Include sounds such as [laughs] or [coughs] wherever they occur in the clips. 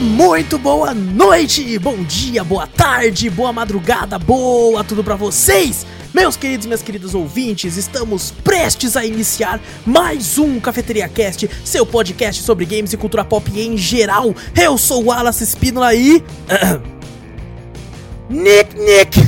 Muito boa noite, bom dia, boa tarde, boa madrugada, boa tudo pra vocês. Meus queridos e minhas queridas ouvintes, estamos prestes a iniciar mais um Cafeteria Cast, seu podcast sobre games e cultura pop em geral. Eu sou o Alas Espínola e [coughs] Nick Nick.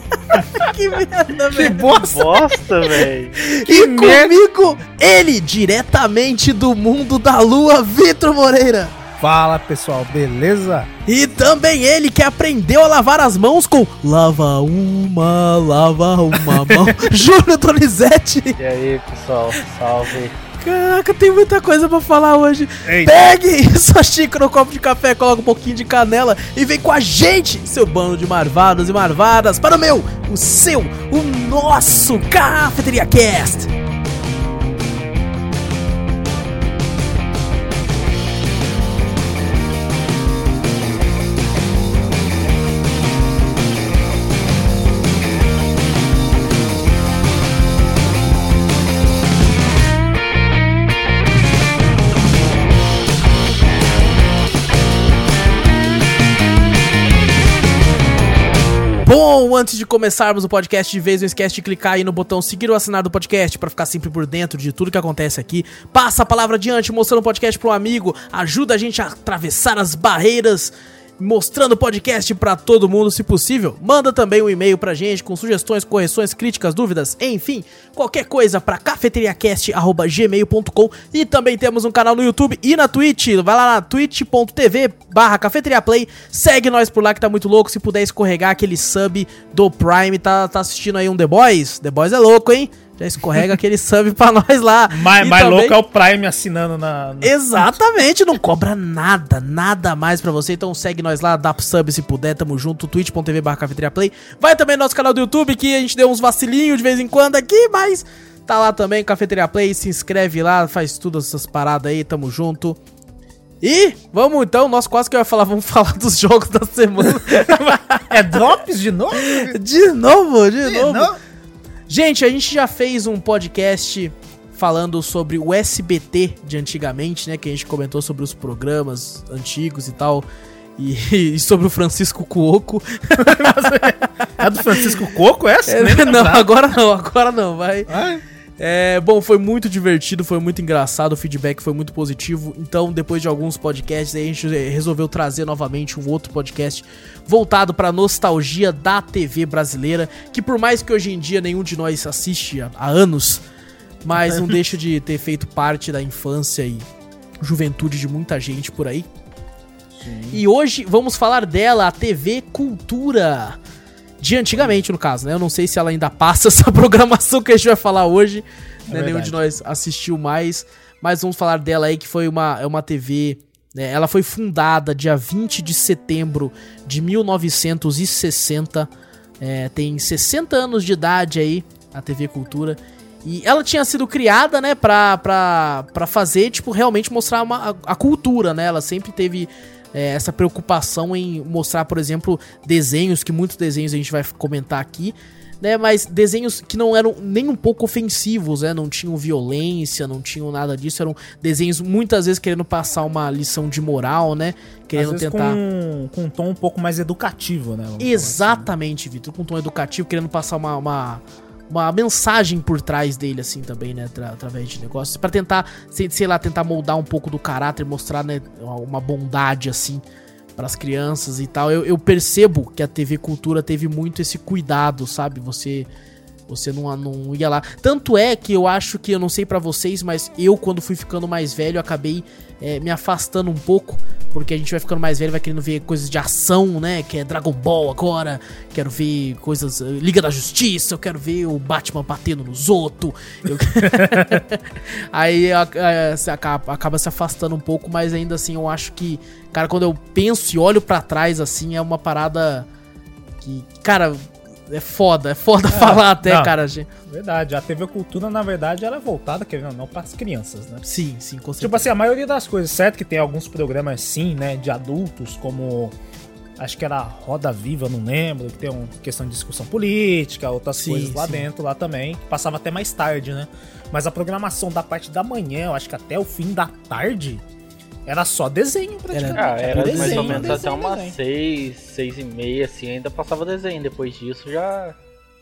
[laughs] que merda, Que velho. bosta! Bosta, velho. E comigo, ele diretamente do mundo da lua, Vitor Moreira. Fala pessoal, beleza? E também ele que aprendeu a lavar as mãos com lava uma, lava uma [laughs] mão. Júlio Donizete. E aí, pessoal, salve. Caraca, tem muita coisa pra falar hoje. Eita. Pegue [laughs] sua xícara, um copo de café, coloca um pouquinho de canela e vem com a gente, seu bando de marvados e marvadas, para o meu, o seu, o nosso Cafeteria Cast. Bom, antes de começarmos o podcast de vez, não esquece de clicar aí no botão seguir ou assinar do podcast pra ficar sempre por dentro de tudo que acontece aqui. Passa a palavra adiante, mostrando o podcast para um amigo, ajuda a gente a atravessar as barreiras, mostrando o podcast pra todo mundo, se possível. Manda também um e-mail pra gente com sugestões, correções, críticas, dúvidas, enfim, qualquer coisa pra cafeteriacast@gmail.com e também temos um canal no YouTube e na Twitch. Vai lá na twitch.tv barra cafeteriaplay, segue nós por lá que tá muito louco. Se puder escorregar aquele sub do Prime, tá, tá assistindo aí um The Boys? The Boys é louco, hein? Já [laughs] escorrega aquele sub pra nós lá. Mais, E mais também- É. louco é o Prime assinando na. [laughs] na- Exatamente, não cobra nada, nada mais pra você. Então segue nós lá, dá sub se puder, tamo junto, twitch.tv barra cafeteria play. Vai também no nosso canal do YouTube, que a gente deu uns vacilinhos de vez em quando aqui, mas tá lá também, Cafeteria Play, se inscreve lá, faz tudo essas paradas aí, tamo junto. E vamos então, nós quase que eu ia falar, vamos [laughs] falar dos jogos da semana. É drops de novo? De de novo, de, É novo. novo? Gente, a gente já fez um podcast falando sobre o SBT de antigamente, né? Que a gente comentou sobre os programas antigos e tal. E, e [laughs] sobre o Francisco Cuoco. É do Francisco Coco assim essa? É, Nem [laughs] não, lembrava. agora não, agora não, vai. Ah, É, bom, foi muito divertido, foi muito engraçado, o feedback foi muito positivo. Então, depois de alguns podcasts, aí a gente resolveu trazer novamente um outro podcast voltado pra nostalgia da TV brasileira, que por mais que hoje em dia nenhum de nós assiste há, há anos, mas não deixa de ter feito parte da infância e juventude de muita gente por aí. E hoje vamos falar dela, a TV Cultura. De antigamente, no caso, né? Eu não sei se ela ainda passa [laughs] essa programação que a gente vai falar hoje. É né? Nenhum verdade. de nós assistiu mais. Mas vamos falar dela aí, que foi uma, é uma TV. né? Ela foi fundada dia 20 de setembro de 1960. É, tem 60 anos de idade aí, a TV Cultura. E ela tinha sido criada, né, pra, pra, pra fazer, tipo, realmente mostrar uma, a, a cultura, né? Ela sempre teve é, essa preocupação em mostrar, por exemplo, desenhos, que muitos desenhos a gente vai comentar aqui, né? Mas desenhos que não eram nem um pouco ofensivos, né? Não tinham violência, não tinham nada disso. Eram desenhos, muitas vezes, querendo passar uma lição de moral, né? Às Querendo vezes tentar... Com, com um tom um pouco mais educativo, né? vamos Exatamente, Vitor, com um tom educativo, querendo passar uma, uma, uma mensagem por trás dele, assim, também, né, tra- através de negócios, Pra tentar, sei, sei lá, tentar moldar um pouco do caráter, mostrar, né, uma- uma bondade, assim, pras crianças e tal. Eu, eu percebo que a TV Cultura teve muito esse cuidado, sabe, você... Você não, não ia lá. Tanto é que eu acho que, eu não sei pra vocês, mas eu, quando fui ficando mais velho, eu acabei é, me afastando um pouco, porque a gente vai ficando mais velho, vai querendo ver coisas de ação, né? Que é Dragon Ball agora, quero ver coisas. eh, Liga da Justiça, eu quero ver o Batman batendo nos outros. eu- [laughs] Aí a- a- se acaba, acaba se afastando um pouco, mas ainda assim eu acho que, cara, quando eu penso e olho pra trás, assim, é uma parada que, cara, é foda, é foda [laughs] falar até, não. cara. gente. lá. Verdade, a TV Cultura, na verdade, ela é voltada, querendo ou não, para as crianças, né? Sim, sim, com certeza. Tipo assim, a maioria das coisas, certo que tem alguns programas sim, né, de adultos, como acho que era Roda Viva, não lembro, que tem uma questão de discussão política, outras Sim, coisas lá sim. dentro, lá também, que passava até mais tarde, né? Mas a programação da parte da manhã, eu acho que até o fim da tarde, Era só desenho praticamente. Era Ah, era desenho, mais ou menos Tipo, desenho, até umas desenho. seis, seis e meia, assim, ainda passava desenho. Depois disso já.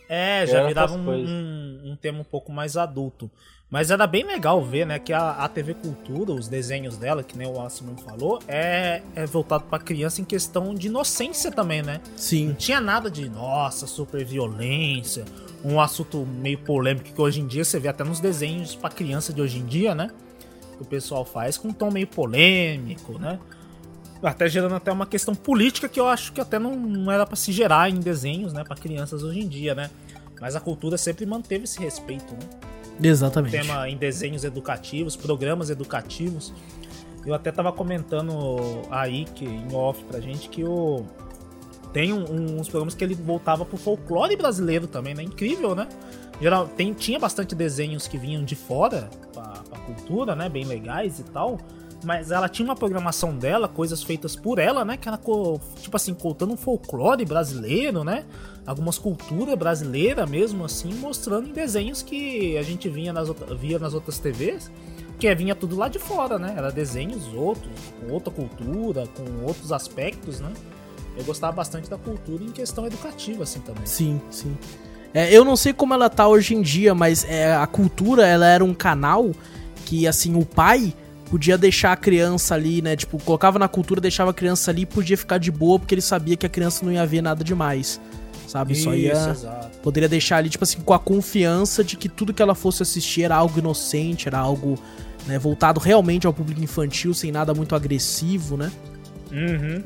É, já Era virava outras um, coisas. um, um tema um pouco mais adulto. Mas era bem legal ver, né, que a, a TV Cultura, os desenhos dela, que nem o Wallace mesmo falou, é, é voltado pra criança em questão de inocência também, né? Não Sim. tinha nada de, nossa, super violência, um assunto meio polêmico que hoje em dia você vê até nos desenhos pra criança de hoje em dia, né? Que o pessoal faz com um tom meio polêmico, né? Até gerando até uma questão política que eu acho que até não, não era pra se gerar em desenhos, né, Pra crianças hoje em dia, né? Mas a cultura sempre manteve esse respeito, né? Exatamente. tema em desenhos educativos, programas educativos. Eu até tava comentando aí que em off pra gente que o tem um- um- uns programas que ele voltava pro folclore brasileiro também, né? Incrível, né? Geral, tem, tinha bastante desenhos que vinham de fora pra, pra cultura, né? Bem legais e tal. Mas ela tinha uma programação dela, coisas feitas por ela, né? Que ela, co- tipo assim, contando um folclore brasileiro, né? Algumas culturas brasileiras mesmo, assim, mostrando em desenhos que a gente vinha nas, outra- via nas outras TVs, que é, vinha tudo lá de fora, né? Era desenhos outros, com outra cultura, com outros aspectos, né? Eu gostava bastante da cultura em questão educativa, assim, também. Sim, sim. É, eu não sei como ela tá hoje em dia, mas é, a cultura, ela era um canal que, assim, o pai podia deixar a criança ali, né? Tipo, colocava na cultura, deixava a criança ali e podia ficar de boa, porque ele sabia que a criança não ia ver nada demais. Sabe? Só ia. exato. Poderia deixar ali, tipo assim, com a confiança de que tudo que ela fosse assistir era algo inocente, era algo né, voltado realmente ao público infantil, sem nada muito agressivo, né? Uhum.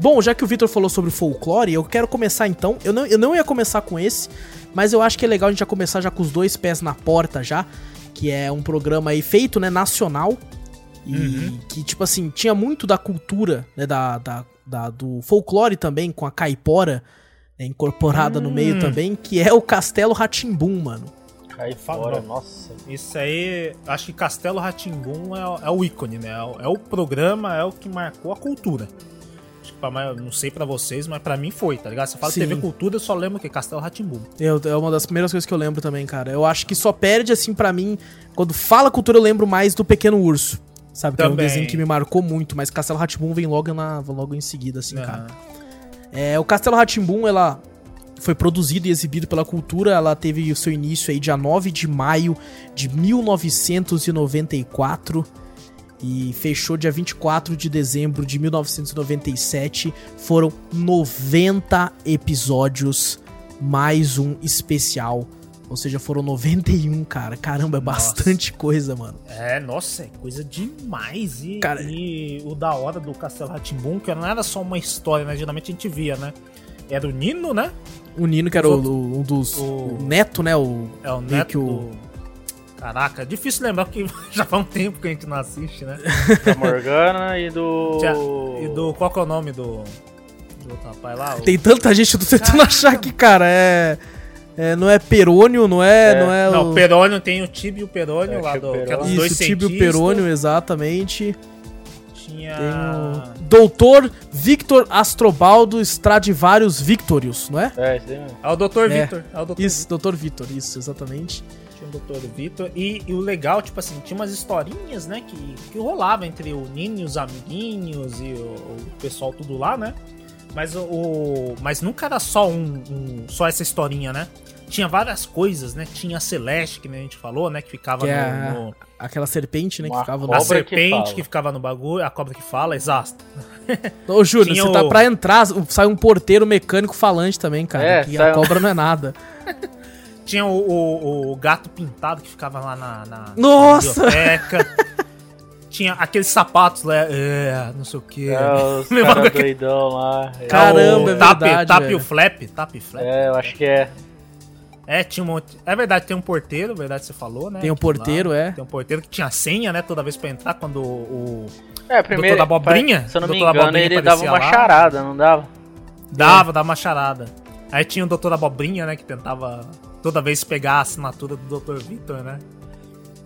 Bom, já que o Victor falou sobre folclore, eu quero começar então. Eu não, eu não ia começar com esse, mas eu acho que é legal a gente já começar já com os dois pés na porta já, que é um programa aí feito, né, nacional. E Uhum. que, tipo assim, tinha muito da cultura, né, da, da, da- do folclore também, com a caipora né, incorporada no Hum. meio também, que é o Castelo Ratimbum, mano. Cai favor. fora, nossa. Isso aí, acho que Castelo Ratimbum é, o- é o ícone, né? É o, é o programa, é o que marcou a cultura. Acho que pra mais- não sei pra vocês, mas pra mim foi, tá ligado? Você fala Sim. TV Cultura, eu só lembro que é Castelo Ratimbum. Eu- é uma das primeiras coisas que eu lembro também, cara. Eu acho que só perde, assim, pra mim. Quando fala cultura, eu lembro mais do Pequeno Urso. Sabe? Que é um Também. desenho que me marcou muito, mas Castelo Ratimbum vem logo, na, logo em seguida, assim, né? cara. É, o Castelo Ratimbum, ela foi produzido e exibido pela cultura. Ela teve o seu início aí dia 9 de maio de 1994 e fechou dia 24 de dezembro de 1997. Foram 90 episódios, mais um especial. Ou seja, foram 91, cara. Caramba, é Nossa. bastante coisa, mano. É, nossa, é coisa demais. E, Cara- e o da hora do Castelo Ratimbum, que não era só uma história, né? Geralmente a gente via, né? Era o Nino, né? O Nino, que era Os o, o- um dos. o- O neto, né? O, É o Meio neto que o- do... Caraca, é difícil lembrar porque [laughs] já faz um tempo que a gente não assiste, né? [laughs] Da Morgana e do. Tia- E do... Qual que é o nome do... Do outro rapaz lá? O- Tem tanta gente, eu tô tentando achar aqui, cara. É, é, não é Perônio, não é. Não, é Não, o- o Perônio, tem o Tibio e o Perônio É, lá tinha do... o Perônio. aquelas dois Isso, Tibio cientistas. Perônio, exatamente. Tinha... Tem Ah. o Doutor Victor Astrobaldo Stradivarius Victorius, não é? É, esse aí mesmo. É o Dr. É. Vitor. É o Dr. Isso, Doutor Victor, isso, exatamente. Tinha o Dr. Vitor. E, e o legal, tipo assim, tinha umas historinhas, né? Que, que rolava entre o Nino e os amiguinhos e o, o pessoal tudo lá, né? Mas, o- o, mas nunca era só um, um- só essa historinha, né? Tinha várias coisas, né? Tinha a Celeste, que nem a gente falou, né? Que ficava Que no- é no, Aquela serpente, né, que Uma ficava a no... cobra. que serpente fala. que, ficava no bagulho, a cobra que fala, exato. Ô, Júnior, Tinha você tá o- pra entrar, sai um porteiro mecânico falante também, cara. É, que sai a um- cobra não é [laughs] nada. Tinha o, o- o gato pintado que ficava lá na, na Nossa! na [laughs] biblioteca. Tinha aqueles sapatos lá, é, não sei o que. É, os Meu caras bagulho. doidão lá. É, Caramba, é tap, verdade, tap velho. o flap, tap e flap. É, eu acho que é. É, tinha um monte. É verdade, tem um porteiro, verdade você falou, né? Tem um Aquilo porteiro, lá. é. Tem um porteiro que tinha senha, né? Toda vez pra entrar, quando o. o- É, primeiro. Doutor da Abobrinha? pare- Se eu não me Doutor da engano, Abobrinha ele dava aparecia uma lá. charada, não dava? É. Dava, dava uma charada. Aí tinha o Doutor Abobrinha, né? Que tentava toda vez pegar a assinatura do Dr. Victor, né?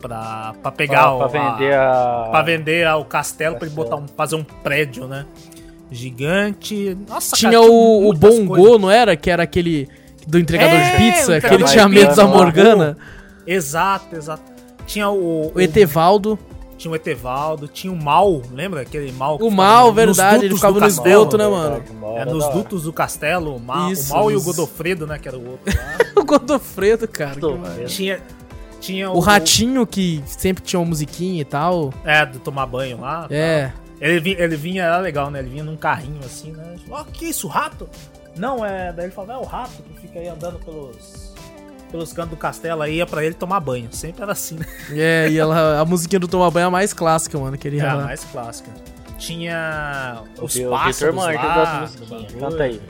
Pra, pra pegar pra, o. pra a- vender a. Ah, pra vender o castelo, pra ele botar Castelo. um, fazer um prédio, né? Gigante. Nossa, tinha cara, o, o muitas Bongo, coisas. não era? Que era aquele do entregador É, de o pizza, que ele entregador tinha de medo da pizza lá. Morgana. Exato, exato. Tinha o. O Etevaldo. [laughs] Tinha o Etevaldo, tinha o Mal, lembra aquele Mal? O Mal, verdade, ele ficava no esgoto, né, mano? É, nos dutos do castelo, o Mal, Isso, o Mal e o isso. Godofredo, né, que era o outro lá. O Godofredo, cara. que Tô, maravilha. tinha, tinha O Ratinho, que sempre tinha uma musiquinha e tal. É, do tomar banho lá. tal. É. Ele vinha, ele vinha, era legal, né? Ele vinha num carrinho assim, né? Ó, que isso, rato? Não, é. Daí ele falava, é o rato que fica aí andando pelos. Pelos cantos do castelo aí, ia pra ele tomar banho. Sempre era assim, né? É, e ela, a musiquinha do Toma Banho é a mais clássica, mano. Queria. Era a lá. mais clássica. Tinha os Vi- pássaros Marques lá, das do musiquinhas. bagulho. Canta aí.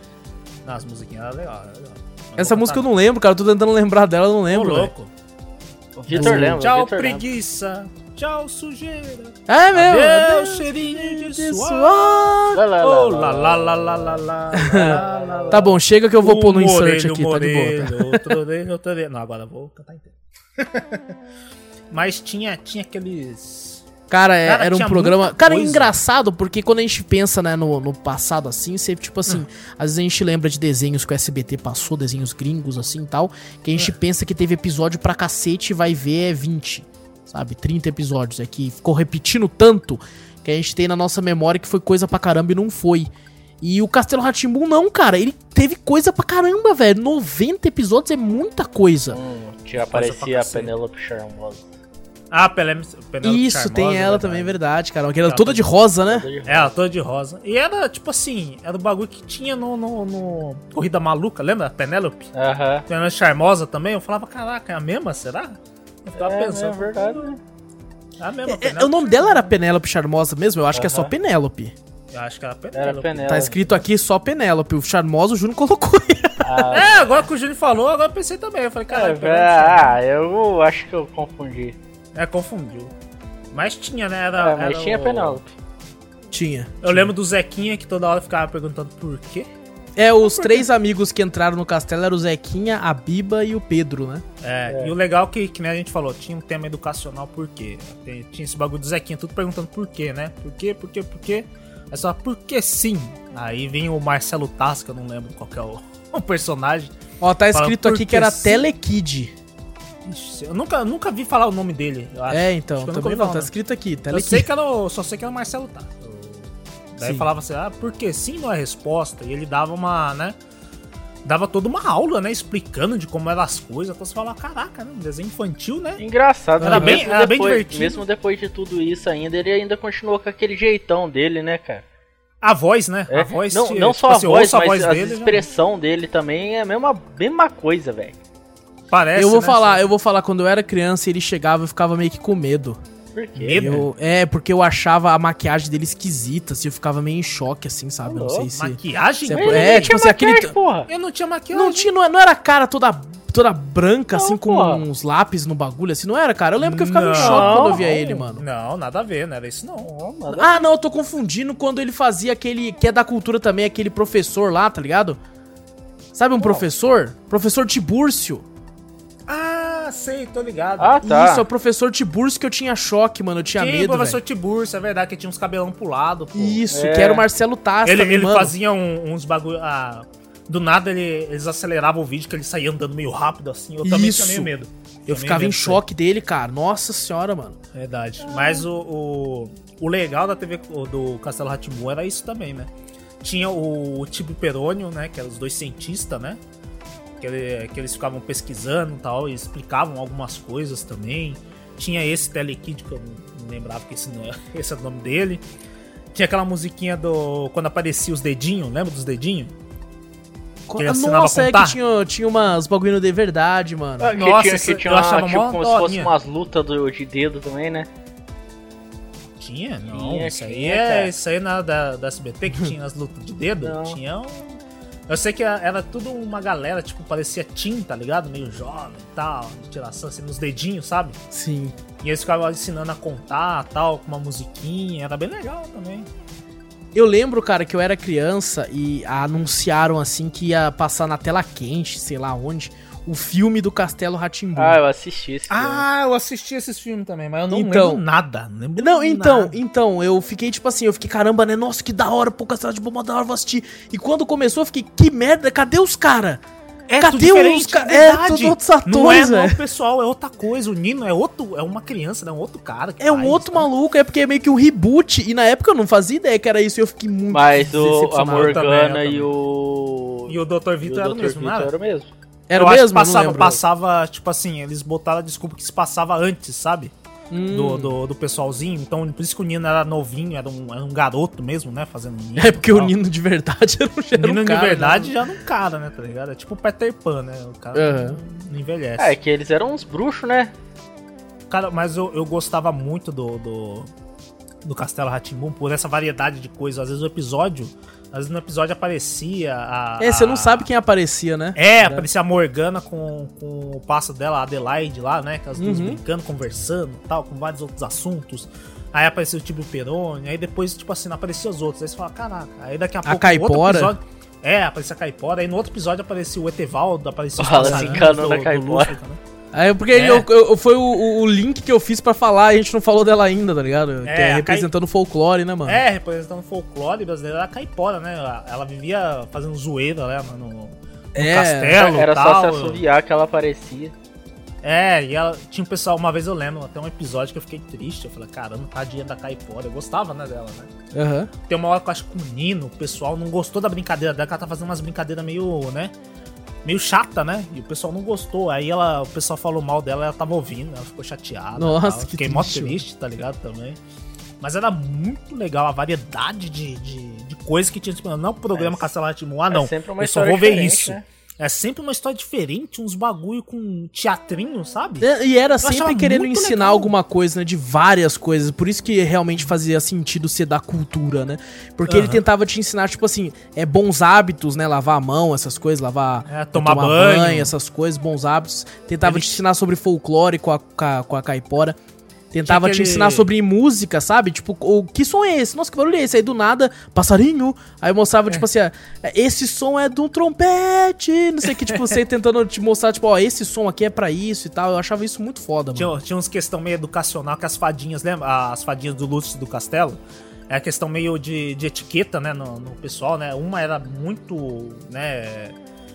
Não, as musiquinhas eram legal, era legal. Essa música eu não lembro, cara. Eu tô tentando lembrar dela, eu não Ô, lembro. velho. louco. Vitor lembra. Tchau, Vitor lembra. preguiça. Tchau, sujeira. É mesmo? Meu cheirinho de De suor. suor. Lá, lá, Oh, lá, lá, lá, lá, lá, lá, lá, lá, lá, lá. Tá bom, chega que eu vou Um pôr no insert orelha, aqui, uma tá de boa. orelha, cara. Outro orelha, outra orelha. Não, agora eu vou cantar inteiro. [laughs] Mas tinha, tinha aqueles. Cara, é- Cara, era um tinha programa. muita Cara, é coisa. engraçado porque quando a gente pensa né, no, no passado assim, você, tipo assim, Ah. às vezes a gente lembra de desenhos que o SBT passou, desenhos gringos assim e tal, que a Ah. gente pensa que teve episódio pra cacete e vai ver é 20, sabe? 30 episódios. É que ficou repetindo tanto que a gente tem na nossa memória que foi coisa pra caramba e não foi. E o Castelo Ratimbum não, cara. Ele teve coisa pra caramba, velho. 90 episódios é muita coisa. Hum, tinha Coisa pra aparecia a cacete. Penélope Charmosa. Ah, Pelé, Penélope Isso, tem Charmosa, ela verdade. também, é verdade, cara. Que era Ela toda de rosa, né? É, ela toda de rosa. E era, tipo assim, era o bagulho que tinha no, no, no Corrida Maluca, lembra? A Penélope? Aham. Penélope Charmosa também. Eu falava, caraca, é a mesma, será? Eu ficava É, é Tá pensando. verdade, né? É a mesma, É, o nome dela era Penélope Charmosa mesmo? Eu acho que é só Aham. Penélope. Eu acho que era Penélope. Era Penélope. Tá escrito aqui só Penélope. O Charmosa, o Juno colocou. [laughs] Ah, É, agora que o Júnior falou, agora eu pensei também. Eu falei, é, caralho, Penélope Charmosa. ah, eu acho que eu confundi. É, confundiu. Mas tinha, né? Era, É, mas era tinha o- Penélope. Tinha. Eu lembro do Zequinha que toda hora ficava perguntando por quê. É, os três amigos que entraram no castelo eram o Zequinha, a Biba e o Pedro, né? É, E o legal é que, que nem a gente falou, tinha um tema educacional por quê. Tem- tinha esse bagulho do Zequinha, tudo perguntando por quê, né? Por quê, por quê, por quê. É só por que sim. Aí vem o Marcelo Tasca, não lembro qual que é o, [laughs] o personagem. Ó, tá Fala, escrito aqui porque que era sim. Telekid. Ixi, eu nunca, nunca vi falar o nome dele, eu acho. É, Tá. Acho então, que eu nunca também ouvi não, falar, tá não. escrito aqui, Eu sei Telekid. que era o, só sei que era o Marcelo Tasca. Daí Sim. falava assim, ah, porque sim não é resposta. E ele dava uma, né? Dava toda uma aula, né? Explicando de como eram as coisas. Então você fala, caraca, né? Um desenho infantil, né? Engraçado, Era né? bem- mesmo era bem depois, divertido. Mesmo depois de tudo isso ainda, ele ainda continuou com aquele jeitão dele, né, cara? A voz, né? É, A voz. não, te- não tipo só assim, a voz, ouça mas a já- expressão dele também é a mesma, mesma coisa, velho. Parece. Eu vou né, falar, assim. eu vou falar, quando eu era criança ele chegava eu ficava meio que com medo. Por quê? Medo. Eu, é, porque eu achava a maquiagem dele esquisita, assim, eu ficava meio em choque, assim, sabe? Eu não sei Louco, se. Maquiagem? se Mas É, ele é, nem tipo tinha assim, aquele maquiagem, t- porra. Eu não tinha maquiagem. Não tinha, não é- não era a cara toda, toda branca, Não, assim, com porra. uns lápis no bagulho, assim, não era, cara? Eu lembro que eu ficava em Não. choque quando eu via ele, mano. Não, nada a ver, não era isso não. Não, nada- Ah, não, eu tô confundindo quando ele fazia aquele. que é da cultura também, aquele professor lá, tá ligado? Sabe um professor? Professor Tibúrcio. Ah, sei, tô ligado. Ah, tá. Isso, é o professor Tibúrcio que eu tinha choque, mano. Eu tinha Tinha o medo. professor velho. Tiburcio, é verdade, que tinha uns cabelão pro lado. Pô. Isso, É. que era o Marcelo Tassi, Ele, também, ele mano. fazia um- uns bagulho. ah, do nada ele, eles aceleravam o vídeo que ele saía andando meio rápido assim. Eu também Isso. tinha meio medo. Eu Tinha meio ficava medo em disso choque dele, cara. Nossa senhora, mano. aí. Verdade. Mas o, o, o legal da TV co- do Castelo Ratimbu era isso também, né? Tinha o, o Tibo Perônio, né? Que eram os dois cientistas, né? Que, ele- que eles ficavam pesquisando e tal, e explicavam algumas coisas também. Tinha esse Telekid, que eu não- não lembrava que esse, não é- [laughs] esse era o nome dele. Tinha aquela musiquinha do. Quando aparecia os dedinhos, lembra dos dedinhos? Que ele assinava Nossa, é que contar? tinha, tinha umas bagulho de verdade, mano. Que Ah, Nossa, tinha, isso que eu tinha achava tipo, mó como se fosse dorinha. umas lutas do- de dedo também, né? Tinha? Não, Tinha, isso aí tinha, é. cara. Isso aí na da, da SBT que tinha as lutas de dedo? Não. Tinha um. Eu sei que era, era tudo uma galera, tipo, parecia Tim, tá ligado? Meio jovem e tal, de tiração, assim, nos dedinhos, sabe? Sim. E eles ficavam ensinando a contar tal, com uma musiquinha, era bem legal também. Eu lembro, cara, que eu era criança e anunciaram assim que ia passar na tela quente, sei lá onde, o filme do Castelo Ratimbu. Ah, eu assisti esse filme. Hum. Ah, eu assisti esses filmes também, mas eu não não Então- lembro lembro nada. Não, não, então, então, eu fiquei tipo assim, eu fiquei, caramba, né? Nossa, que da hora, pô, Castelo Ratimbu, da hora, vou assistir. E quando começou, eu fiquei, que merda, cadê os cara? É Cadê tudo diferente, os ca- de é, verdade. todos outros Não é atores, novo velho. pessoal, é outra coisa. O Nino é outro, é uma criança, né? Um outro cara. que É um faz, outro então. maluco, é porque é meio que um reboot. E na época eu não fazia ideia que era isso e eu fiquei muito Mas o, a decepcionado. amor- Morgana também, eu e o. E o Dr. e o Vitor era o Dr. mesmo, não era? era o mesmo. Era Eu o acho mesmo? que Eu não Passava, lembro. passava, tipo assim, eles botaram a desculpa que se passava antes, sabe? Hum. Do, do, do pessoalzinho. Então, por isso que o Nino era novinho, era um, era um garoto mesmo, né? Fazendo [laughs] Nino. É porque e o tal. Nino de verdade [laughs] era um era Nino, um de cara, né? verdade, já não cara, né? Tá ligado? É tipo o Peter Pan, né? O cara Aham. não- não envelhece. Ah, é que eles eram uns bruxos, né? Cara, mas eu, eu gostava muito do, do, do Castelo Ratimbum por essa variedade de coisas. Às vezes o episódio. Às vezes no episódio aparecia a. É, você não a- sabe quem aparecia, né? É, Era. aparecia a Morgana com, com o passo dela, a Adelaide lá, né? Com as duas Uhum. brincando, conversando e tal, com vários outros assuntos. Aí apareceu o Tibio Peroni, aí depois, tipo assim, aparecia os outros. Aí você fala, caraca, aí daqui a, pouco. no Caipora? Outro episódio, é, aparecia a Caipora. Aí no outro episódio aparecia o Etevaldo, aparecia os Fala, se passarinhos encanou na Caipora. Lúcio, né? Aí porque É. eu- eu- foi o- o, o link que eu fiz pra falar, a gente não falou dela ainda, tá ligado? É, que é a representando o folclore, né, mano? É, representando o folclore brasileiro, era a caipora, né? Ela, ela vivia fazendo zoeira, né, mano? No, É. castelo e era tal. só se assoviar que ela aparecia. É, e ela tinha um pessoal, uma vez eu lembro, até um episódio que eu fiquei triste. Eu falei, caramba, tadinha da caipora. Eu gostava, né, dela, né? Aham. Tem uma hora que eu acho que o Nino, o pessoal não gostou da brincadeira dela, que ela tá fazendo umas brincadeiras meio, né? Meio chata, né? E o pessoal não gostou. Aí ela, o pessoal falou mal dela, ela tava ouvindo, ela ficou chateada. Nossa, e tal. que Fiquei mó triste, triste, tá ligado? Também. Mas era muito legal a variedade de, de, de coisas que tinha disponível. Não o programa É, Castelo Timon, ah, não. é sempre uma eu só história vou ver diferente, isso. né? É sempre uma história diferente, uns bagulho com teatrinho, sabe? É, E era achava sempre querendo muito ensinar legal. alguma coisa, né? De várias coisas. Por isso que realmente fazia sentido ser da cultura, né? Porque ele Aham. tentava te ensinar, tipo assim, é, bons hábitos, né? Lavar a mão, essas coisas, lavar. É, tomar banho. essas coisas, bons hábitos. Tentava Ele- te ensinar sobre folclore com a, com a, com a caipora. Tentava te Tinha aquele- ensinar sobre música, sabe? Tipo, o que som é esse? Nossa, que barulho é esse? Aí do nada, passarinho. Aí É. mostrava, tipo assim, ah, esse som é de um trompete. Não sei o que, tipo, [laughs] você tentando te mostrar, tipo, ó, esse som aqui é pra isso e tal. Eu achava isso muito foda, mano. Tinha, tinha uns questão meio educacional que as fadinhas, lembra? As fadinhas do Lúcio do Castelo. É a questão meio de, de etiqueta, né, no, no pessoal, né? Uma era muito, né,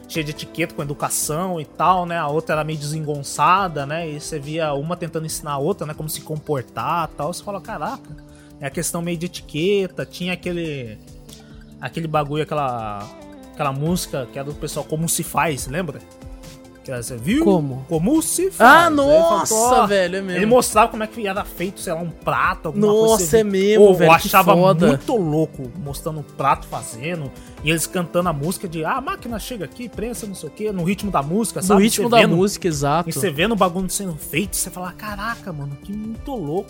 cheia de etiqueta, com educação e tal, né? A outra era meio desengonçada, né? E você via uma tentando ensinar a outra, né, como se comportar e tal. Você fala, caraca, é a questão meio de etiqueta. Tinha aquele, aquele bagulho, aquela, aquela música que era do pessoal Como Se Faz, lembra? Que era, você viu? Como? Como se um faz. Ah, Aí faltou, nossa, ó, velho, é ele mesmo. mostrava como é que era feito, sei lá, um prato, alguma coisa. Nossa, você é via. mesmo, Pô, velho. Eu que achava foda. muito louco, mostrando o prato fazendo, e eles cantando a música de, ah, a máquina chega aqui, prensa, não sei o quê, no ritmo da música, No sabe? ritmo Você da vendo- música, exato. E você vendo o bagulho sendo feito, você fala, caraca, mano, que muito louco.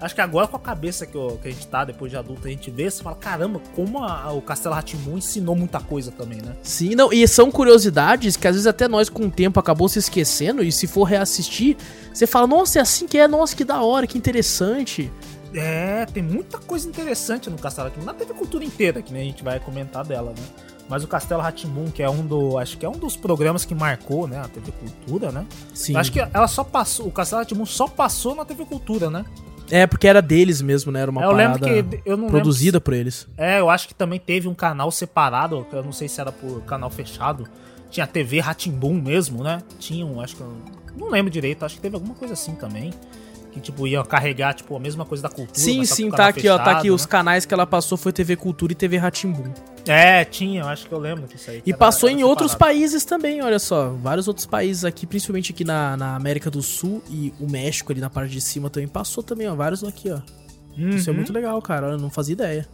Acho que agora com a cabeça que, eu- que a gente tá, depois de adulto, a gente vê, você fala, caramba, como a- o Castelo Ratimun ensinou muita coisa também, né? Sim, não, e são curiosidades que às vezes até nós com o tempo acabou se esquecendo e se for reassistir, você fala, nossa, é assim que é, nossa, que da hora, que interessante. É, tem muita coisa interessante no Castelo Ratimbun. Na TV Cultura inteira, que nem a gente vai comentar dela, né? Mas o Castelo Ratimbun, que é um do. Acho que é um dos programas que marcou, né? A TV Cultura, né? Sim. Eu Acho que ela só passou. O Castelo Ratimbun só passou na TV Cultura, né? É, porque era deles mesmo, né? Era uma É, eu lembro parada que. Eu não produzida por eles. Lembro, é, eu acho que também teve um canal separado. Eu não sei se era por canal fechado. Tinha a TV Ratimbun mesmo, né? Tinha um, acho que. eu Não lembro direito, acho que teve alguma coisa assim também. Que, tipo, ia carregar, tipo, a mesma coisa da cultura. Sim, mas só com sim, o tá canal aqui, ó. Tá fechado, aqui. né? Os canais que ela passou foi TV Cultura e TV Ratimbum. É, tinha, eu acho que eu lembro disso aí. que E era- passou era em outros separado. países também, olha só. Vários outros países aqui, principalmente aqui na, na América do Sul e o México ali na parte de cima também. Passou também, ó. Vários aqui, ó. Isso é Uhum. muito legal, cara. Eu não fazia ideia.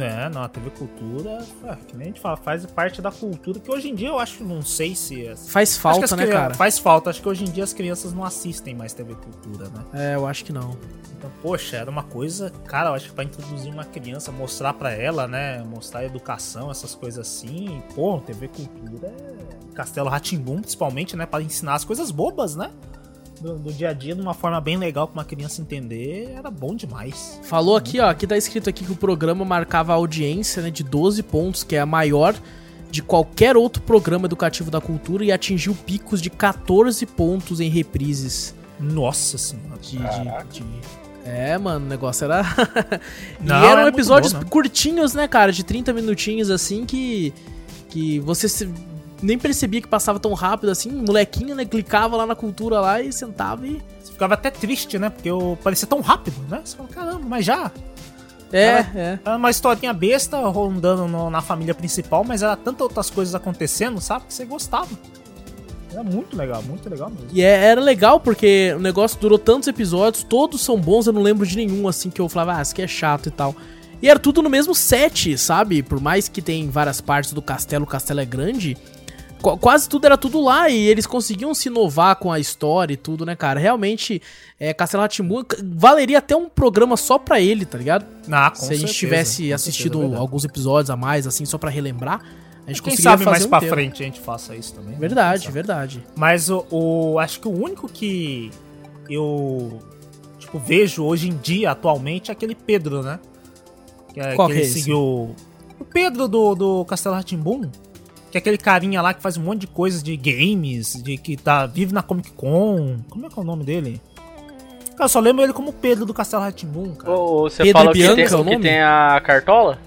É, não, a TV Cultura, é, que nem a gente fala, faz parte da cultura, que hoje em dia eu acho, não sei se... As... Faz acho que é. as falta, né, crianças- cara? Faz falta, acho que hoje em dia as crianças não assistem mais TV Cultura, né? É, eu acho que não. Então, poxa, era uma coisa, cara, eu acho que pra introduzir uma criança, mostrar pra ela, né, mostrar educação, essas coisas assim, pô, TV Cultura é... Castelo Ratimbum, principalmente, né, pra ensinar as coisas bobas, né? Do, do dia a dia, de uma forma bem legal pra uma criança entender, era bom demais. Falou aqui, ó, aqui tá escrito aqui que o programa marcava a audiência, né, de 12 pontos, que é a maior de qualquer outro programa educativo da cultura e atingiu picos de 14 pontos em reprises Nossa senhora. de, de- de- É, mano, o negócio [laughs] era Não, E eram é muito episódios bom, né? curtinhos, né, cara, de 30 minutinhos assim que que você se nem percebia que passava tão rápido assim, molequinho, né? Clicava lá na cultura lá e sentava e. Você ficava até triste, né? Porque eu parecia tão rápido, né? Você fala, caramba, mas já. É, Cara, é. Era uma historinha besta rondando no- na família principal, mas era tantas outras coisas acontecendo, sabe? Que você gostava. Era muito legal, muito legal mesmo. E é- era legal porque o negócio durou tantos episódios, todos são bons, eu não lembro de nenhum assim que eu falava, ah, isso aqui é chato e tal. E era tudo no mesmo set, sabe? Por mais que tem várias partes do castelo, o castelo é grande, qu- quase tudo era tudo lá e eles conseguiam se inovar com a história e tudo, né, cara? Realmente, é, Castelo Ratimu valeria até um programa só pra ele, tá ligado? Ah, com Se a gente certeza, com tivesse certeza, assistido é verdade. alguns episódios a mais, assim, só pra relembrar, a gente Quem conseguiria sabe fazer mais um pra tempo. frente a gente faça isso também. né? Verdade, Quem sabe. verdade. Mas o, o- acho que o único que eu tipo, vejo hoje em dia, atualmente, é aquele Pedro, né? Que, é- Qual que que é ele esse? seguiu. O Pedro do, do Castelo Ratimbum, que é aquele carinha lá que faz um monte de coisas de games, de que tá vive na Comic Con. Como é que é o nome dele? Cara, eu só lembro ele como Pedro do Castelo Ratimbum, cara. Ou ou você Pedro fala e que, Bianca tem, é o que nome? tem a cartola?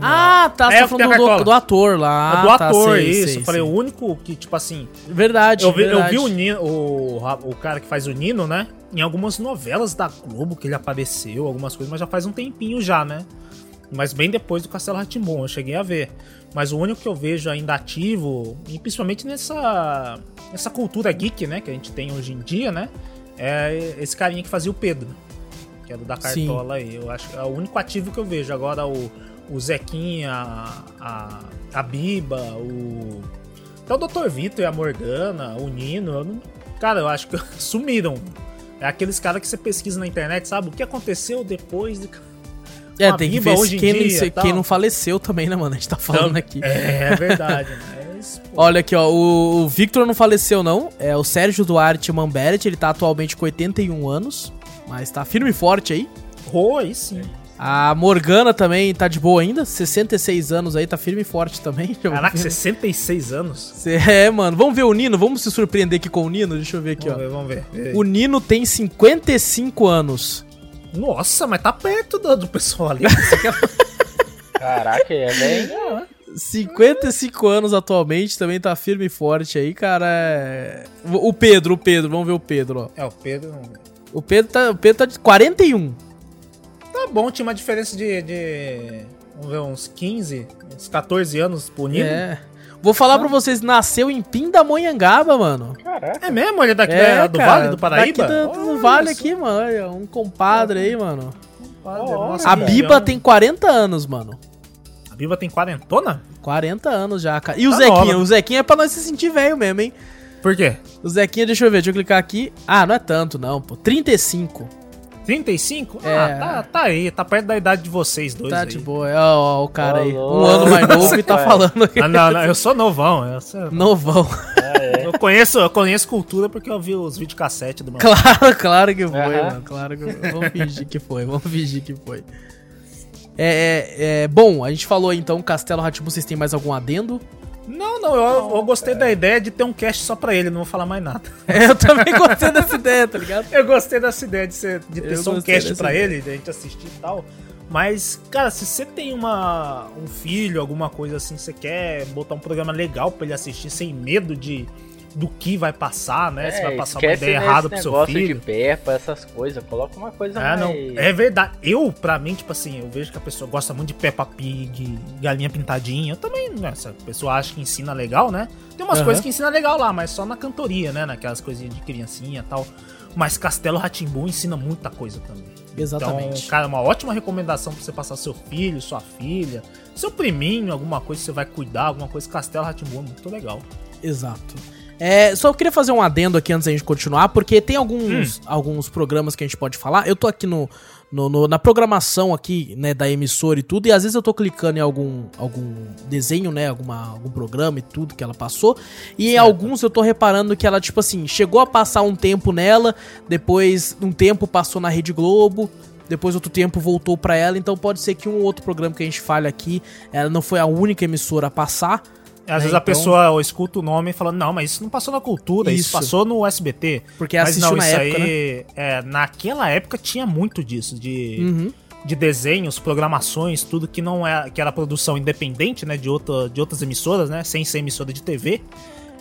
Ah, tá, você É, tá porque falando a do, cartola. do ator lá. É do tá, ator, sei, isso. sei, eu falei, sei. o único que, tipo assim, Verdade, Eu vi, eu verdade. vi o, Nino, o, ra- o cara que faz o Nino, né? Em algumas novelas da Globo que ele apareceu, algumas coisas, mas já faz um tempinho já, né? Mas bem depois do Castelo Ratimbom, eu cheguei a ver. Mas o único que eu vejo ainda ativo, e principalmente nessa, nessa cultura geek, né, que a gente tem hoje em dia, né? É esse carinha que fazia o Pedro. Que era o da Sim. Cartola aí. Eu acho que é o único ativo que eu vejo. Agora o, o Zequinha, a, a, a Biba, o. Até o Dr. Vitor e a Morgana, o Nino, eu não- cara, eu acho que [laughs] sumiram. É aqueles caras que você pesquisa na internet, sabe? O que aconteceu depois de. É, a tem que Biba ver hoje se em quem, dia se- e tal. quem não faleceu também, né, mano? A gente tá falando Tam- aqui. É verdade, [laughs] mas. pô, Olha aqui, ó, o, o Victor não faleceu, não. É o Sérgio Duarte Mamberet, ele tá atualmente com 81 anos, mas tá firme e forte aí. Rô, aí sim. A Morgana também tá de boa ainda, 66 anos aí, tá firme e forte também. [laughs] Caraca, 66 anos. Cê- É, mano, vamos ver o Nino, vamos se surpreender aqui com o Nino, deixa eu ver aqui, Vamos ó. ver, vamos ver. O Nino tem 55 anos. Nossa, mas tá perto do, do pessoal ali. Caraca, é bem. 55 anos atualmente, também tá firme e forte aí, cara. é- O Pedro, o Pedro, vamos ver o Pedro, ó. [laughs] é, o Pedro. não- O Pedro tá, o Pedro tá de 41. Tá bom, tinha uma diferença de. de vamos ver, uns 15, uns 14 anos pro Nino. É, É. Vou falar pra vocês, nasceu em Pindamonhangaba, mano. Caraca. mesmo? Ele é daqui É, da- do cara, Vale do Paraíba? Daqui do, do Olha Vale só, aqui, mano. olha, Um compadre aí, mano. padre, nossa, A que Biba legal. tem 40 anos, mano. A Biba tem quarentona? 40 anos já, cara. E o Tá Zequinha? nova. O Zequinha é pra nós se sentir velho mesmo, hein? Por quê? O Zequinha, deixa eu ver, deixa eu clicar aqui. Ah, não é tanto, não, pô. 35. 35? É. Ah, tá, tá aí, tá perto da idade de vocês dois. Tá aí. de boa. Ó, ó, o cara Ô, aí. Um louco, É. ano mais novo e tá cara. falando [laughs] que Ah, não, não, eu sou novão. Eu, sou- novão. [laughs] eu conheço, eu conheço cultura porque eu vi os videocassete do meu. Claro, claro que foi, Aham. mano. Claro que Vamos fingir que foi, vamos fingir que foi. É, é, é, bom, a gente falou aí, então Castelo Ratibu, vocês têm mais algum adendo? [laughs] Não, não, eu, eu gostei da ideia de ter um cast só pra ele, não vou falar mais nada. É, eu também gostei dessa ideia, tá ligado? Eu gostei dessa ideia de, ser, de ter Eu só um gostei cast dessa pra ideia. ele, de a gente assistir e tal. Mas, cara, se você tem uma, um filho, alguma coisa assim, você quer botar um programa legal pra ele assistir sem medo de do que vai passar, né? se vai passar uma É, esquece ideia desse errada pro seu negócio filho. de Peppa, essas coisas. Coloca uma coisa Ah, mais... não. É verdade. Eu, pra mim, tipo assim, eu vejo que a pessoa gosta muito de Peppa Pig, galinha pintadinha. Eu também, né? Se a pessoa acha que ensina legal, né? Tem umas Aham. coisas que ensina legal lá, mas só na cantoria, né? Naquelas coisinhas de criancinha e tal. Mas Castelo Ratimbu ensina muita coisa também. Então, Exatamente. cara, é uma ótima recomendação pra você passar seu filho, sua filha, seu priminho, alguma coisa que você vai cuidar, alguma coisa. Castelo Ratimbu é muito legal. Exato. É, só queria fazer um adendo aqui antes da gente continuar, porque tem alguns, alguns programas que a gente pode falar. Eu tô aqui no, no- no- na programação aqui, né, da emissora e tudo, e às vezes eu tô clicando em algum, algum desenho, né, alguma, algum programa e tudo que ela passou, e em Certo. alguns eu tô reparando que ela, tipo assim, chegou a passar um tempo nela, depois um tempo passou na Rede Globo, depois outro tempo voltou pra ela, então pode ser que um outro programa que a gente fale aqui, ela não foi a única emissora a passar, Às É, vezes a então- pessoa escuta o nome e fala, não, mas isso não passou na cultura, isso, Isso. passou no SBT. porque assistiu na época, né? aí, é, naquela época tinha muito disso, de Uhum. de desenhos, programações, tudo que não é que era produção independente, né, de, outra, de outras emissoras, né, sem ser emissora de TV.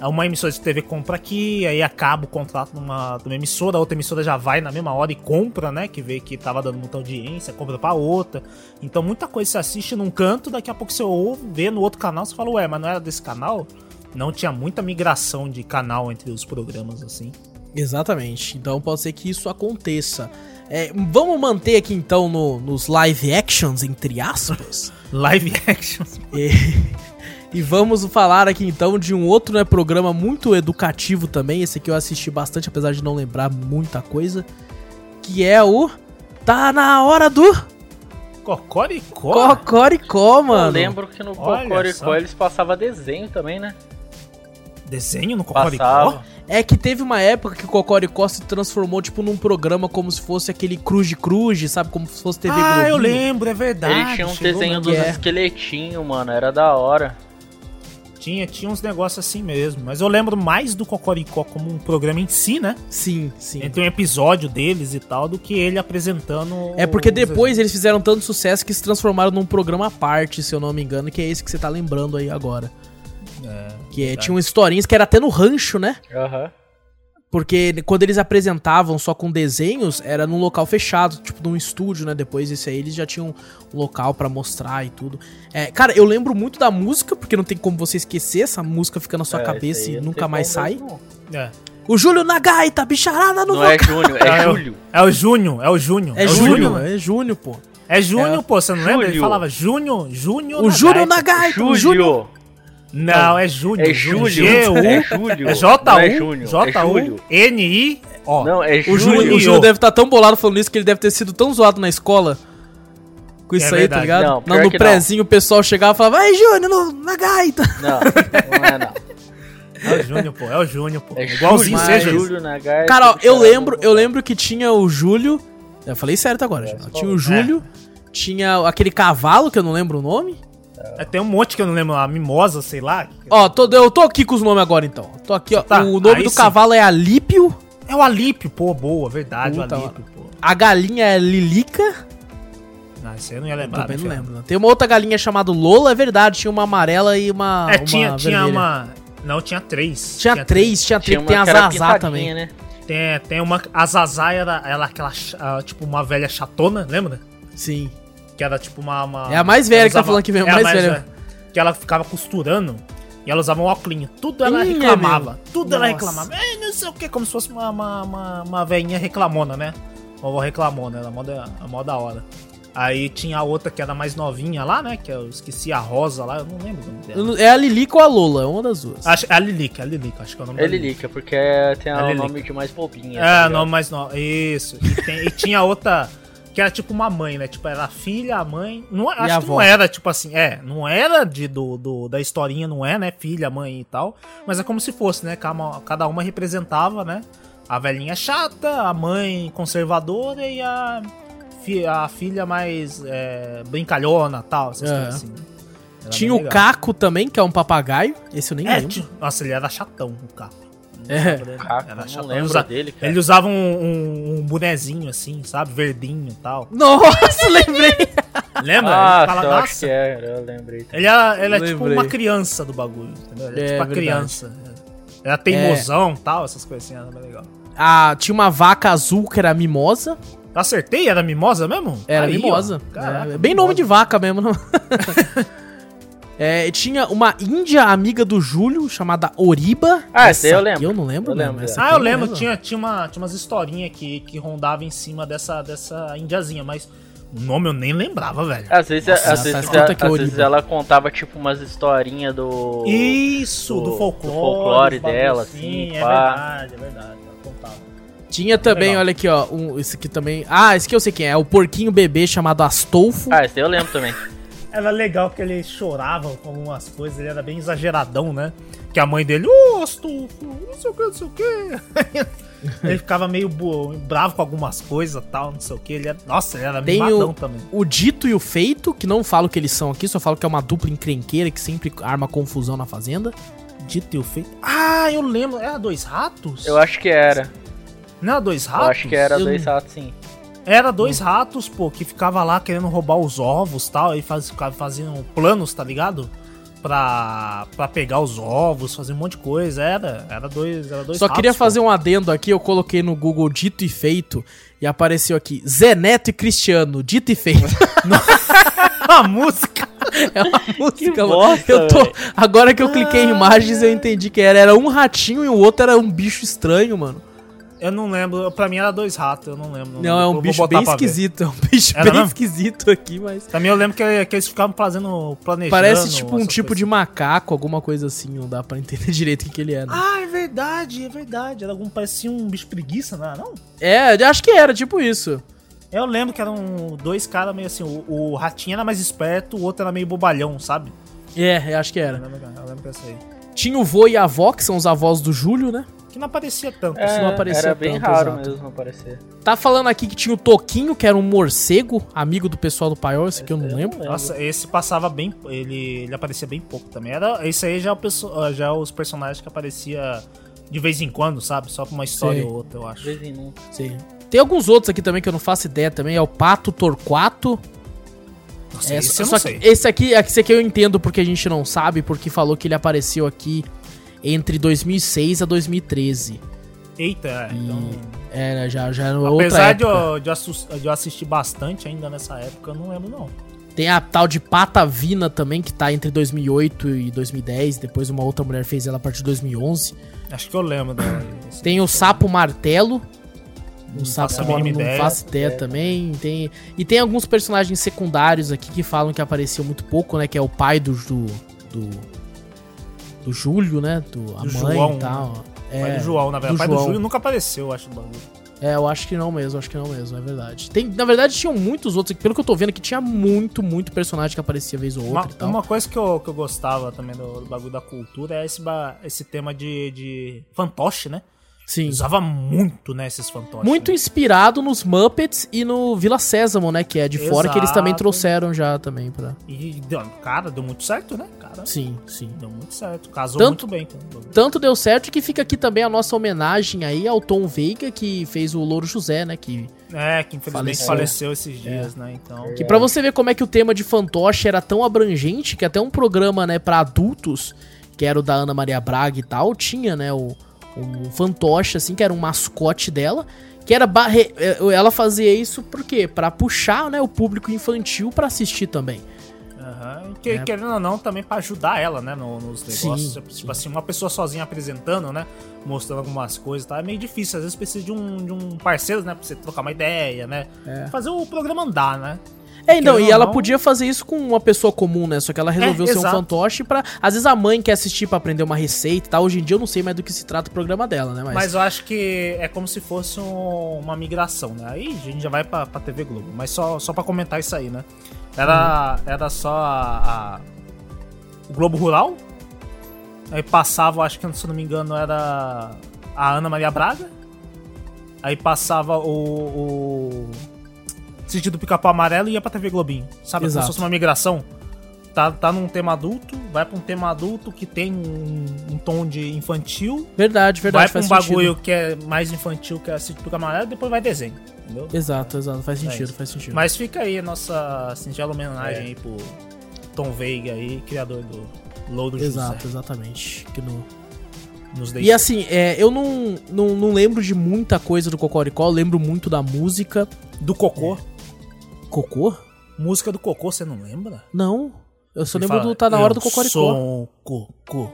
Uma emissora de TV compra aqui, aí acaba o contrato de uma, de uma emissora, a outra emissora já vai na mesma hora e compra, né? Que vê que tava dando muita audiência, compra pra outra. Então muita coisa você assiste num canto, daqui a pouco você ouve, vê no outro canal, você fala, ué, mas não era desse canal? Não tinha muita migração de canal entre os programas, assim. Exatamente. Então pode ser que isso aconteça. É, vamos manter aqui então no- nos live actions, entre aspas. Live action. E, e vamos falar aqui então de um outro né, programa muito educativo também. Esse aqui eu assisti bastante, apesar de não lembrar muita coisa. Que é o. Tá na hora do [laughs] Cocoricó? Cocoricó, mano. Eu lembro que no Olha Cocoricó só. eles passavam desenho também, né? Desenho no Cocoricó? Passava. É que teve uma época que o Cocoricó se transformou, tipo, num programa como se fosse aquele Cruz de Cruz, sabe? Como se fosse TV ah, eu Globinho. lembro, é verdade. Ele tinha um chegou, desenho né? dos É. esqueletinhos, mano. Era da hora. né? Tinha, tinha uns negócios assim mesmo. Mas eu lembro mais do Cocoricó como um programa em si, né? Sim, sim. Entre um episódio deles e tal, do que ele apresentando. É porque os- depois eles fizeram tanto sucesso que se transformaram num programa à parte, se eu não me engano, que é esse que você tá lembrando aí agora. Que é, tinha um historinhas que era até no rancho, né? Aham. Porque quando eles apresentavam só com desenhos, era num local fechado, tipo num estúdio, né? Depois isso aí eles já tinham um local pra mostrar e tudo. É, cara, eu lembro muito da música, porque não tem como você esquecer, essa música fica na sua É, cabeça esse aí e não nunca tem mais como sai. mesmo, não. É. O Júlio na gaita, bicharada no Não é vocal. Júnior, é Ah, eu- Júlio. É o Júnior, é o Júnior. É, o Júlio, Júnior. né? é Júlio, pô. É Júnior, pô, você não lembra? Ele Júlio. falava Júnior, Júnior. O Júlio na gaita. gaita, o Júlio. Júlio. Não, é Júnior. É Júlio. G-U- É Júlio. É Não é J-U. Júnior. é Júlio. J-U-N-I-O. Não, é O Júlio, Júlio. o Júlio deve estar tão bolado falando isso que ele deve ter sido tão zoado na escola com isso aí, É verdade. tá ligado? Não, Não, pior no que não. prezinho o pessoal chegava e falava, vai Júnior, no- na gaita. Não, não é não. É o Júnior, pô. É o Júnior, pô. É Igualzinho mas- Júlio, seja. Júlio na [laughs] gaita. Cara, ó, eu bicharada lembro, no eu vocal. lembro que tinha o Júlio. Eu falei certo É, agora, já. Tinha o Júlio, tinha aquele cavalo, que eu não lembro o nome. É, Tem um monte que eu não lembro, a mimosa, sei lá. Ó, tô, eu tô aqui com os nomes agora então. Tô aqui, ó. Tá, o nome aí do sim. cavalo é Alípio, É o Alípio, pô, boa, verdade, Puta, o Alípio, pô. a galinha é Lilica. Não, isso aí eu não ia lembrar. Também não né, lembro. Não. Tem uma outra galinha chamada Lola, é verdade. Tinha uma amarela e Ah, uma. É, tinha, tinha vermelha. uma. Não, tinha três. Tinha três, tinha três, uma tem a que era Zazá pintadinha, também. Né? Tem, tem uma. A Zazá era, era aquela. ch- ah, tipo, uma velha chatona, lembra? Sim. Que era tipo uma. uma- É a mais velha ela que tá falando que vem, a era mais velha. Que ela ficava costurando e ela usava um óculinho. Tudo ela Ih, é reclamava. tudo ela Nossa. reclamava. É, não sei o que, como se fosse uma, uma, uma, uma velhinha reclamona, né? Vovó reclamona, era mó da, a mó da hora. Aí tinha a outra que era mais novinha lá, né? Que eu esqueci a rosa lá, eu não lembro o nome Eu dela. não- É a Lilica ou a Lola, é uma das duas. Acho, é a Lilica, é a Lilica, acho que é o nome É da Lilica. Lilica, porque é- tem É o Lilica. nome de mais bobinha. É, o tá ligado? nome mais novo. Isso. E, tem- e tinha outra que era tipo uma mãe, né? Tipo, era a filha, a mãe. Não, acho que a avó. não era, tipo assim, é, não era de, do, do- da historinha, não é, né? Filha, mãe e tal. Mas é como se fosse, né? Cada uma, cada uma representava, né? A velhinha chata, a mãe conservadora e a, fi- a filha mais é, brincalhona tal. Essas É. coisas assim. né? Era Tinha bem o legal. Caco também, que é um papagaio. Esse eu nem É, lembro. tinha- nossa, ele era chatão, o Caco. É. Caco, não lembro usa- dele, cara. Ele usava um, um, um bonezinho assim, sabe? Verdinho e tal. [laughs] Nossa, lembrei! Lembra? Ah, ele fala, só que nossa. era, eu lembrei. Ele era, ele é tipo Lembrei. uma criança do bagulho, entendeu? Ele é, É, tipo a verdade. criança. Era teimosão e tal, essas coisinhas, era bem legal. Ah, tinha uma vaca azul que era a mimosa. Eu acertei? Era mimosa mesmo? Era Aí, ó. mimosa. Caraca, É, bem nome de mimosa. vaca mesmo. Não? [laughs] É, tinha uma índia amiga do Júlio, chamada Oriba. Ah, essa aí eu aqui lembro. Eu não lembro, Eu mesmo, lembro, essa é. Ah, aqui eu lembro, não tinha, tinha, uma, tinha umas historinhas que, que rondava em cima dessa, dessa indiazinha, mas o nome eu nem lembrava, velho. Às vezes, Nossa, às tá vezes, escrito a- aqui, às Oribe. vezes ela contava, tipo, umas historinhas do... Isso, do- do, do folclore. folclore os bagulho dela, assim, é pá. verdade, é verdade. ela contava. Tinha também, Legal. olha aqui, ó. Um, esse aqui também. Ah, esse aqui eu sei quem é. É o porquinho bebê chamado Astolfo. Ah, esse daí eu lembro também. Era legal porque ele chorava com algumas coisas, ele era bem exageradão, né? Que a mãe dele, ô, Astolfo, não sei o que, não sei o que. [laughs] ele ficava meio bo- bravo com algumas coisas tal, não sei o que. Ele era, nossa, ele era Tem bem o- mimadão também. O dito e o feito, que não falo que eles são aqui, só falo que é uma dupla encrenqueira que sempre arma confusão na fazenda. Dito e o feito. Ah, eu lembro. Era dois ratos? Eu acho que era. Não era dois ratos? Eu acho que era Eu dois não- ratos, sim. Era dois ratos, pô, que ficava lá querendo roubar os ovos tal, e faz, ficava fazendo planos, tá ligado? Pra, pra pegar os ovos, fazer um monte de coisa. Era, era dois, era dois Só ratos, queria pô. [laughs] fazer um adendo aqui, eu coloquei no Google dito e feito e apareceu aqui Zé Neto e Cristiano, dito e feito. [laughs] a música. É uma música, mano. bosta, eu tô... velho. Agora que eu cliquei em Ah. imagens, eu entendi que era. Era um ratinho e o outro era um bicho estranho, mano. Eu não lembro, pra mim era dois ratos, eu não lembro. Não, é eu um vou bicho botar bem pra ver. esquisito. É um bicho Era bem mesmo? esquisito aqui, mas. Também eu lembro que, que eles ficavam fazendo planejando. Parece tipo um essas tipo coisas. de macaco, alguma coisa assim. Não dá pra entender [laughs] direito o que, que ele é, né? Ah, é verdade, é verdade. Era algum, parecia um bicho preguiça, não era, não? É, eu acho que era, tipo isso. Eu lembro que eram dois caras meio assim, o, o ratinho era mais esperto, o outro era meio bobalhão, sabe? É, eu acho que Eu era. lembro, eu lembro dessa aí. Tinha o vô e a avó, que são os avós do Júlio, né? Que não aparecia tanto. assim. É, não aparecia era bem tanto, raro exato. mesmo aparecer. Tá falando aqui que tinha o Toquinho, que era um morcego, amigo do pessoal do Paiol, esse aqui eu É. não lembro. Nossa, esse passava bem. Ele, ele aparecia bem pouco também. Era, esse aí já, é o perso- já é os personagens que aparecia de vez em quando, sabe? Só pra uma história Sim. ou outra, eu acho. De vez em nunca. Sim. Tem alguns outros aqui também que eu não faço ideia também. É o Pato Torquato. Nossa, É, esse só eu não que sei. esse aqui, esse aqui eu entendo porque a gente não sabe, porque falou que ele apareceu aqui entre 2006 a 2013. Eita, é, então. É, né, já, já era outra Apesar de época. eu, de, eu assus- de eu assistir bastante ainda nessa época, eu não lembro, não. Tem a tal de Patavina também, que tá entre 2008 e 2010. Depois uma outra mulher fez ela a partir de 2011. Acho que eu lembro dela. esse- Tem o Sapo Martelo. O Não Sapo faço a Martelo mínima não ideia. É. faço ideia também. Tem, e tem alguns personagens secundários aqui que falam que apareceu muito pouco, né? Que é o pai do... Do, do, do Júlio, né? Do, a mãe Do João, e tal. É, Pai do João, na verdade. do pai João. do Júlio nunca apareceu, eu acho, do bagulho. É, eu acho que não mesmo, acho que não mesmo, é verdade. Tem, na verdade, tinham muitos outros, aqui, pelo que eu tô vendo, que tinha muito, muito personagem que aparecia vez ou outra Uma, e tal. uma coisa que eu, que eu gostava também do, do bagulho da cultura é esse, ba- esse tema de, de fantoche, né? Sim. Usava muito, né, esses fantoches. Muito né? inspirado nos Muppets e no Vila Sésamo, né? Que é de fora, que eles também Exato. trouxeram já também pra. E, deu- cara, deu muito certo, né, cara? Sim, sim. Deu muito certo. Casou Tanto- muito bem com o bagulho. Tanto deu certo que fica aqui também a nossa homenagem aí ao Tom Veiga, que fez o Louro José, né? Que, É, que infelizmente Faleceu. É. faleceu, esses dias, né? Então. que pra você ver como é que o tema de fantoche era tão abrangente, que até um programa, né, pra adultos, que era o da Ana Maria Braga e tal, tinha, né, o, um fantoche, assim, que era um mascote dela, que era... ba- re- eh, Ela fazia isso por quê? Pra puxar, né, o público infantil pra assistir também. Aham. E que- É. Querendo ou não, também pra ajudar ela, né? no- nos Sim, negócios. tipo sim. assim, uma pessoa sozinha apresentando, né? Mostrando algumas coisas, tá? É meio difícil. Às vezes precisa de um, de um parceiro, né? Pra você trocar uma ideia, né? É. Fazer o programa andar, né? É, não, Querendo e ou ela não- podia fazer isso com uma pessoa comum, né? Só que ela resolveu É, ser um exato. fantoche pra. Às vezes a mãe quer assistir pra aprender uma receita e tal. Hoje em dia eu não sei mais do que se trata o programa dela, né? Mas. Mas eu acho que é como se fosse um- uma migração, né? Aí a gente já vai pra, pra TV Globo. Mas só, só pra comentar isso aí, né? Era, Uhum. era só a, a- o Globo Rural. Aí passava, acho que se eu não me engano, era a Ana Maria Braga. Aí passava o. o Sítio do Pica-Pau Amarelo e ia pra TV Globinho. Sabe? Exato. Como se fosse uma migração. Tá, tá num tema adulto, vai pra um tema adulto que tem um- um tom de infantil Verdade, verdade. vai pra um faz sentido. bagulho que é mais infantil, que é assiste pro camarada, depois vai desenho, entendeu? Exato, exato. Faz É sentido, isso. faz sentido. Mas fica aí a nossa singela homenagem É. aí pro Tom Veiga aí, criador do Lodo Exato, José. exatamente. Que no- Nos E deixa. assim, é, eu não, não, não lembro de muita coisa do Cocoricó, eu lembro muito da música. Do Cocô. É. Cocô? Música do Cocô, você não lembra? Não. Eu só Ele lembro fala, do Tá na hora "Eu do Cocoricó. Sou um cocô.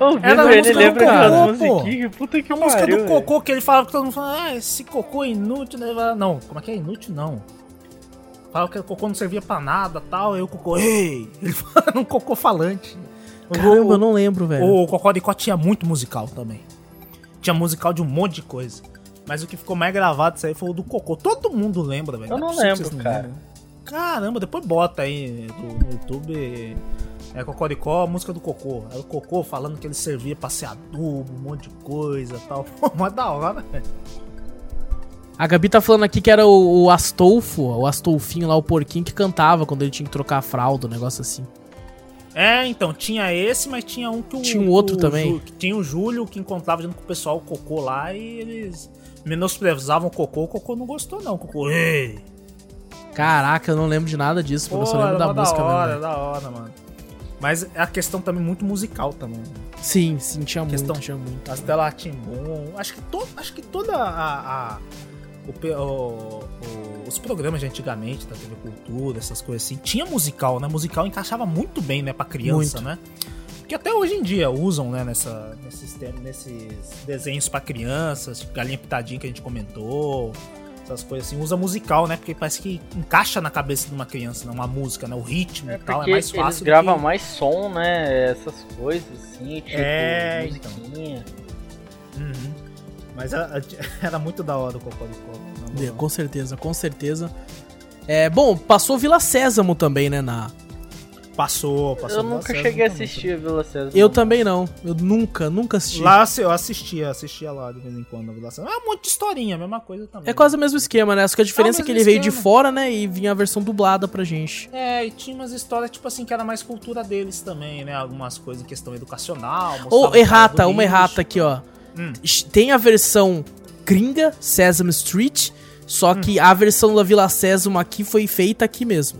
Ouvindo Era a ele, música do lembra das Cocô, pô. musiquinhas, puta que A música pariu, do velho. Cocô que ele fala que todo mundo fala, ah, esse Cocô é inútil, né? Ele fala, Não, como é que é inútil? Não. Fala que o Cocô não servia pra nada tal, aí o Cocô, ei! Ele fala [laughs] num Cocô falante. O- Caramba, eu não lembro, velho. O Cocoricó tinha muito musical também. Tinha musical de um monte de coisa. Mas o que ficou mais gravado disso aí foi o do Cocô. Todo mundo lembra, velho. Eu não é possível que lembro, vocês não cara. lembrem. Caramba, depois bota aí do- no YouTube. É Cocoricó, a música do Cocô. Era o Cocô falando que ele servia pra ser adubo, um monte de coisa e tal. [laughs] Pô, mó da hora, velho. A Gabi tá falando aqui que era o, o Astolfo, o Astolfinho lá, o porquinho que cantava quando ele tinha que trocar a fralda, um negócio assim. É, então, tinha esse, mas tinha um que o. Tinha um outro o também. Ju- que tinha o Júlio que encontrava junto com o pessoal o cocô lá e eles menosprezavam o cocô. O cocô não gostou, não. O cocô. Ei! Caraca, eu não lembro de nada disso, Pô, mano. Eu só lembro era da mó música da mesmo, né? hora, velho. da hora, mano. Mas é a questão também muito musical também. né? Sim, sim, tinha Questão- muito, tinha muito. Castelo Atimbum. Acho que, to, acho que toda a. a- o pe- o- o- os programas de antigamente, da TV Cultura, essas coisas assim, tinha musical, né? Musical encaixava muito bem, né, pra criança, né? Que até hoje em dia usam, né, nessa, nesses, tem- nesses desenhos pra crianças, tipo Galinha Pitadinha que a gente comentou, essas coisas assim, usa musical, né? Porque parece que encaixa na cabeça de uma criança, né? Uma música, né? O ritmo É e tal, porque é mais fácil. eles do gravam que- mais som, né? Essas coisas, assim, tipo, É, musiquinha. Uhum. Mas a- [laughs] a- era muito da hora o Cocoricó. né? na moral. É, com certeza, com certeza. É, bom, passou Vila Sésamo também, né, na... Passou, passou. Eu no nunca acesso, cheguei a nunca assistir a Vila César. Eu também não. Eu nunca, nunca muito. assisti. Lá assim, eu assistia, assistia lá de vez em quando. na Sésamo. É um monte de historinha, a mesma coisa também. É quase o mesmo esquema, né? Só que a diferença é, mesmo que ele veio de esquema. fora, né? E vinha a versão dublada pra gente. É, e tinha umas histórias, tipo assim, que era mais cultura deles também, né? Algumas coisas em questão educacional. Ou mostrava a cara errata, do uma lixo. errata aqui, ó. Hum. Tem a versão gringa, Sesame Street, Hum. só que a versão da Vila Sésamo aqui foi feita aqui mesmo.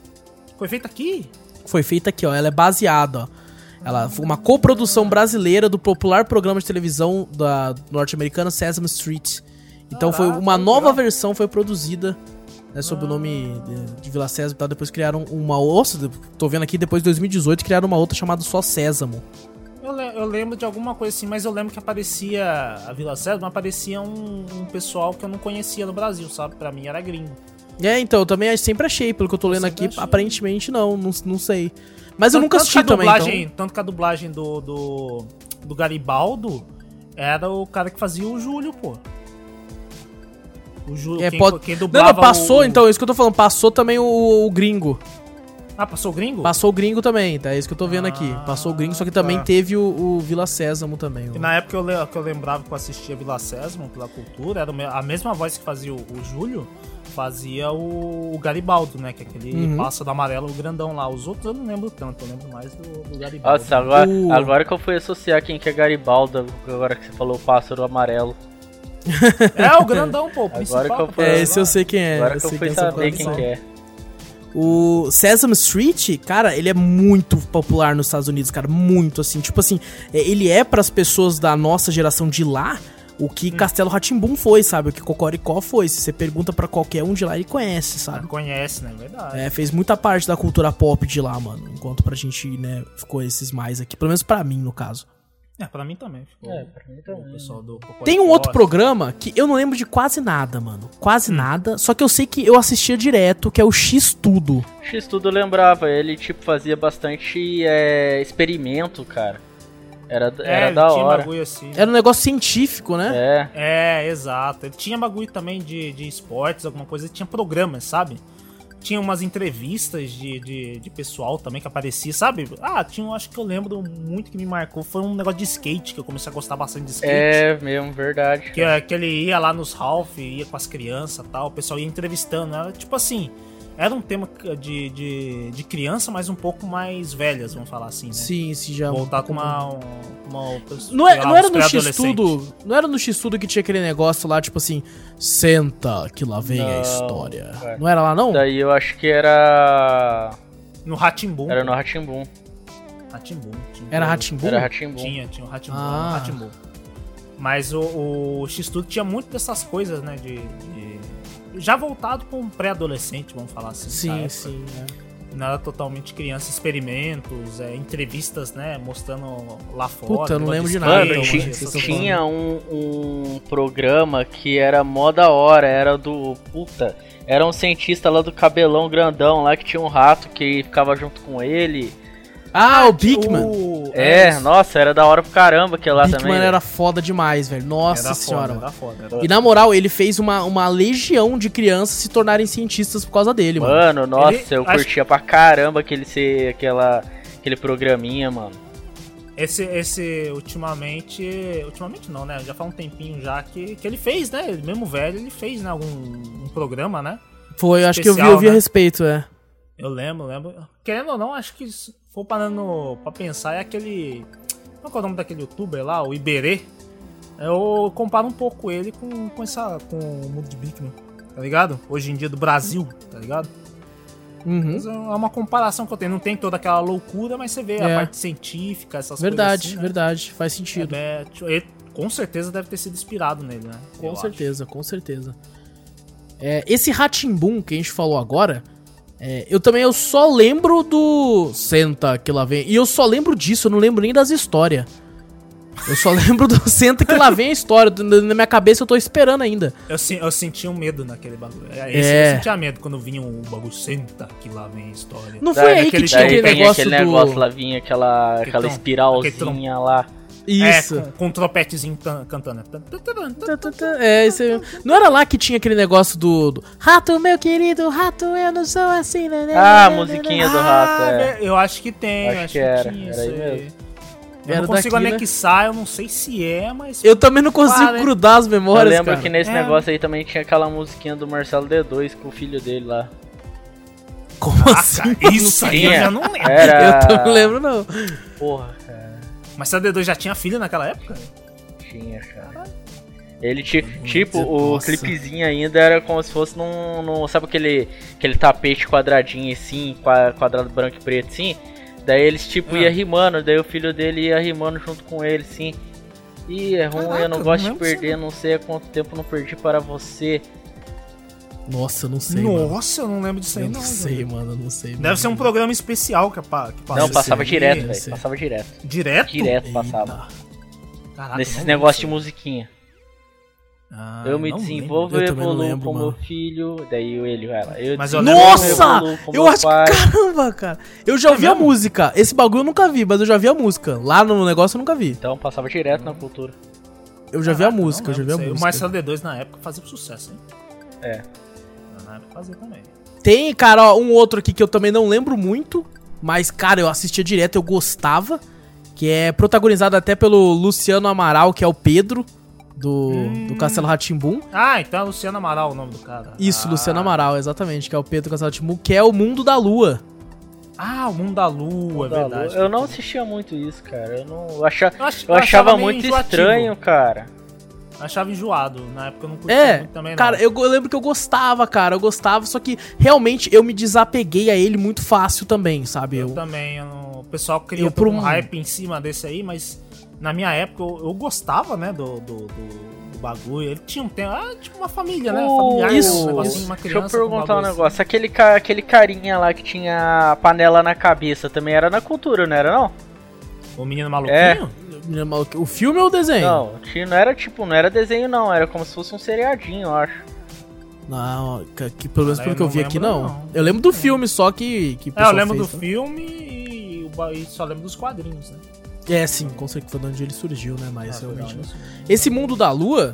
Foi feito aqui? Foi feita aqui, ó. Ela é baseada, ó. Ela foi uma coprodução brasileira do popular programa de televisão da norte-americana Sesame Street. Então foi Caraca, uma que nova legal. versão foi produzida né, sob o nome de, de Vila Sésamo, tá? depois criaram uma outra, tô vendo aqui, depois de 2018 criaram uma outra chamada só Sésamo. Eu, le- eu lembro de alguma coisa assim, mas eu lembro que aparecia a Vila César, mas aparecia um, um pessoal que eu não conhecia no Brasil, sabe? Pra mim era gringo. É, então, eu também sempre achei, pelo que eu tô lendo sempre aqui, achei. aparentemente não, não, não sei. Mas eu nunca Tanto que a assisti também, então. dublagem, Tanto que a dublagem do, do, do Garibaldo era o cara que fazia o Júlio, pô. O Júlio, É, quem, pode- quem Não, dublava não, passou, o- então, isso que eu tô falando, passou também o, o gringo. Ah, passou o gringo? Passou o gringo também, tá? É isso que eu tô vendo aqui. Passou o gringo, só que também Ah, tá. teve o, o Vila Sésamo também. ó. E na época eu, le- que eu lembrava que eu assistia Vila Sésamo, pela cultura, era o me- a mesma voz que fazia o, o Júlio, fazia o, o Garibaldo, né? Que é aquele Uhum. pássaro amarelo, o grandão lá. Os outros eu não lembro tanto, eu lembro mais do, do Garibaldo. Nossa, agora, O- agora que eu fui associar quem que é Garibaldo, agora que você falou o pássaro amarelo. É, o grandão, pô, o principal. Agora que eu fui- É, esse eu sei quem é. agora que sei eu fui quem é essa saber produção. quem que é. O Sesame Street, cara, ele é muito popular nos Estados Unidos, cara, muito assim. Tipo assim, é- ele é pras pessoas da nossa geração de lá o que Hum. Castelo Ratimbum foi, sabe? O que Cocoricó foi. Se você pergunta pra qualquer um de lá, ele conhece, Ah, sabe? Conhece, né? Verdade. É, fez muita parte da cultura pop de lá, mano. Enquanto pra gente, né, ficou esses mais aqui. Pelo menos pra mim, no caso. É, pra mim também. Ficou É, pra mim também, O pessoal do Cocoricó, Tem um outro assim. programa que eu não lembro de quase nada, mano. Quase Hum. nada. Só que eu sei que eu assistia direto, que é o X Tudo. X tudo eu lembrava, ele tipo fazia bastante é, experimento, cara. Era, era ele da É, tinha hora. bagulho assim. Era um negócio científico, né? É. É, exato. Ele tinha bagulho também de, de esportes, alguma coisa. Ele tinha programas, sabe? Tinha umas entrevistas de, de, de pessoal também que aparecia, sabe? Ah, tinha, um- acho que eu lembro muito que me marcou. Foi um negócio de skate, que eu comecei a gostar bastante de skate. É mesmo, verdade. Que, é- que ele ia lá nos Ralph, ia com as crianças e tal, o pessoal ia entrevistando. Era tipo assim, era um tema de, de, de criança, mas um pouco mais velhas, vamos falar assim, né? Sim, sim, já. Voltar com uma. um- uma Então, tá Não, é- sei lá, não era uns no X pré-adolescentes. Tudo. Não era no X Tudo que tinha aquele negócio lá, tipo assim, senta que lá vem a Não, é. história. cara. Não era lá, não? Daí eu acho que era. No Ratimbum. Era no Ratimbum. Ratimbum. tinha um Era programa. Ratimbum? Era Ratimbum. Tinha, tinha o Ratimbum. Ah. Ah. Mas o, o X-Tudo tinha muito dessas coisas, né? De, de- Já voltado pra um pré-adolescente, vamos falar assim. na Sim, época. sim. é. Não era totalmente criança, experimentos, é, entrevistas, né? Mostrando lá fora. Puta, eu não lembro de negócio skate, nada, Mano, Então, alguma ti- tinha, coisa vocês assim. estão tinha um, um programa que era mó da hora, era do. Puta, era um cientista lá do cabelão grandão lá que tinha um rato que ficava junto com ele. Ah, o Bigman. O- É, isso. nossa, era da hora pro caramba aquele lá Bigman também. né? era foda demais, velho. Nossa Era senhora. foda, mano. era foda. era- E na moral, ele fez uma, uma legião de crianças se tornarem cientistas por causa dele, mano. Mano, nossa, Ele- eu acho- curtia pra caramba aquele, ser- aquela, aquele programinha, mano. Esse, esse, ultimamente. Ultimamente não, né? Já faz um tempinho já que, que ele fez, né? Ele mesmo velho, ele fez, né? Algum um programa, né? Foi, eu acho que eu vi, especial, eu vi a né? respeito, é. Eu lembro, lembro. Querendo ou não, acho que isso for parando pra pensar, é aquele. Qual que é o nome daquele youtuber lá? O Iberê. Eu comparo um pouco ele com, com, essa, com o mundo de Bikman, tá ligado? Hoje em dia do Brasil, tá ligado? Hum? Uhum. Mas É uma comparação que eu tenho. Não tem toda aquela loucura, mas você vê É. a parte científica, essas Verdade, coisas. assim, né? verdade. Faz sentido. É, tipo, ele com certeza deve ter sido inspirado nele, né? com Eu acho. certeza, com certeza. É, esse Ratimbum que a gente falou agora, é, eu também eu só lembro do. Senta que lá vem. E eu só lembro disso, eu não lembro nem das histórias. Eu só [laughs] lembro do Senta que lá vem a história. do- Na minha cabeça eu tô esperando ainda. Eu, sen- eu senti um medo naquele bagulho. É, esse É. Eu sentia medo quando vinha o bagulho. Senta que lá vem a história. Não foi aí que aquele- tinha Tá, é Daí aquele vem negócio, aquele negócio do. lá, vinha aquela, Aquele aquela trom- aquele espiralzinha lá. Isso. É, com, com um trompetezinho tan- cantando. né? Tan- tan- tan- tan- Tá, tá, tá. É, isso aí. Não era lá que tinha aquele negócio do, do Rato, meu querido, rato, eu não sou assim, né? né, Ah, a né, musiquinha do Ah, rato, é. Eu acho que tem, Acho eu acho que, que era, tinha era isso aí aí. mesmo. Eu Era não consigo daqui, né? anexar, eu não sei se é, mas. Eu também não consigo Para, hein? grudar as memórias, eu lembro cara. que nesse É. negócio aí também tinha aquela musiquinha do Marcelo D2 com o filho dele lá. Como Ah, assim? cara, isso aí eu tinha. já não lembro. Eu Era. também não lembro, não. Porra, cara. Mas se a D2 já tinha filho naquela época? Tinha, cara. Ele ti- tipo, dizer, o nossa. clipezinho ainda era como se fosse num. num- sabe aquele, aquele tapete quadradinho assim, qua- quadrado branco e preto assim? Daí eles tipo Ah. ia rimando, daí o filho dele ia rimando junto com ele, sim. Ih, é ruim, eu Caraca, não gosto não de lembro disso, perder, não sei há quanto tempo eu não perdi para você. Nossa, eu não sei, mano. Nossa, eu não lembro disso aí, Eu não. não sei, velho. mano, eu não sei. Deve ser um programa especial que, pa- que assim, né? não, passava sim, direto, sim. velho. Passava direto. Direto? Direto passava. Eita. Caraca, Nesses não negócios de lembro musiquinha. disso aí. Ah, eu me não desenvolvo Eu e também não evoluo lembro, como mano. meu filho. Daí o ele, ela. Eu Mas eu desenvolvo e Nossa! evoluo como Eu meu acho que, pai. caramba, cara. Eu já ouvi a mesmo? música. Esse bagulho eu nunca vi, mas eu já vi a música. Lá no negócio eu nunca vi. Então passava direto na cultura. Eu já vi a Caraca, não música, eu já vi lembro a disso aí. música. O Marcelo D2 na época fazia sucesso, hein? É. Na época fazia também. Tem, cara, ó, um outro aqui que eu também não lembro muito, mas, cara, eu assistia direto, eu gostava. Que é protagonizado até pelo Luciano Amaral, que é o Pedro, do, do Castelo Ratimbum. Ah, então é Luciano Amaral o nome do cara. Isso, ah. Luciano Amaral, exatamente, que é o Pedro do Castelo Ratimbum, que é o Mundo da Lua. Ah, o Mundo da Lua, é Da verdade. lua. Eu não assistia muito isso, cara. Eu não. Eu, acha- Eu ach- eu eu achava, achava meio muito enjoativo. estranho, cara. Eu Achava enjoado. Na época eu não curtia É, muito também, não. cara, eu, go- eu lembro que eu gostava, cara, eu gostava, só que realmente eu me desapeguei a ele muito fácil também, sabe? Eu Eu, também, eu não- o pessoal Eu cria por todo um- um hype em cima desse aí, mas na minha época eu, eu gostava, né, do, do, do- do bagulho. Ele tinha um tempo, ah, tipo uma família, né? O- Familiar, isso. um negocinho, uma Deixa eu criança. com perguntar um bagulho assim. negócio. Aquele, ca- aquele carinha lá que tinha a panela na cabeça também era na cultura, não era não? O menino maluquinho? É. né, o filme ou o desenho? Não, tinha- não era tipo, não era desenho não, era como se fosse um seriadinho, eu acho. Não, que, que pelo menos pelo Cara, eu que eu não vi aqui, lembro, não. não. Eu lembro do filme só que. que o É, eu pessoal lembro do fez, né? filme e, o ba- e só lembro dos quadrinhos, né? É, sim, com certeza foi de onde ele surgiu, né? Mas Ah, realmente. legal, Não. né? Esse mundo da lua,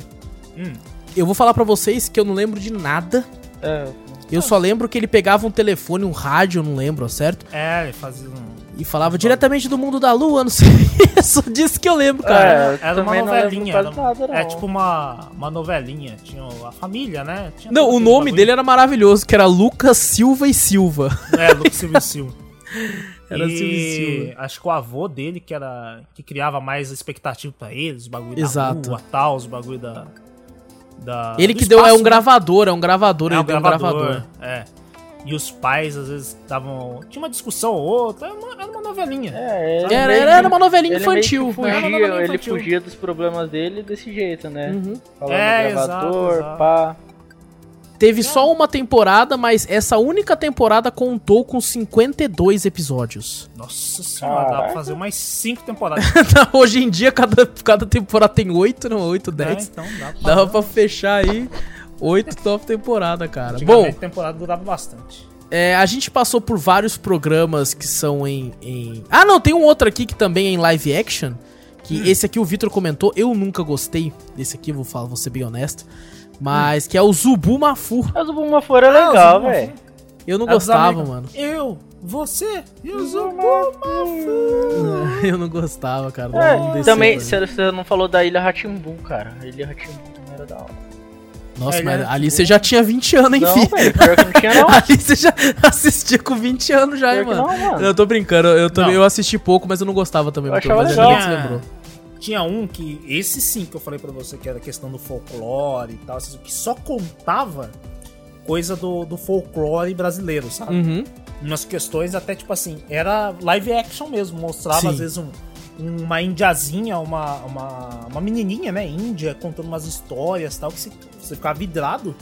Hum. eu vou falar pra vocês que eu não lembro de nada. É, Tá. Eu só lembro que ele pegava um telefone, um rádio, eu não lembro, ó, certo? É, ele fazia um... E falava diretamente do mundo da lua, não sei. [laughs] é só disso que eu lembro, cara. É, eu Era uma também não novelinha. lembro Era, quase nada, não. é tipo uma, uma novelinha. Tinha a família, né? Tinha Não, todo o aquele nome bagulho. dele era maravilhoso, que era Lucas Silva e Silva. É, Lucas Silva e Silva. [laughs] Era e Silva e Silva. acho que o avô dele que era que criava mais expectativa pra eles, os bagulho Exato. da rua, tal, os bagulho da, da Ah, Ele do que deu. É espaço, um né? gravador, é um gravador, É, ele um deu um gravador, gravador. é. E os pais às vezes estavam, tinha uma discussão ou outra, era uma, era uma novelinha. É, ele Era, meio era, que- era uma novelinha ele é meio que infantil. fugia, né? Era uma novelinha ele infantil. fugia dos problemas dele desse jeito, né? Uhum. Falando É, gravador, exato, exato. pá. Teve só uma temporada, mas essa única temporada contou com 52 episódios. [laughs] Nossa senhora, dá pra Caraca. fazer mais cinco temporadas. Hoje em dia, cada, cada temporada tem 8, não? 8, né? É. 10. Então dá pra Dava pra fechar aí 8 top temporada, cara. Bom, Antigamente, a temporada durava bastante. é, a gente passou por vários programas que são em, em- Ah, não, tem um outro aqui que também é em live action. Hum. Que esse aqui o Vitor comentou, eu nunca gostei desse aqui, vou falar, vou ser bem honesto. Mas que é o Zubu Mafu. Mas o Bumafor é Ah, os legal, irmãos, velho. né? Eu não É dos gostava, amigos. mano. [laughs] Eu, você e os Zubumafu. Eu não gostava, cara. do É, mundo desse também, ano. você você não falou da Ilha Ratimbum, cara. A Ilha Ratimbum também era da hora. Nossa, Ele é mas era ali de você já tinha 20 anos, hein, Não, filho? velho, pior que não tinha [laughs] [laughs] não. Ali você já assistia com 20 anos já, hein, Pior que mano? não, mano. Eu tô brincando, eu, também, Não. eu assisti pouco, mas eu não gostava também. Eu muito, achava mas legal. ainda bem que você lembrou. Tinha um que, esse sim que eu falei pra você, que era questão do folclore e tal, essas- que só contava coisa do, do folclore brasileiro, sabe? Uhum. Umas questões até tipo assim, era live action mesmo, mostrava Sim. às vezes um- uma indiazinha, uma, uma, uma menininha, né, índia, contando umas histórias e tal, que você, você ficava vidrado.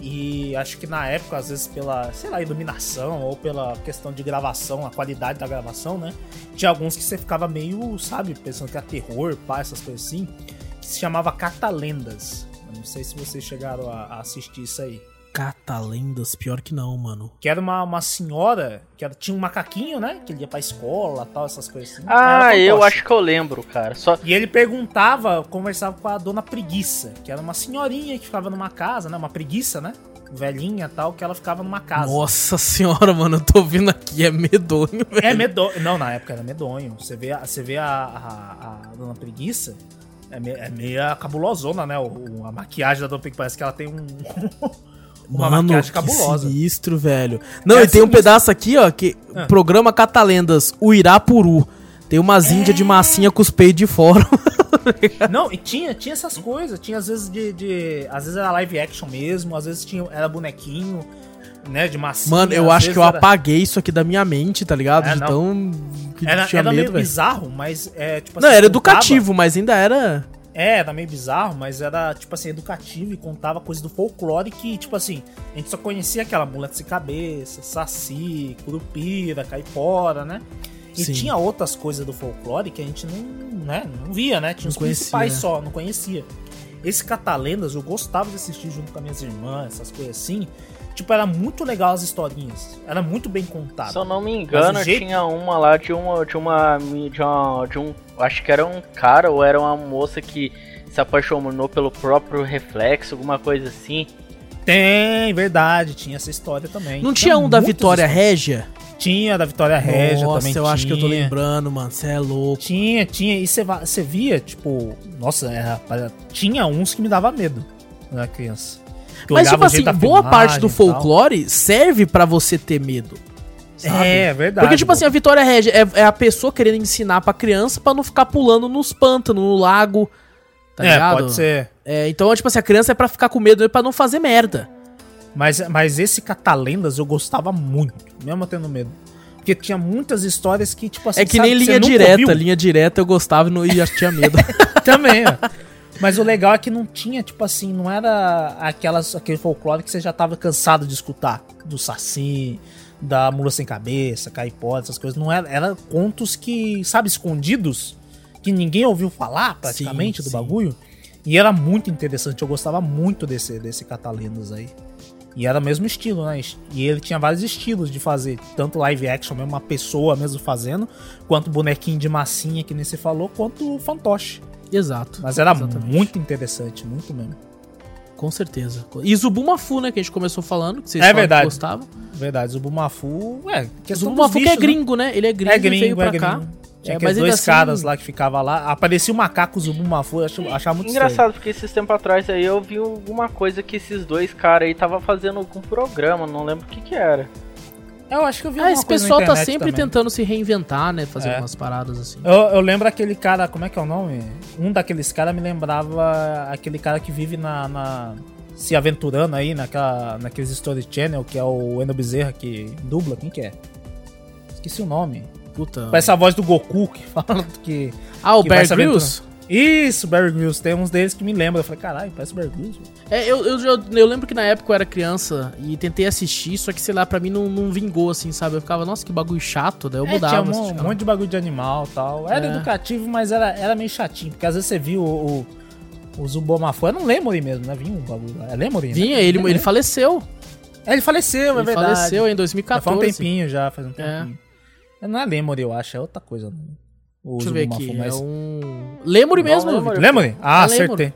E acho que na época, às vezes pela, sei lá, iluminação ou pela questão de gravação, a qualidade da gravação, né? Tinha alguns que você ficava meio, sabe, pensando que era terror, pá, essas coisas assim, que se chamava Catalendas. Eu Não sei se vocês chegaram a- a assistir isso aí. Catalendas, pior que não, mano. Que era uma, uma senhora, que era- tinha um macaquinho, né? Que ele ia pra escola tal, essas coisas assim. Ah, Ela era eu fantoche. acho que eu lembro, cara. Só E ele perguntava, conversava com a dona Preguiça, que era uma senhorinha que ficava numa casa, né? Uma preguiça, né? Velhinha tal, que ela ficava numa casa. Nossa senhora, mano, eu tô vindo aqui, é medonho, velho. É medonho. Não, na época era medonho. Você vê, a- você vê a, a, a dona Preguiça. É, me, é meio cabulosona, né? O- o- a maquiagem da Dona Preguiça parece que ela tem um, [laughs] uma Mano, maquiagem que cabulosa. sinistro, velho. Não, É e tem um sinistro. pedaço aqui, ó, que Ah. programa Catalendas, o Irapuru. Tem É. umas índias de massinha com os peitos de [laughs] fora. Não, e tinha, tinha essas coisas. Tinha às vezes de, de- Às vezes era live action mesmo, às vezes tinha, era bonequinho, né? De massinha. Mano, eu às acho vezes que eu era- apaguei isso aqui da minha mente, tá ligado? É, de não. tão que Era, tinha era meio medo, velho. bizarro, mas é tipo Não, era contava- educativo, mas ainda era. É, era meio bizarro, mas era tipo assim, educativo e contava coisas do folclore que, tipo assim, a gente só conhecia aquela muleta sem cabeça, saci, curupira, caipora, né? E Sim. tinha outras coisas do folclore que a gente não, né, não via, né? Tinha Não os conhecia, principais né? só, não conhecia. Esse Catalendas eu gostava de assistir junto com as minhas irmãs, essas coisas assim. Tipo, era muito legal as historinhas. Era muito bem contado. Se eu não me engano, Mas o jeito- tinha uma lá de uma, de uma. de uma. de um. Acho que era um cara ou era uma moça que se apaixonou pelo próprio reflexo, alguma coisa assim. Tem, verdade, tinha essa história também. Não tinha um da muitas Vitória Régia? histó- Tinha da Vitória Regia Nossa, É, também. eu acho que eu tô tinha. lembrando, mano. Você é louco. Tinha, tinha. E você via, tipo, nossa, era- era- tinha uns que me dava medo quando era criança. Que Mas, olhava tipo o assim, jeito da boa parte do filmagem e tal. folclore serve pra você ter medo. Sabe? É, verdade. Porque, tipo assim, a Vitória Regia é, é a pessoa querendo ensinar pra criança pra não ficar pulando nos pântanos, no lago. Tá é, ligado? pode ser. É, então, tipo assim, a criança é pra ficar com medo, é pra não fazer merda. Mas, mas esse Catalendas eu gostava muito, mesmo tendo medo. Porque tinha muitas histórias que, tipo assim, é que sabe, nem você linha nunca direta. ouviu. Linha direta eu gostava e não- e já tinha [laughs] medo. Também, ó. Mas o legal é que não tinha, tipo assim, não era aquelas, aquele folclore que você já tava cansado de escutar. Do Saci, da Mula Sem Cabeça, Caipora, essas coisas. Não era, era contos que, sabe, escondidos, que ninguém ouviu falar praticamente Sim, do sim. bagulho. E era muito interessante, eu gostava muito desse, desse Catalendas aí. E era o mesmo estilo, né? E ele tinha vários estilos de fazer, tanto live action, mesmo uma pessoa mesmo fazendo, quanto bonequinho de massinha, que nem você falou, quanto fantoche. Exato. Mas era Exatamente. muito interessante, muito mesmo. Com certeza. E Zubumafu, né, que a gente começou falando, que vocês É falaram verdade. que gostavam. Verdade, Zubumafu, é, questão dos Zubumafu que é bichos, né? gringo, né? Ele é gringo, É e veio gringo, pra é cá. gringo. É, Tinha aqueles mas ainda dois assim- caras lá que ficavam lá. Aparecia o macaco Zubumafu, eu achava, achava muito Engraçado, porque esses tempos atrás aí eu vi alguma coisa que esses dois caras aí tava fazendo algum programa, não lembro o que que era. estranho. Eu acho que eu vi Ah, alguma esse coisa na pessoal tá internet sempre também. tentando se reinventar, né? Fazer É. umas paradas assim. Eu, eu lembro aquele cara, como é que é o nome? Um daqueles caras me lembrava aquele cara que vive na. na- se aventurando aí naquela, naqueles Story Channel, que é o Eno Bezerra que dubla, quem que é? Esqueci o nome. Puta. Parece a voz do Goku que [laughs] fala que Ah, o que vai Bear se aventurar. Grylls? Isso, Barry Grylls. Tem uns deles que me lembram. Eu falei, caralho, parece Barry Grylls. mano." É, eu, eu, já- eu lembro que na época eu era criança e tentei assistir, só que, sei lá, pra mim não, não vingou, assim, sabe? Eu ficava, nossa, que bagulho chato, daí eu É, mudava. tinha um, assim, um ficava- monte de bagulho de animal e tal. Era É. educativo, mas era, era meio chatinho. Porque às vezes você viu o, o, o Zubomafu. Era um Lemory mesmo, né? Vinha um bagulho lá. É Lemory, né? Vinha, ele, ele faleceu. É, ele faleceu, é ele verdade. faleceu em Já 2014. faz um tempinho já, faz um É. tempinho. Não é Lemory, eu acho. É outra coisa. Né? O Deixa eu ver Zubomafu, aqui. mas- É um. Lemuri Não, mesmo, Lemuri. Vitor. Lemory? Ah, É Lemory. acertei.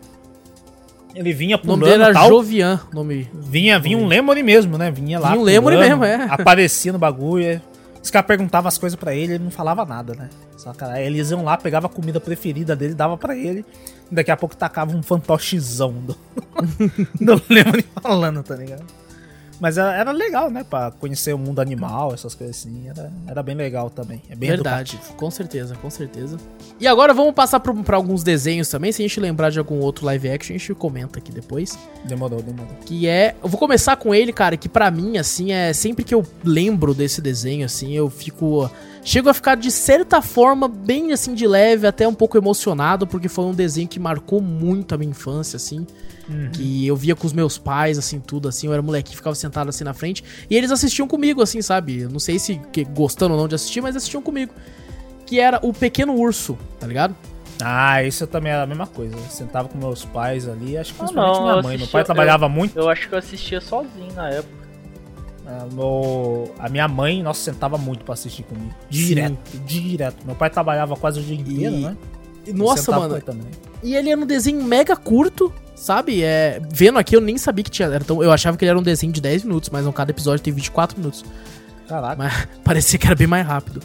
Ele vinha O nome dele pulando e era tal. Jovian, o nome. Vinha, vinha um Lemony mesmo, né? Vinha lá. Vinha um Lemony pulando, mesmo, é. Aparecia no bagulho. é. Os caras perguntavam as coisas pra ele, ele não falava nada, né? Só que aí eles iam lá, pegava a comida preferida dele, dava pra ele. e Daqui a pouco tacava um fantochezão do, [laughs] do Lemony falando, tá ligado? Mas era, era legal, né? Pra conhecer o mundo animal, essas coisas assim. Era, era bem legal também. É bem Verdade, com certeza, com certeza. E agora vamos passar pro- pra alguns desenhos também. Se a gente lembrar de algum outro live action, a gente comenta aqui depois. educativo. Demorou, demorou. Que é. Eu vou começar com ele, cara, que pra mim, assim, é. Sempre que eu lembro desse desenho, assim, eu fico. Chego a ficar, de certa forma, bem assim, de leve, até um pouco emocionado, porque foi um desenho que marcou muito a minha infância, assim. Que eu via com os meus pais, assim, tudo, assim. Eu era moleque, ficava sentado assim na frente. E eles assistiam comigo, assim, sabe? Eu não sei se que- gostando ou não de assistir, mas assistiam comigo. Que era o Pequeno Urso, tá ligado? Ah, isso também era a mesma coisa. Eu sentava com meus pais ali, acho que Ah, principalmente não, minha eu mãe. Meu assistia- pai trabalhava muito. Eu acho que eu assistia sozinho na época. Ah, meu- a minha mãe, nossa, sentava muito pra assistir comigo. Direto, direto. Meu pai trabalhava quase o dia inteiro, né? E, nossa, Sentava mano, com ele também. E ele era um desenho mega curto, sabe? É, vendo aqui, eu nem sabia que tinha. era tão- eu achava que ele era um desenho de 10 minutos, mas não, cada episódio tem 24 minutos. [laughs] Caraca. Mas parecia que era bem mais rápido.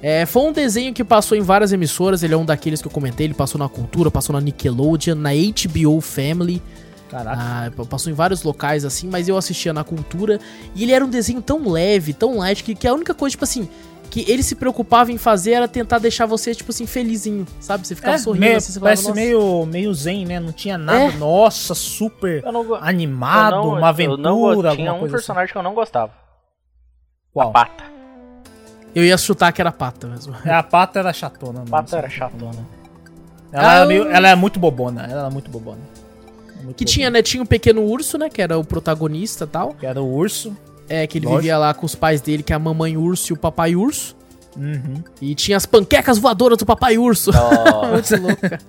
É, foi um desenho que passou em várias emissoras, ele é um daqueles que eu comentei, ele passou na Cultura, passou na Nickelodeon, na HBO Family, Caraca. ah, passou em vários locais assim, mas eu assistia na Cultura, e ele era um desenho tão leve, tão light, que, que a única coisa, tipo assim, que ele se preocupava em fazer era tentar deixar você, tipo assim, felizinho, sabe? Você ficava É, sorrindo, meio- assim, você falava, parece "Nossa". meio, meio zen, né? Não tinha nada. É. Nossa, super Eu não, go- eu animado, não- uma aventura, eu não go- Tinha alguma um coisa assim. personagem que eu não gostava. Qual? Pata. Eu ia chutar que era pata mesmo. É, A pata era chatona. mano. Pata era chatona. Ela, Ah, era eu- meio, ela é muito bobona. Ela era muito bobona. Muito Que bobona. tinha, né? Tinha o pequeno urso, né? Que era o protagonista e tal. Que era o urso. É, que ele Lógico. vivia lá com os pais dele, que é a mamãe urso e o papai urso. Uhum. E tinha as panquecas voadoras do papai [laughs] urso. Ó, Muito louco, cara.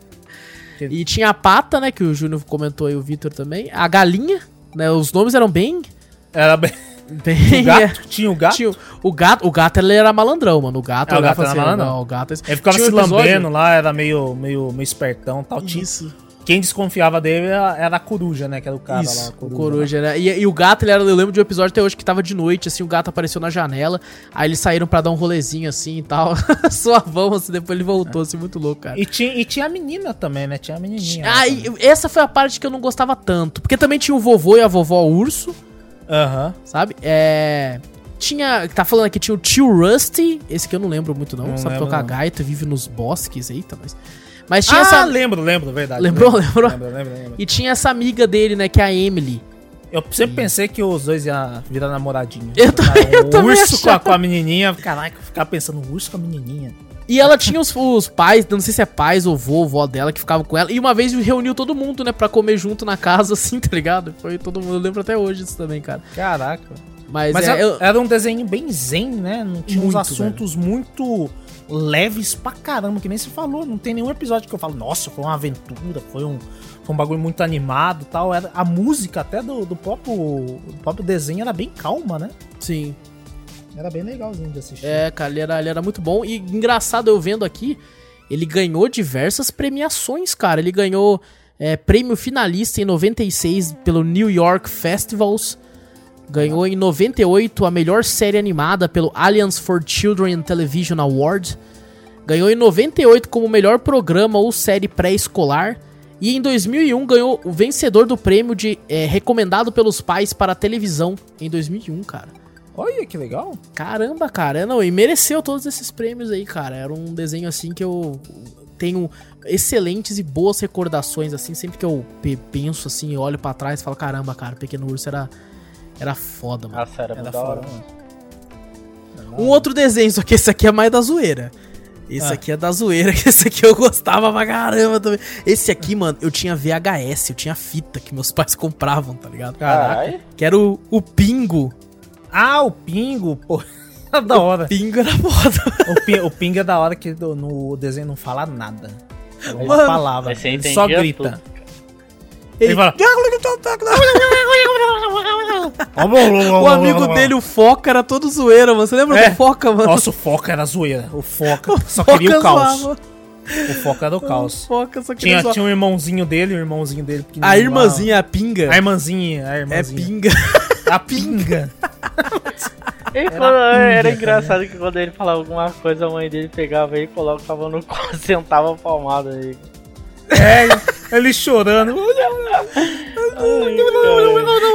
E tinha a pata, né? Que o Júnior comentou aí, o Vitor também. A galinha, né? Os nomes eram bem. [laughs] Era bem... Bem. o gato. Tinha o gato. [laughs] Tinha o- o gato, o gato ele era malandrão, mano. O gato, Ah, o olhava gato e falava era malandrão. "Não, o gato. é esse." Ele ficava Tinha um se episódio- lambendo lá, era meio, meio, meio espertão e tal. Tinha- Isso. Quem desconfiava dele era, era a coruja, né? Que era o cara lá. Isso, a o coruja. coruja, né? E, e o gato, ele era, eu lembro de um episódio até hoje que tava de noite, assim, o gato apareceu na janela, aí eles saíram pra dar um rolezinho, assim, e tal, [laughs] suavão, assim, depois ele voltou, assim, muito louco, cara. E tinha, e tinha a menina também, né? Tinha a menininha. lá Ah, e essa foi a parte que eu não gostava tanto, porque também tinha o vovô e a vovó urso, também. Aham. sabe? É... Tinha, tá falando aqui, tinha o tio Rusty, esse que eu não lembro muito não, Não sabe lembro, tocar não. gaita, vive nos bosques, eita, mas... Mas tinha Ah, essa... lembro, lembro, verdade. Lembrou, lembro, lembrou? Lembro, lembro, lembro. E tinha essa amiga dele, né, que é a Emily. Eu sempre pensei que os dois iam virar namoradinho. Hum. Eu também- eu o também urso com a, achava. com a menininha. Caraca, eu ficava pensando, o urso com a menininha. E ela tinha os, os pais, não sei se é pais ou vô, vó dela, que ficavam com ela. E uma vez reuniu todo mundo, né, pra comer junto na casa, [laughs] assim, tá ligado? Foi todo mundo, eu lembro até hoje isso também, cara. Caraca. Mas, Mas é, era, eu- era um desenho bem zen, né? Não tinha uns Muito, assuntos muito leves pra caramba, que nem se falou. Não tem nenhum episódio que eu falo, nossa, foi uma aventura, foi um, foi um bagulho muito animado e tal. Era, a música até do, do, próprio, do próprio desenho era bem calma, né? sim. Era bem legalzinho de assistir. É, cara, ele era, ele era muito bom. E engraçado eu vendo aqui, ele ganhou diversas premiações, cara. Ele ganhou é, prêmio finalista em 96 pelo New York Festivals. Ganhou em 98 a melhor série animada pelo Alliance for Children Television Award. Ganhou em 98 como melhor programa ou série pré-escolar. E em 2001 ganhou o vencedor do prêmio de é, Recomendado pelos Pais para a Televisão. Em 2001, cara. Olha que legal. Caramba, cara, É, não, e mereceu todos esses prêmios aí, cara. Era um desenho assim que eu tenho excelentes e boas recordações assim, sempre que eu pe- penso assim, eu olho pra trás e falo, caramba, cara, Pequeno Urso era era foda, mano. Nossa, era Era muito da hora. fora, mano. É Um outro desenho, só que esse aqui é mais da zoeira. Esse Ah. aqui é da zoeira, [laughs] que esse aqui eu gostava pra caramba também. Esse aqui, mano, eu tinha VHS, eu tinha fita que meus pais [laughs] compravam, tá ligado? Caraca. Caralho. Que era o, o Pingo. Ah, o Pingo, pô. [laughs] Era da hora. Pingo era foda. o, Pi- o Pingo é da hora que do- no desenho não fala nada. É uma Mano. palavra. Mas você Ele só entendia grita. tudo. Ele fala. O amigo dele, o Foca, era todo zoeira, mano. Você lembra É. do Foca, mano? Nossa, o Foca era zoeira. [laughs] O Foca só Foca queria o caos. zoava. O Foca era o O caos. Foca só queria Tinha, zoar. tinha um irmãozinho dele, um irmãozinho dele. pequenininho A lá. irmãzinha, a pinga, [laughs] A irmãzinha, a é irmãzinha. pinga. A pinga. Ele Era falou- era, pilha, tá engraçado que quando ele falava alguma coisa, a mãe dele pegava ele e colocava no colo, [laughs] sentava a palmada aí. É, ele chorando.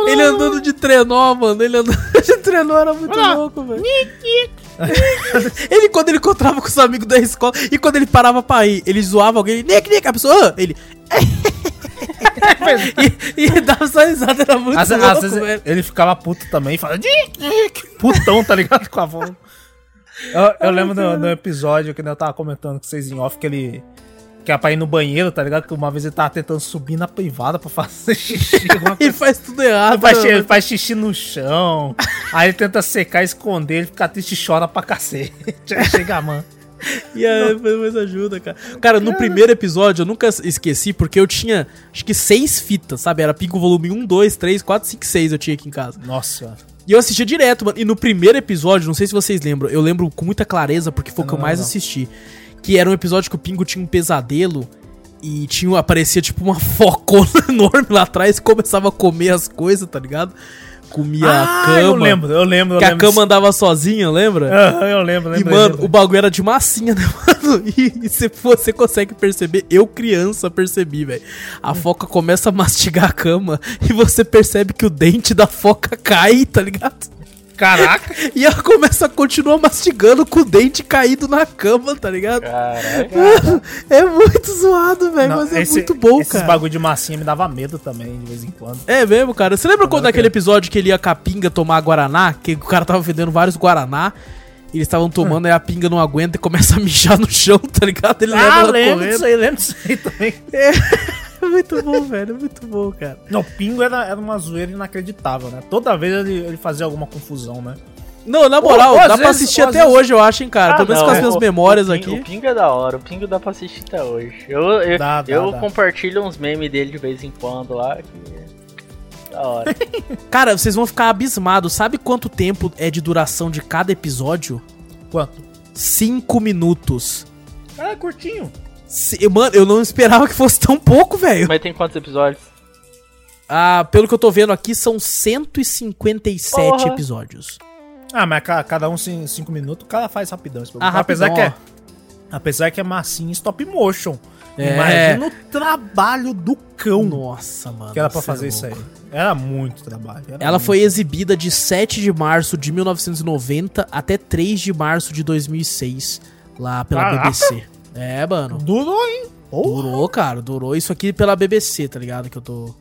Ele andando de trenó, mano. Ele andando [laughs] de trenó era muito louco, velho. [laughs] ele, quando ele encontrava com os amigos da escola, e quando ele parava pra ir, ele zoava alguém, ele, Nick, Nick, a pessoa, "Ah", ele. [laughs] e, e dava essa risada, era muito É Às, às louco, vezes velho. ele ficava puto também, fala "Dick, Dick", putão, tá ligado? Com a voz. Eu, eu lembro do, do episódio que né, eu tava comentando com vocês em off que ele. Que era pra ir no banheiro, tá ligado? Que uma vez ele tava tentando subir na privada pra fazer xixi. [laughs] alguma Ele coisa. faz tudo errado. Ele é faz, xixi- mano. ele faz xixi no chão. Aí ele tenta secar, esconder, ele fica triste e chora pra cacete. Aí chega a mãe. E aí, depois ajuda, cara. Cara, no primeiro episódio eu nunca esqueci, porque eu tinha acho que seis fitas, sabe? Era pico volume 1, 2, 3, 4, 5, 6 eu tinha aqui em casa. Nossa. E eu assistia direto, mano. E no primeiro episódio, não sei se vocês lembram, eu lembro com muita clareza, porque foi o que Não, eu mais não. assisti. Que era um episódio que o Pingo tinha um pesadelo e tinha, aparecia tipo uma focona [laughs] enorme lá atrás e começava a comer as coisas, tá ligado? Comia a cama. Ah, eu lembro, eu lembro. É. Que eu a lembro cama andava sozinha, lembra? Aham, eu lembro, E, lembro. mano, lembro. o bagulho era de massinha, [laughs] né, mano? E, e se você consegue perceber, eu criança percebi, velho. É. A foca começa a mastigar a cama [laughs] e você percebe que o dente da foca cai, tá ligado? [laughs] Caraca, E ela começa a continuar mastigando com o dente caído na cama, tá ligado? Caralho. [laughs] É muito zoado, velho, Não, mas é esse- muito bom, Esses cara. bagulho de massinha me dava medo também, de vez em quando. É mesmo, cara. Você lembra quando Caraca. aquele episódio que ele ia com a pinga tomar Guaraná? Que o cara tava vendendo vários Guaraná. E eles estavam tomando, aí a pinga não aguenta e começa a mijar no chão, [laughs] tá ligado? Ele leva ela correndo. aí, Ah, lembro disso aí também. É muito bom, velho. é Muito bom, cara. Não, o Pingo era, era uma zoeira inacreditável, né? Toda vez ele, ele fazia alguma confusão, né? Não, na moral, Ou- ou dá às pra vezes- assistir ou às até vezes- hoje, eu acho, hein, cara. Ah, Pelo menos não, com as é, minhas o- memórias o Ping- aqui. O Pingo é da hora, o Pingo dá pra assistir até hoje. Eu, eu, Dá, dá, eu dá. compartilho uns memes dele de vez em quando lá, que é [laughs] da hora. Cara, vocês vão ficar abismados. Sabe quanto tempo é de duração de cada episódio? Quanto? Cinco minutos. Ah, curtinho. Se- mano, eu não esperava que fosse tão pouco, velho. Mas tem quantos episódios? Ah, pelo que eu tô vendo aqui, são 157 Porra. episódios. Ah, mas ca- cada um cin- cinco minutos, o cara faz rapidão. esse Ah, bagulho. apesar rapidão, que é, Apesar que é massinha stop motion. É. Imagina o trabalho do Um. cão Nossa, mano. que era pra você é fazer isso aí. louco. Era muito trabalho. era Ela muito. foi exibida de 7 de março de 1990 até 3 de março de 2006, lá pela Caraca. BBC. É, mano. Durou, hein? Porra. Durou, cara, durou. Isso aqui pela BBC, tá ligado? Que eu tô.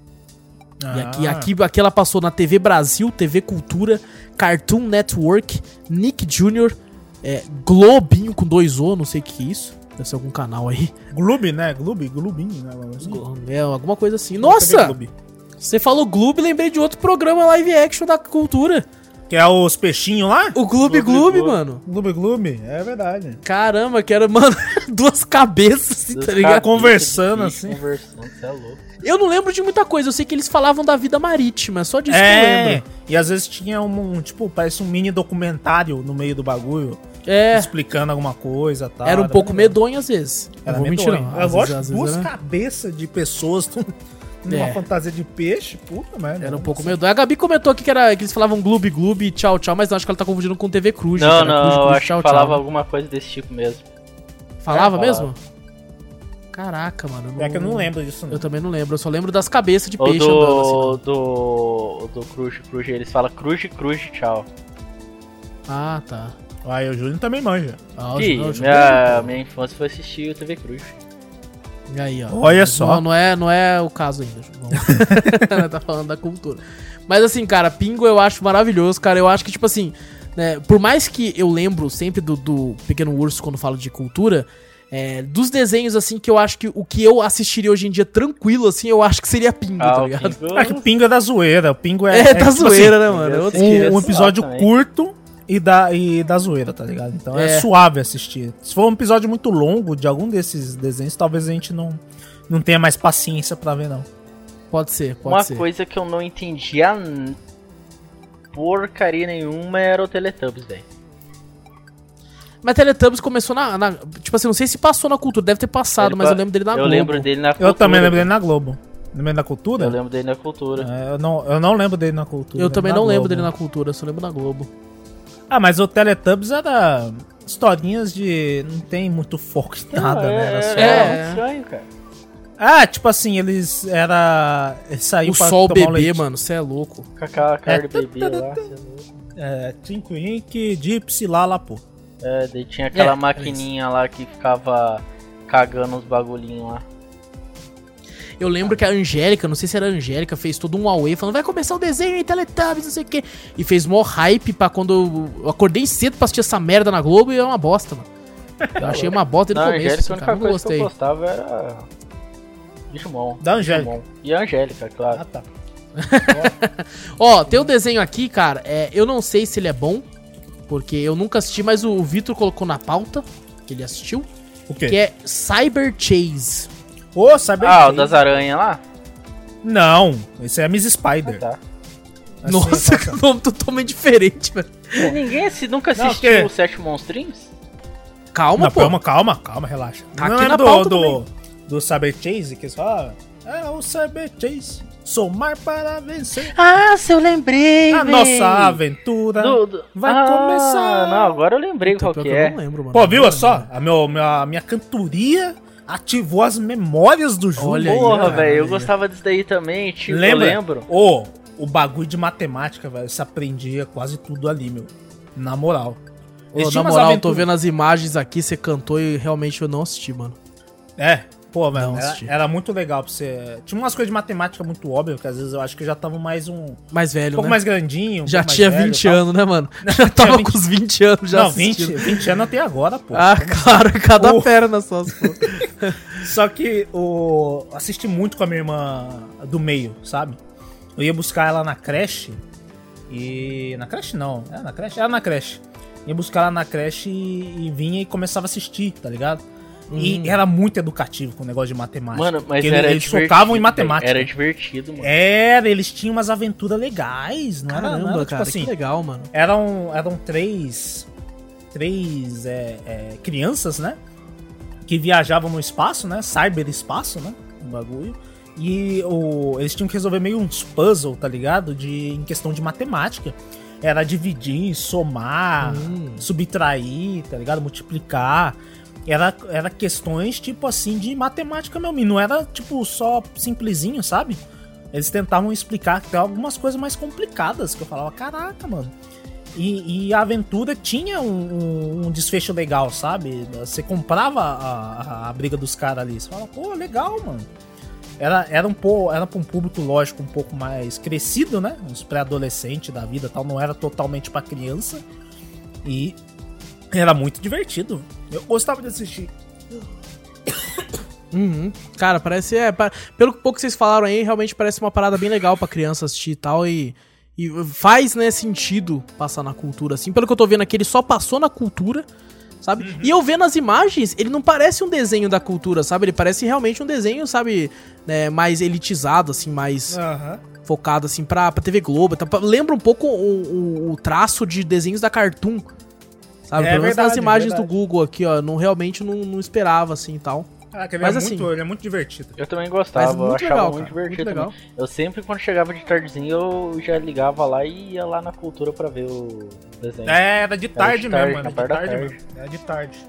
E aqui, Ah. aqui, aqui ela passou na TV Brasil, TV Cultura, Cartoon Network, Nick Jr., é, Globinho com dois O, não sei o que que é isso. Deve ser algum canal aí. Gloob, né? Gloob, Gloobinho, né? Assim. É, alguma coisa assim. TV Nossa! Gloob. Você falou Gloob, lembrei de outro programa live action da cultura. Que é os peixinhos lá? O Gloob Gloob Gloob, é Gloob. mano. Gloob, Gloob. É verdade. Caramba, que era, [laughs] mano, duas cabeças, assim, tá Dos ligado? caras Conversando, bicho, assim. Conversando, você é louco. Eu não lembro de muita coisa, eu sei que eles falavam da vida marítima, só disso que eu É, lembro. e às vezes tinha um, um, tipo, parece um mini documentário no meio do bagulho, É. explicando alguma coisa e tal. Era um pouco medo. medonho às vezes. né? Era não vou medonho. mentir, não. Eu Às gosto vezes- às de vezes duas era- cabeças de pessoas [laughs] numa É. fantasia de peixe, puta merda. Era um pouco medonho. A Gabi comentou aqui que, era, que eles falavam Gloob Gloob, tchau, tchau, mas não, acho que ela tá confundindo com TV Cruz. Não, cara. Cruz, não, eu Cruz, acho que falava alguma coisa desse tipo mesmo. É Falava É, mesmo? Caraca, mano. É que eu não lembro disso, não. Eu também não lembro, eu só lembro das cabeças de Ou peixe andando assim. né? do, não. do. Do Cruz, Cruz, eles falam Cruz, Cruz, tchau. Ah, tá. Ah, e o Júnior também manja. Ah, o Ih, Júnior- o Júnior- minha, minha infância foi assistir o TV Cruz. E aí, ó. Olha só. Não, não é, não é o caso ainda. Ela [laughs] tá falando da cultura. Mas assim, cara, Pingo eu acho maravilhoso, cara. Eu acho que, tipo assim, né, por mais que eu lembro sempre do, do Pequeno Urso quando falo de cultura, é, dos desenhos, assim, que eu acho que o que eu assistiria hoje em dia tranquilo, assim, eu acho que seria Pingo, Ah, tá o ligado? [laughs] Pingo- Ah, que o Pingo é da zoeira. O Pingo é. [laughs] É, é, da tipo assim, zoeira, né, mano? É outro- Sim, é um, um episódio suave também. curto e da, e da zoeira, tá ligado? Então é. É. suave assistir. Se for um episódio muito longo de algum desses desenhos, talvez a gente não, não tenha mais paciência pra ver, não. Pode ser, pode assim. Uma ser. coisa que eu não entendia n- porcaria nenhuma era o Teletubbies, velho. Mas Teletubbies começou na, na- Tipo assim, não sei se passou na cultura, deve ter passado, Ele mas pa- eu lembro dele na Eu Globo. lembro dele na Eu também lembro dele na Globo. Lembrei da cultura? Eu lembro dele na cultura. É, eu, não, eu não lembro dele na cultura. Eu também não lembro dele Globo. na cultura, eu só lembro na Globo. Ah, mas o Teletubbies era historinhas de. Não tem muito foco em nada, é, né? Era só. é, É. muito estranho, cara. Ah, tipo assim, eles era. Eles saíam o pra sol tomar um bebê, leite. mano, você é louco. Com aquela cara É. de bebê [laughs] lá. sei lá. É, Tinko Ink, Gypsy, Lalapô. É, daí tinha aquela É, maquininha lá que ficava cagando os bagulhinhos lá. Eu lembro que a Angélica, não sei se era a Angélica, fez todo um away falando, vai começar o desenho em Teletubbies, não sei o quê. E fez mó hype pra quando eu acordei cedo pra assistir essa merda na Globo e é uma bosta, mano. Eu achei uma bosta Da desde o começo, assim, Angélica, é a cara, única não coisa que gostei. eu gostava era. Digimon. Da Angélica. Digimon. E a Angélica, claro. um Ah, tá. Ó, tem um desenho aqui, cara, é, eu não sei se ele é bom, porque eu nunca assisti, mas o Vitor colocou na pauta que ele assistiu, O quê? que é Cyber Chase. Ô, sabe Ah, o quem? das aranhas lá? Não, esse é a Miss Ah, Spider. tá. Assim, Nossa, [laughs] que nome totalmente diferente, velho. Ninguém assi- nunca Não, assistiu porque- o Sete Monstrinhos? Calma, Não, pô. calma, calma, calma, relaxa. Tá não aqui é na do, pauta do, do Saber Chase que eles falam? "Ah, É o Saber Chase. Somar para vencer. Ah, se eu lembrei! A nossa aventura. Do- do- Tá. Vai Ah, começar. Não, agora eu lembrei Então, qual pior que que eu é. não lembro, mano. Pô, viu é só? A meu, minha, minha cantoria ativou as memórias do jogo. Olha aí, Porra, cara, velho, eu aí. gostava disso daí também, tipo, Lembra? eu lembro. Ô, o bagulho de matemática, velho, você aprendia quase tudo ali, meu. Na moral. Ô, Eles na tinham umas moral, eu tô aventuras- vendo as imagens aqui, você cantou e realmente eu não assisti, mano. É, pô, velho, Não era, assisti. era muito legal pra você. Tinha umas coisas de matemática muito óbvias, que às vezes eu acho que eu já tava mais um. Um Mais velho, pouco né? mais grandinho. um já pouco mais tinha velho e 20 tal. anos, né, mano? [laughs] Já tava 20. com os 20 anos já Não, assistindo. 20, 20 anos até agora, pô. Ah, [laughs] claro, cada O- perna só. se for. Só que o assisti muito com a minha irmã do meio, sabe? Eu ia buscar ela na creche e na creche não, era na creche, era na creche. Ia buscar ela na creche e, e vinha e começava a assistir, tá ligado? Hum. E era muito educativo com o negócio de matemática. Mano, mas porque era eles divertido, focavam em velho, matemática. É. Era Era, divertido, mano. eles tinham umas aventuras legais, não era, não Caramba, era cara, tipo assim. que legal, mano. Eram, eram três, três é, é, crianças, né? Que viajavam no espaço, né? Cyberespaço, né? O bagulho. E o, eles tinham que resolver meio uns puzzles, tá ligado? De, em questão de matemática. Era dividir, somar, Hum. subtrair, tá ligado? Multiplicar. Era, era questões, tipo assim, de matemática mesmo. E não era, tipo, só simplesinho, sabe? Eles tentavam explicar até algumas coisas mais complicadas que eu falava, caraca, mano. E, e a aventura tinha um, um- um desfecho legal, sabe? Você comprava a, a- a briga dos caras ali. Você fala, pô, legal, mano. Era, era, um po, era pra um público, lógico, um pouco mais crescido, né? Uns pré-adolescentes da vida e tal. Não era totalmente pra criança. E era muito divertido. Eu gostava de assistir. Uhum. Cara, parece. É, pa- Pelo pouco que vocês falaram aí, realmente parece uma parada bem legal pra criança assistir e tal. E, e faz, né, sentido passar na cultura, assim. Pelo que eu tô vendo aqui, ele só passou na cultura, sabe? Uhum. E eu vendo as imagens, ele não parece um desenho da cultura, sabe? Ele parece realmente um desenho, sabe? né, mais elitizado, assim, mais Aham. focado, assim, pra, pra TV Globo. tá? Pa- lembra um pouco o, o- o traço de desenhos da Cartoon. Sabe? É Pelo menos nas verdade, é imagens do verdade. Google aqui, ó. Não, realmente não, não esperava, assim e tal. Caraca, ele, Mas é assim- muito, ele é muito divertido. Eu também gostava, eu achava cara, muito divertido. muito legal. também. Eu sempre, quando chegava de tardezinho, eu já ligava lá e ia lá na cultura pra ver o desenho. É, era de tarde, tarde, mesmo, era na de parte da tarde, tarde. mesmo. Era de tarde.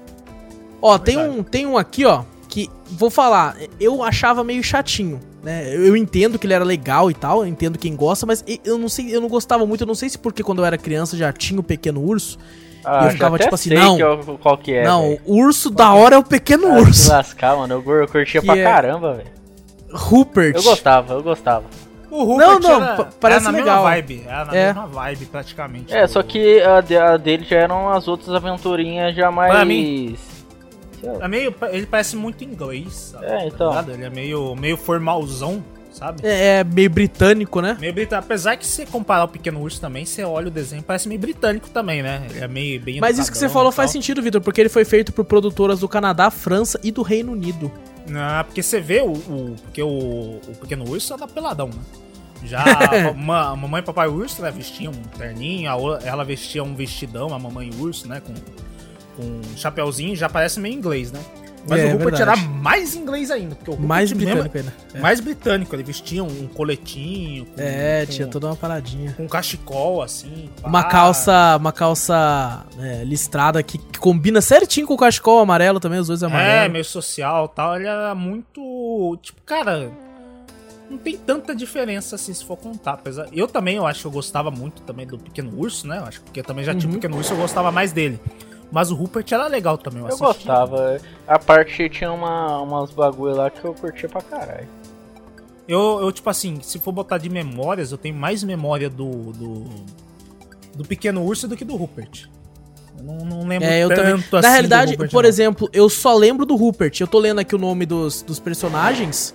Ó, tem É Verdade. um, tem um aqui, ó, que vou falar, eu achava meio chatinho, né? Eu eu entendo que ele era legal e tal, eu entendo quem gosta, mas e- eu não sei, eu não gostava muito, eu não sei se porque quando eu era criança já tinha o Pequeno Urso. eu Ah, já ficava até tipo assim, sei não. que é o- qual que é, não, velho. o urso da hora é o Pequeno Ah, se Urso. lascar, mano. Eu, eu curtia Que pra é- caramba, velho. [laughs] Rupert. Eu gostava, eu gostava. O é Não, não, pa- parece era na legal. mesma vibe, era na É. mesma vibe praticamente. É, do- só que a, de- a dele já eram as outras aventurinhas já mais. Pra mim- Ah, É meio, ele parece muito inglês, sabe? É, então. ligado? ele é meio, meio formalzão, sabe? É, é meio britânico, né? Meio britânico. Apesar que se comparar o Pequeno Urso também, você olha o desenho, parece meio britânico também, né? Ele é meio bem Mas isso que você educadão falou e faz tal. sentido, Vitor, porque ele foi feito por produtoras do Canadá, França e do Reino Unido. Não, Ah, porque você vê o, o- porque o, o Pequeno Urso era peladão, né? [laughs] Já a, ma- a mamãe e papai urso né, vestiam um terninho, a o- ela vestia um vestidão, a mamãe urso, né? Com, com um chapéuzinho, já parece meio inglês, né? Mas É, o Rupert verdade. era mais inglês ainda. Porque o Rupert Mais mesmo- britânico ainda. É. mais britânico. Ele vestia um, um coletinho. Com, É, com, tinha toda uma paradinha. Com cachecol, assim. pá. Uma calça, uma calça é, listrada que, que combina certinho com o cachecol amarelo também, os dois É, amarelos. meio social e tal. Ele era muito. Tipo, cara. Não tem tanta diferença assim se for contar. Apesar... Eu também, eu acho que eu gostava muito também do Pequeno Urso, né? Eu acho que porque eu também já tinha Uhum. Pequeno Urso, eu gostava mais dele. Mas o Rupert era legal também, eu, Eu assistia. gostava. A parte tinha uma, umas bagulho lá que eu curtia pra caralho. Eu, eu, tipo assim, se for botar de memórias, eu tenho mais memória do. do, do Pequeno Urso do que do Rupert. Eu não, não lembro É, eu tanto também. assim. Na do realidade, Rupert, por não. exemplo, eu só lembro do Rupert. Eu tô lendo aqui o nome dos, dos personagens.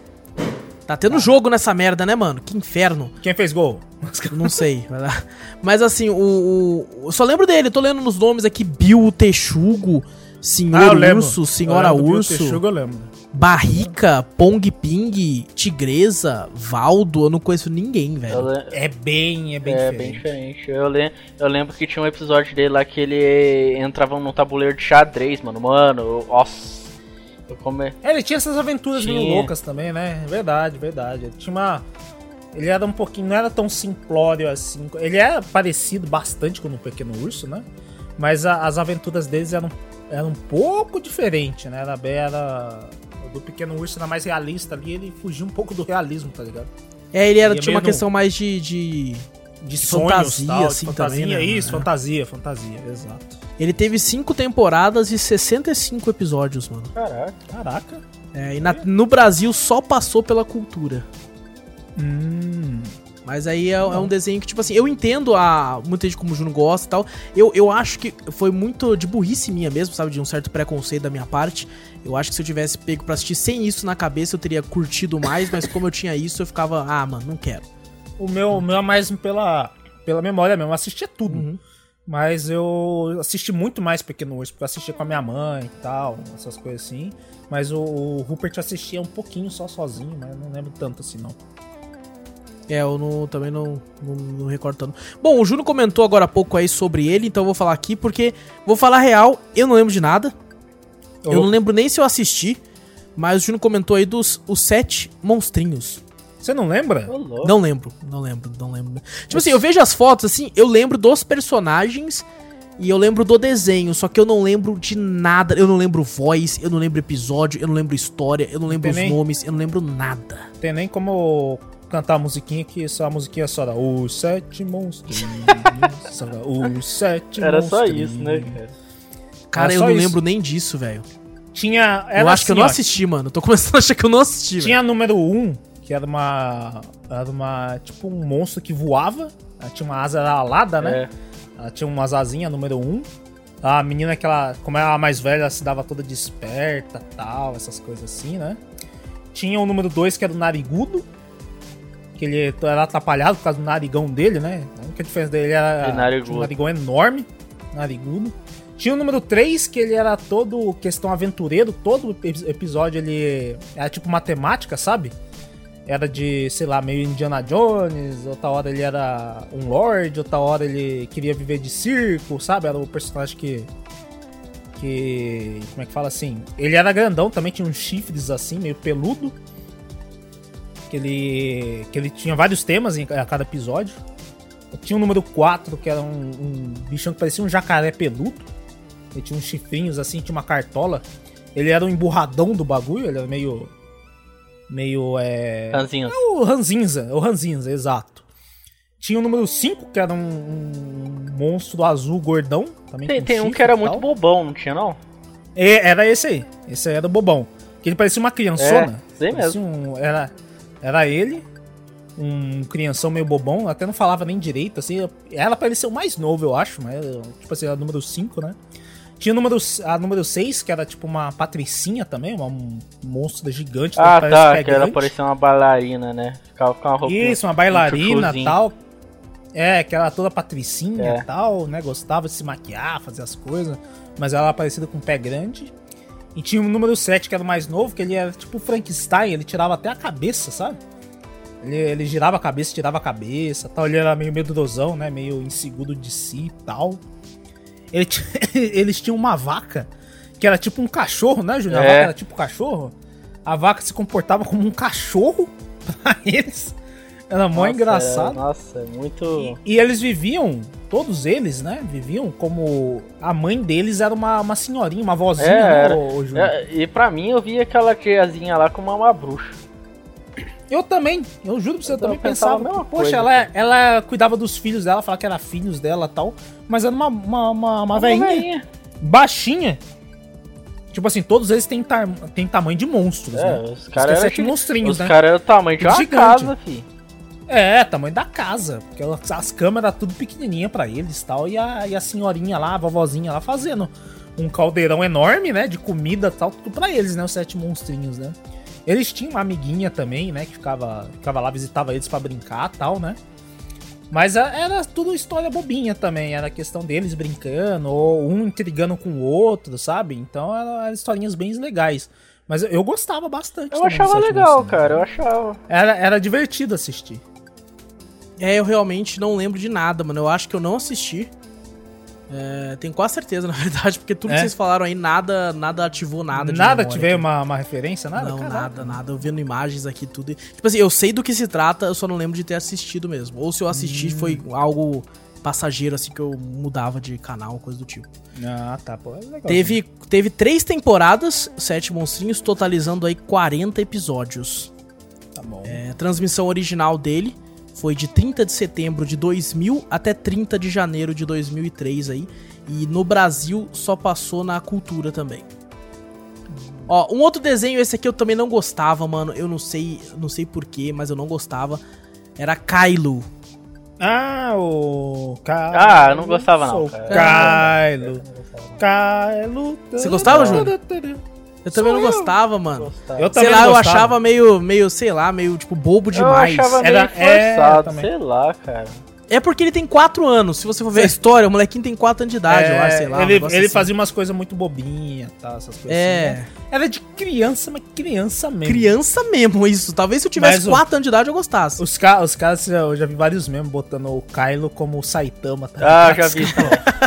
Tá tendo jogo nessa merda, né, mano? Que inferno. Quem fez gol? Não sei. [laughs] vai lá. Mas assim, o, o- Eu só lembro dele, eu tô lendo nos nomes aqui: Bill Texugo, Ah, eu Senhor lembro. Urso, Senhora Eu lembro do Bill Urso, Texugo, eu lembro. Barrica, Pong Ping, Tigresa, Valdo. Eu não conheço ninguém, Eu, velho. le- É bem, é bem é, diferente. bem diferente. Eu, lem eu lembro que tinha um episódio dele lá que ele entrava num tabuleiro de xadrez, mano. Mano, eu- nossa. Eu come... É, ele tinha essas aventuras meio Tinha. loucas também, né? Verdade, verdade. Ele tinha uma. Ele era um pouquinho. Não era tão simplório assim. Ele era parecido bastante com o Pequeno Urso, né? Mas a- as aventuras deles eram, eram um pouco diferentes, né? Era bem. Era, o do Pequeno Urso era mais realista ali. Ele fugia um pouco do realismo, tá ligado? É, ele era, Ele é tinha uma meio no- questão mais de- de De fantasia, de assim, fantasia, também, né? Isso, É. fantasia, fantasia, exato. Ele teve cinco temporadas e 65 episódios, mano. Caraca. Caraca. É, e na- no Brasil só passou pela cultura. Hum. Mas aí é, é um desenho que, tipo assim, eu entendo a muita gente como o Juno gosta e tal. Eu, eu acho que foi muito de burrice minha mesmo, sabe? De um certo preconceito da minha parte. Eu acho que se eu tivesse pego pra assistir sem isso na cabeça, eu teria curtido mais, mas como eu tinha isso, eu ficava, ah, mano, não quero. O meu, o meu é mais pela, pela memória mesmo. Eu assistia tudo. Uhum. Mas eu assisti muito mais Pequeno Urso, porque eu assistia com a minha mãe e tal, essas coisas assim. Mas o, o Rupert eu assistia um pouquinho só sozinho, mas eu não lembro tanto assim não. É, eu não- também não, não, não recordo tanto. Bom, o Juno comentou agora há pouco aí sobre ele, então eu vou falar aqui, porque, vou falar a real, eu não lembro de nada. Eu não lembro nem se eu assisti, mas o Juno comentou aí dos os sete monstrinhos. Você não lembra? Ô, louco. Não lembro, não lembro, não lembro. Tipo assim, eu vejo as fotos assim, eu lembro dos personagens e eu lembro do desenho, só que eu não lembro de nada. Eu não lembro voz, eu não lembro episódio, eu não lembro história, eu não lembro os Também. nomes, eu não lembro nada. Não tem nem como cantar a musiquinha que só a musiquinha só da Os Sete Monstros. só da, Os Sete Era só Monstrinhos". isso, né, cara? Cara, Era eu só não isso. lembro nem disso, velho. Tinha. Era Eu acho que eu assim, não ó, assisti, mano. Eu tô começando a achar que eu não assisti, velho. Tinha a número 1, um, que era uma. Era uma. Tipo um monstro que voava. Ela tinha uma asa Tá, alada, né? É. Ela tinha umas asinhas, número 1. Um. A menina que ela, como ela era a mais velha, ela se dava toda desperta tal, essas coisas assim, né? Tinha o número 2, que era o narigudo. Que ele era atrapalhado por causa do narigão dele, né? A única diferença dele era É narigudo. tinha um narigão enorme, narigudo. Tinha o número 3, que ele era todo questão aventureiro, todo epi- episódio ele era tipo matemática, sabe? era de, sei lá, meio Indiana Jones, outra hora ele era um lord, outra hora ele queria viver de circo, sabe? Era o personagem que. Que. Como é que fala assim? Ele era grandão, também tinha uns chifres assim, meio peludo. Que ele. Que ele tinha vários temas em ca- a cada episódio. Tinha o número 4, que era um, um bichão que parecia um jacaré peludo. Ele tinha uns chifrinhos assim, tinha uma cartola. Ele era um emburradão do bagulho, ele era meio. Meio. É Tanzinho. o Ranzinza, o Ranzinza, exato. Tinha o número 5, que era um, um monstro azul gordão. Também Tem, com tem um chifre que era e tal. muito bobão, não tinha não? É, era esse aí. Esse aí era o bobão. Que ele parecia uma criançona. É, sei Parecia um- era, era ele, um crianção meio bobão. Até não falava nem direito, assim. Ela parecia o mais novo, eu acho. Mas, tipo assim, era o número 5, né? Tinha o número, a número 6, que era tipo uma patricinha também, uma um monstro gigante. Ah, parece tá, pé que era grande. parecia uma bailarina, né? Ficava com uma roupinha. Isso, uma bailarina um e tal. É, que ela toda patricinha e É. tal, né? Gostava de se maquiar, fazer as coisas. Mas ela era parecida com um pé grande. E tinha o número 7, que era o mais novo, que ele era tipo o Frankenstein, ele tirava até a cabeça, sabe? Ele, ele girava a cabeça, tirava a cabeça tal. Ele era meio medrosão, né? [laughs] Meio inseguro de si e tal. Ele ti- eles tinham uma vaca que era tipo um cachorro, né, Júnior? A É. vaca era tipo um cachorro. A vaca se comportava como um cachorro pra [laughs] eles. Era mó Nossa, engraçado. é- nossa, é muito. E eles viviam, todos eles, né? Viviam como. A mãe deles era uma, uma senhorinha, uma vozinha, É, né, era. ô- ô Júnior? É, e pra mim eu vi aquela tiazinha lá como uma bruxa. Eu também, eu juro pra você, eu Eu também pensava pensava. a mesma Poxa, coisa. ela, ela cuidava dos filhos dela, falava que era filhos dela e tal. Mas era uma, uma, uma, uma velhinha velhinha. baixinha. Tipo assim, todos eles têm, tar- têm tamanho de monstros, É, né? os Esquece caras aqui eram. monstrinhos, Os né? caras eram o tamanho de uma Gigante. casa, fi. É, tamanho da casa. Porque ela- as câmeras tudo pequenininha pra eles e tal. E a, e a senhorinha lá, a vovozinha lá fazendo um caldeirão enorme, né? De comida e tal, tudo pra eles, né? Os sete monstrinhos, né? Eles tinham uma amiguinha também, né? Que ficava, ficava lá, visitava eles pra brincar e tal, né? Mas a- era tudo história bobinha também. Era questão deles brincando, ou um intrigando com o outro, sabe? Então eram era historinhas bem legais. Mas eu, eu gostava bastante. Eu também dos achava Sete legal, Monstrinhos. cara. Eu achava. Era, era divertido assistir. É, eu realmente não lembro de nada, mano. Eu acho que eu não assisti. É, tenho quase certeza, [laughs] na verdade, porque tudo É? que vocês falaram aí, nada, nada ativou nada. de Nada memória te veio aqui. uma, uma referência? Nada? não, Caraca. nada, nada. Eu vendo imagens aqui, tudo. Tipo assim, eu sei do que se trata, eu só não lembro de ter assistido mesmo. Ou se eu assisti, foi algo passageiro, assim, que eu mudava de canal, coisa do tipo. Ah, tá. Pô, é legal. Teve, teve três temporadas, Sete Monstrinhos, totalizando aí 40 episódios. Tá bom. É, a transmissão original dele foi de 30 de setembro de 2000 até 30 de janeiro de 2003 aí. E no Brasil só passou na cultura também. Ó, um outro desenho, esse aqui eu também não gostava, mano. Eu não sei, não sei porquê, mas eu não gostava. Era Kylo. Ah, o. Ca- Ah, eu não gostava, não, Sou cara. Kylo. Kylo. É, Você gostava, Júnior? Eu também Sou não eu. gostava, mano. Gostava. Eu Sei também lá, não eu gostava. achava meio, meio, sei lá, meio, tipo, bobo demais. Eu achava meio Era- é, forçado, também. sei lá, cara. É porque ele tem 4 anos. Se você for ver a história, o molequinho tem 4 anos de idade, eu acho, sei lá. um É, Ele, negócio ele assim. fazia umas coisas muito bobinhas, tá? Essas coisas É. assim, né? Era de criança, mas criança mesmo. Criança mesmo, isso. Talvez se eu Mas tivesse o- 4 anos de idade eu gostasse. Os, ca os caras, eu já vi vários mesmo botando o Kylo como o Saitama, tá Ah, ligado? já vi isso.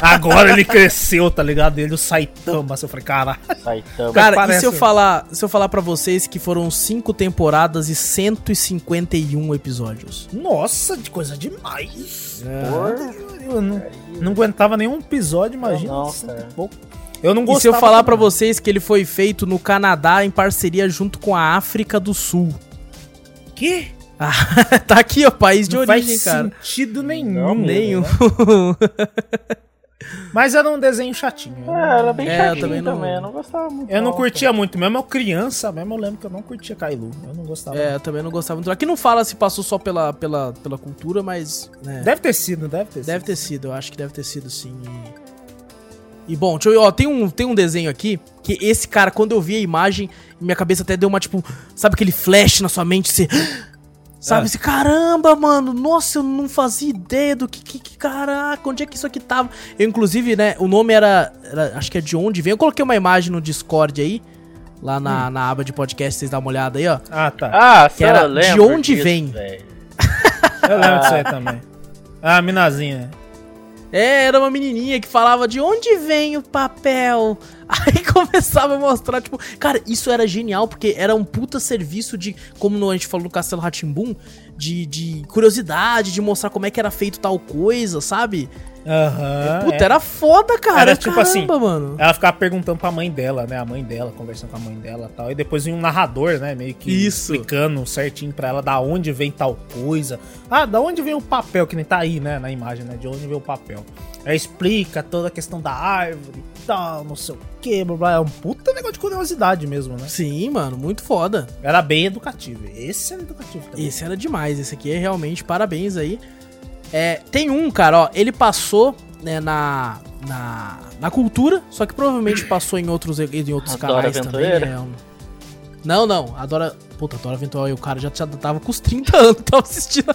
Agora ele cresceu, tá ligado? Ele o Saitama. assim, Eu falei, caralho. [laughs] Saitama. Cara, e parece- se eu falar, se eu falar para vocês que foram 5 temporadas e 151 episódios? Nossa, de coisa demais. Porra. Eu não, não aguentava nenhum episódio, imagina. não, cento e cara. pouco. Eu não E gostava. se eu falar pra também. vocês que ele foi feito no Canadá em parceria junto com a África do Sul? [laughs] Que? Ah, tá aqui, ó, país de não origem, faz cara. sentido nenhum. Não, Nenhum. [laughs] Mas era um desenho chatinho. Eu, É, era bem É, eu chatinho também também, não- eu não gostava muito. eu não cara. curtia muito. Mesmo eu criança, mesmo eu lembro que eu não curtia Kailu. Eu não gostava. É, eu também não gostava muito. Aqui não fala se passou só pela, pela, pela cultura, mas. né, Deve ter sido, deve ter Deve ter sido, eu acho que deve ter sido sim. E, e bom, deixa eu, ó, tem um, tem um desenho aqui que esse cara, quando eu vi a imagem, minha cabeça até deu uma tipo, sabe aquele flash na sua mente, você [gasps] Sabe, Ah. assim, caramba, mano, nossa, eu não fazia ideia do que, que, que- caraca, onde é que isso aqui tava? Eu, inclusive, né, o nome era, era- acho que é de onde vem, eu coloquei uma imagem no Discord aí, lá na, na aba de podcast, vocês dão uma olhada aí, ó. sido. Ah, tá. Ah, Que sei era lá, eu de lembro onde disso, vem. velho. Eu lembro disso aí também. Ah, Minazinha. É, era uma menininha que falava de onde vem o papel. [laughs] Aí começava a mostrar, tipo, cara, isso era genial porque era um puta serviço de, como no- a gente falou no Castelo Ratimbum, de, de curiosidade, de mostrar como é que era feito tal coisa, sabe? Aham. Puta, é. era foda, cara. Era tipo assim, mano. Ela ficava perguntando pra mãe dela, né? A mãe dela, conversando com a mãe dela e tal. E depois vinha um narrador, né? Meio que Isso. explicando certinho pra ela da onde vem tal coisa. Ah, da onde vem o papel, que nem tá aí, né? Na imagem, né? De onde vem o papel. Ela explica toda a questão da árvore e tal, não sei o que, blá blá. É um puta negócio de curiosidade mesmo, né? Sim, mano, muito foda. Era bem educativo. Esse era educativo também. Esse era demais, esse aqui é realmente parabéns aí. É, tem um, cara, ó, ele passou né, na, na, na cultura, só que provavelmente passou em outros, em outros Adora canais Aventureira? também. é um- Não, não, Adora. Puta, Adora Aventureira, o cara já, já tava com os 30 anos, [laughs] tava assistindo.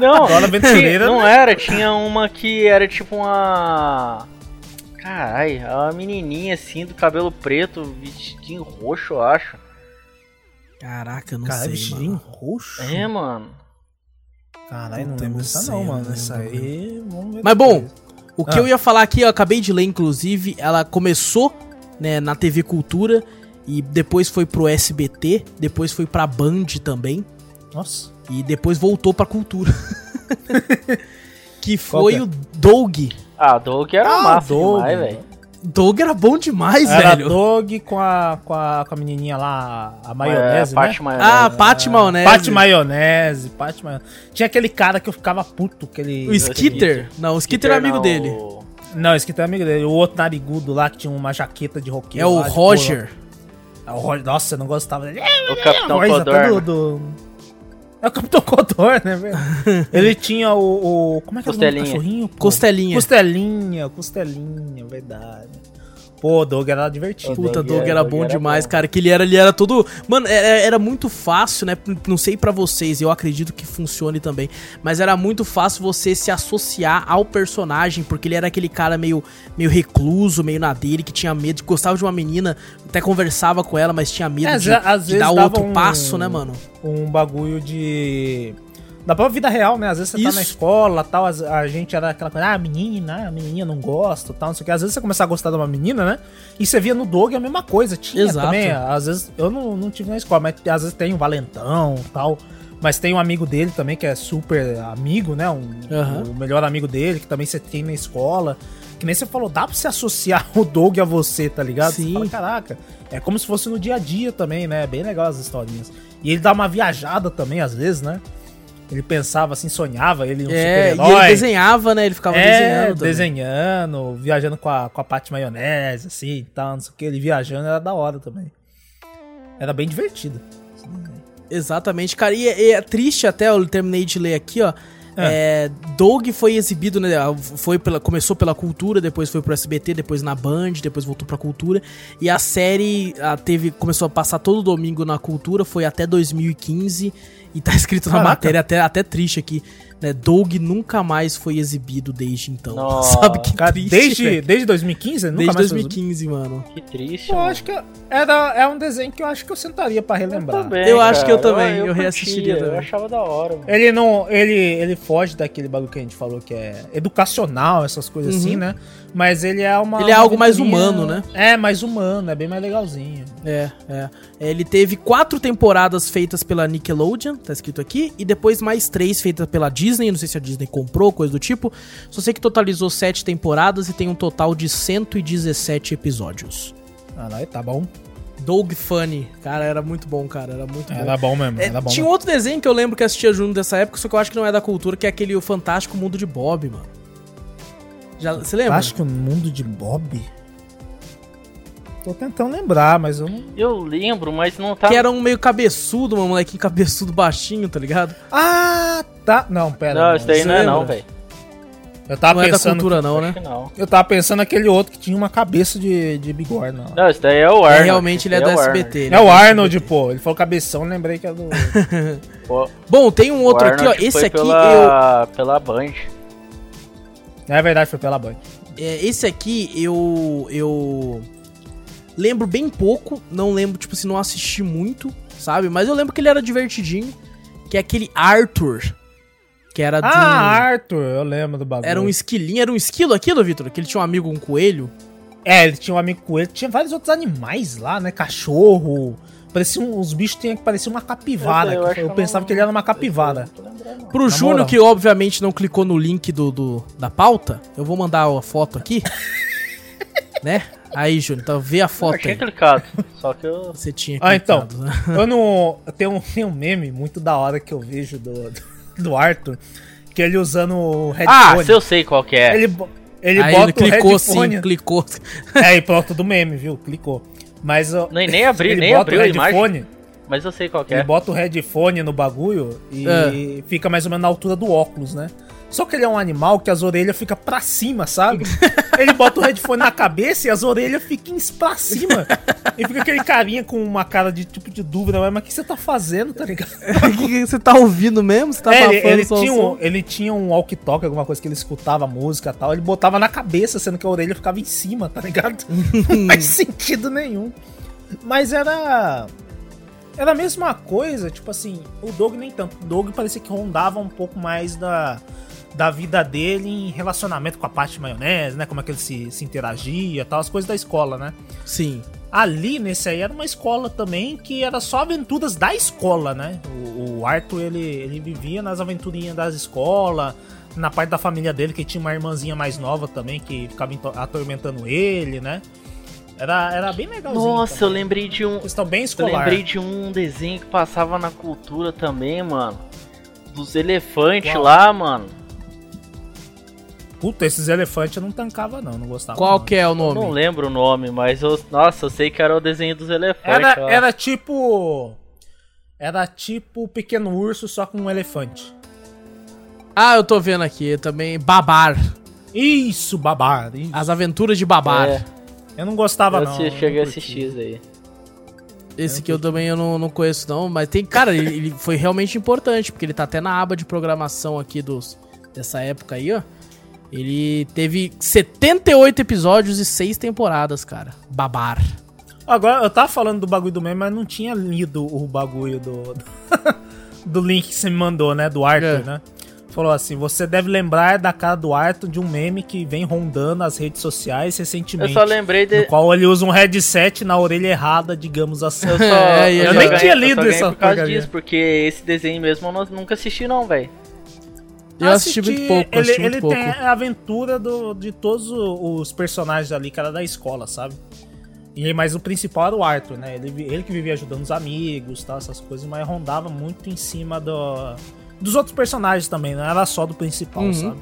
Não, é Dora que, Aventureira, né? não era, tinha uma que era tipo uma. Carai, uma menininha assim, do cabelo preto, vestidinho roxo, eu acho. Caraca, eu não Caralho, sei. vestidinho Mano. roxo. É, mano. Caralho, não Puta, lembro não dessa sei, não, não mano. lembro, Essa aí, vamos ver Mas bom, depois. O que Ah. eu ia falar aqui, eu acabei de ler, inclusive, ela começou né, na TV Cultura e depois foi pro SBT, depois foi pra Band também Nossa. e depois voltou pra [laughs] Cultura. que Qual foi que é? o Doug. Ah, Doug era Ah, massa Doug. demais, velho. Doug era bom demais, Era velho. dog com a, com, a, com a menininha lá, a maionese, né? é, Paty Maionese. Ah, Pat Maionese. Pate maionese, pate maionese. Tinha aquele cara que eu ficava puto, aquele... O Skitter. Não, o Skitter é amigo não, dele. o- Não, esse aqui tá amigo dele. O outro narigudo lá que tinha uma jaqueta de É roqueiro. o lá, de Roger. couro. É o Roger. Nossa, eu não gostava dele. É, O Capitão voz até Codorna. do- do- É o Capitão Codor, [laughs] né, velho? Ele tinha o, o- Como é que é o nome do Costelinha. cachorrinho? pô? Costelinha. Costelinha, costelinha, verdade. Pô, o Doug era divertido. Puta, Doug Doug era- era, Doug bom era demais, bom. cara. Que ele era, ele era todo. Mano, era, era muito fácil, né? Não sei pra vocês, eu acredito que funcione também. Mas era muito fácil você se associar ao personagem, porque ele era aquele cara meio, meio recluso, meio na dele, que tinha medo, que gostava de uma menina, até conversava com ela, mas tinha medo É, às de, ve- às de vezes dar dava outro um- passo, né, mano? um bagulho de. Da própria vida real, né? Às vezes você tá Isso. na escola tal, as- a gente era aquela coisa, ah, menina, ah, menininha não gosta tal, não sei o que. Às vezes você começava a gostar de uma menina, né? E você via no Doug a mesma coisa. Tinha Exato. também, às vezes, eu não, não tive na escola, mas às vezes tem um valentão tal. Mas tem um amigo dele também que é super amigo, né? Um, Aham. O melhor amigo dele, que também você tem na escola. Que nem você falou, dá pra você associar [laughs] o Doug a você, tá ligado? Você Sim. fala, caraca, é como se fosse no dia a dia também, né? É Bem legal as historinhas. E ele dá uma viajada também, às vezes, né? Ele pensava assim, sonhava, ele um É, e ele super-herói. desenhava, né? Ele ficava É, desenhando. também. desenhando, viajando com a, com a parte maionese, assim e tal, não sei o que. Ele viajando era da hora também. Era bem divertido. Exatamente, cara. E, e é triste até, eu terminei de ler aqui, ó. É, Doug foi exibido, né? Foi pela, começou pela cultura, depois foi pro SBT, depois na Band, depois voltou pra cultura. E a série a, teve, começou a passar todo domingo na cultura, foi até 2015. E tá [laughs] escrito na Caraca. matéria, até, até triste aqui, né? Doug nunca mais foi exibido desde então. [laughs] Nossa. Sabe que Cara, triste? desde, velho? desde 2015? Nunca desde mais foi- 2015, mano. Que triste, Eu mano. acho que era, é um desenho que eu acho que eu sentaria pra relembrar. também, Eu acho que eu também, eu curtia, reassistiria também. É. Eu achava da hora, mano. Ele não. Ele, ele foge daquele bagulho que a gente falou que é educacional, essas coisas Uhum. assim, né? Mas ele é uma. Ele é uma algo mais letrinha- humano, né? É, mais humano, é bem mais legalzinho. É, é. Ele teve quatro temporadas feitas pela Nickelodeon, tá escrito aqui, e depois mais três feitas pela Disney. Não sei se a Disney comprou, coisa do tipo. Só sei que totalizou sete temporadas e tem um total de 117 episódios. Ah, lá, tá bom. Doug Funny, cara, era muito bom, cara, era muito bom. Era tá bom mesmo, É, era bom. né? tinha um outro desenho que eu lembro que eu assistia junto dessa época, só que eu acho que não é da cultura, que é aquele O Fantástico Mundo de Bob, mano. Já, você lembra? Acho que o mundo de Bob. Tô tentando lembrar, mas eu não. Eu lembro, mas não tá. Que era um meio cabeçudo, um molequinho cabeçudo baixinho, tá ligado? Ah, tá. Não, pera. Não, isso daí você não é não, lembra? velho. Eu tava não é da pensando. cultura, não, né? Acho que não. Eu tava pensando naquele outro que tinha uma cabeça de, de bigorna. lá. Não, isso daí é o Arnold. É, realmente ele é isso do daí o SBT. Arnold. ele É o Arnold, pô. Ele falou cabeção, lembrei que [laughs] era do. Pô, Bom, tem um outro o aqui, ó. Arnold Esse foi aqui eu. pela, Pela Band. é verdade, foi pela Band. é, esse aqui eu. Eu. Lembro bem pouco. Não lembro, tipo assim, não assisti muito, sabe? Mas eu lembro que ele era divertidinho. Que é aquele Arthur. Que era do. Ah, Arthur, eu lembro do bagulho. era um esquilinho, era um esquilo aquilo, Vitor? Que ele tinha um amigo, um coelho. É, ele tinha um amigo coelho, tinha vários outros animais lá, né? Cachorro. Parecia um- os bichos tinham que parecer uma capivara. Eu sei, que eu acho eu que é eu pensava não- que ele era uma capivara. Eu não tô lembrando, não. Pro Na Júnior, moral. que obviamente não clicou no link do, do- da pauta, eu vou mandar a foto [laughs] aqui. né? Aí, Júnior, então vê a Eu foto tinha aí. clicado, só que eu... Você tinha Ah, então. clicado, [laughs] né? Eu não. Tem um, tem um meme muito da hora que eu vejo do, do, do Arthur, que ele usando o É Ah, headphone. se eu sei qual que é. Ele, bo- ele Aí bota ele clicou o headphone. sim, clicou. assim. É, e pronto, do meme, viu? Clicou. Mas. ó, Nem- nem abri- ele nem bota abriu o a imagem. headphone, Mas eu sei qual que Ele é. bota o headphone no bagulho e É. fica mais ou menos na altura do óculos, né? Só que ele é um animal que as orelhas ficam pra cima, sabe? ele bota o headphone na cabeça e as orelhas ficam pra cima. E fica aquele carinha com uma cara de tipo de dúvida, mas, mas o que você tá fazendo, tá ligado? [laughs] O que que você tá ouvindo mesmo? Você tá É, ele, abafando ele só o tinha som? assim. um, ele tinha um walkie-talkie, alguma coisa que ele escutava música e tal, ele botava na cabeça, sendo que a orelha ficava em cima, tá [laughs] ligado? Não faz sentido nenhum. Mas era. Era a mesma coisa, tipo assim, o Doug nem tanto. O Doug parecia que rondava um pouco mais da, da vida dele em relacionamento com a parte de maionese, né? Como é que ele se, se interagia tal, as coisas da escola, né? Sim. Ali, nesse aí, era uma escola também que era só aventuras da escola, né? O, o Arthur, ele, ele vivia nas aventurinhas das escolas, na parte da família dele, que tinha uma irmãzinha mais nova também, que ficava into- atormentando ele, né? Era, era bem um legalzinho. Nossa, eu também. lembrei de um. Questão bem Eu é escolar. lembrei de um desenho que passava na cultura também, mano. Dos elefantes Qual? lá, mano. Puta, esses elefantes eu não tancava, não, não gostava. Qual Tá. não. que é o Não nome? É lembro o nome, mas eu. Nossa, eu sei que era o desenho dos elefantes. Era, ó. era tipo. Era tipo o pequeno urso, só com um elefante. Ah, eu tô vendo aqui também. Babar. Isso, babado. isso. As Aventuras de Babar. É, Eu não gostava, eu não. assisti- eu cheguei a não curti. assistir isso aí. Esse que eu também eu não, não conheço, não. Mas tem. Cara, ele, ele foi realmente importante, porque ele tá até na aba de programação aqui dos, dessa época aí, ó. Ele teve 78 episódios e 6 temporadas, cara. Babar. Agora, eu tava falando do bagulho do meme, mas não tinha lido o bagulho do. [laughs] do link que você me mandou, né? Do Arthur, É. né? Falou assim: você deve lembrar da cara do Arthur de um meme que vem rondando as redes sociais Eu recentemente. só lembrei de. No qual ele usa um headset na orelha errada, digamos assim. Eu, só, É, e eu eu só nem ganhei- tinha eu só lido ganhei essa por causa porcaria. disso, porque esse desenho mesmo eu não- nunca assisti não, velho. Eu assisti, muito pouco, eu Ele, assisti muito ele pouco. tem a aventura do- de todos o- os personagens ali, cara, da escola, sabe? E, mas o principal era o Arthur, né? Ele, vi- ele que vivia ajudando os amigos, tal, essas coisas, mas rondava muito em cima do, dos outros personagens também, não era só do principal, Uhum. sabe?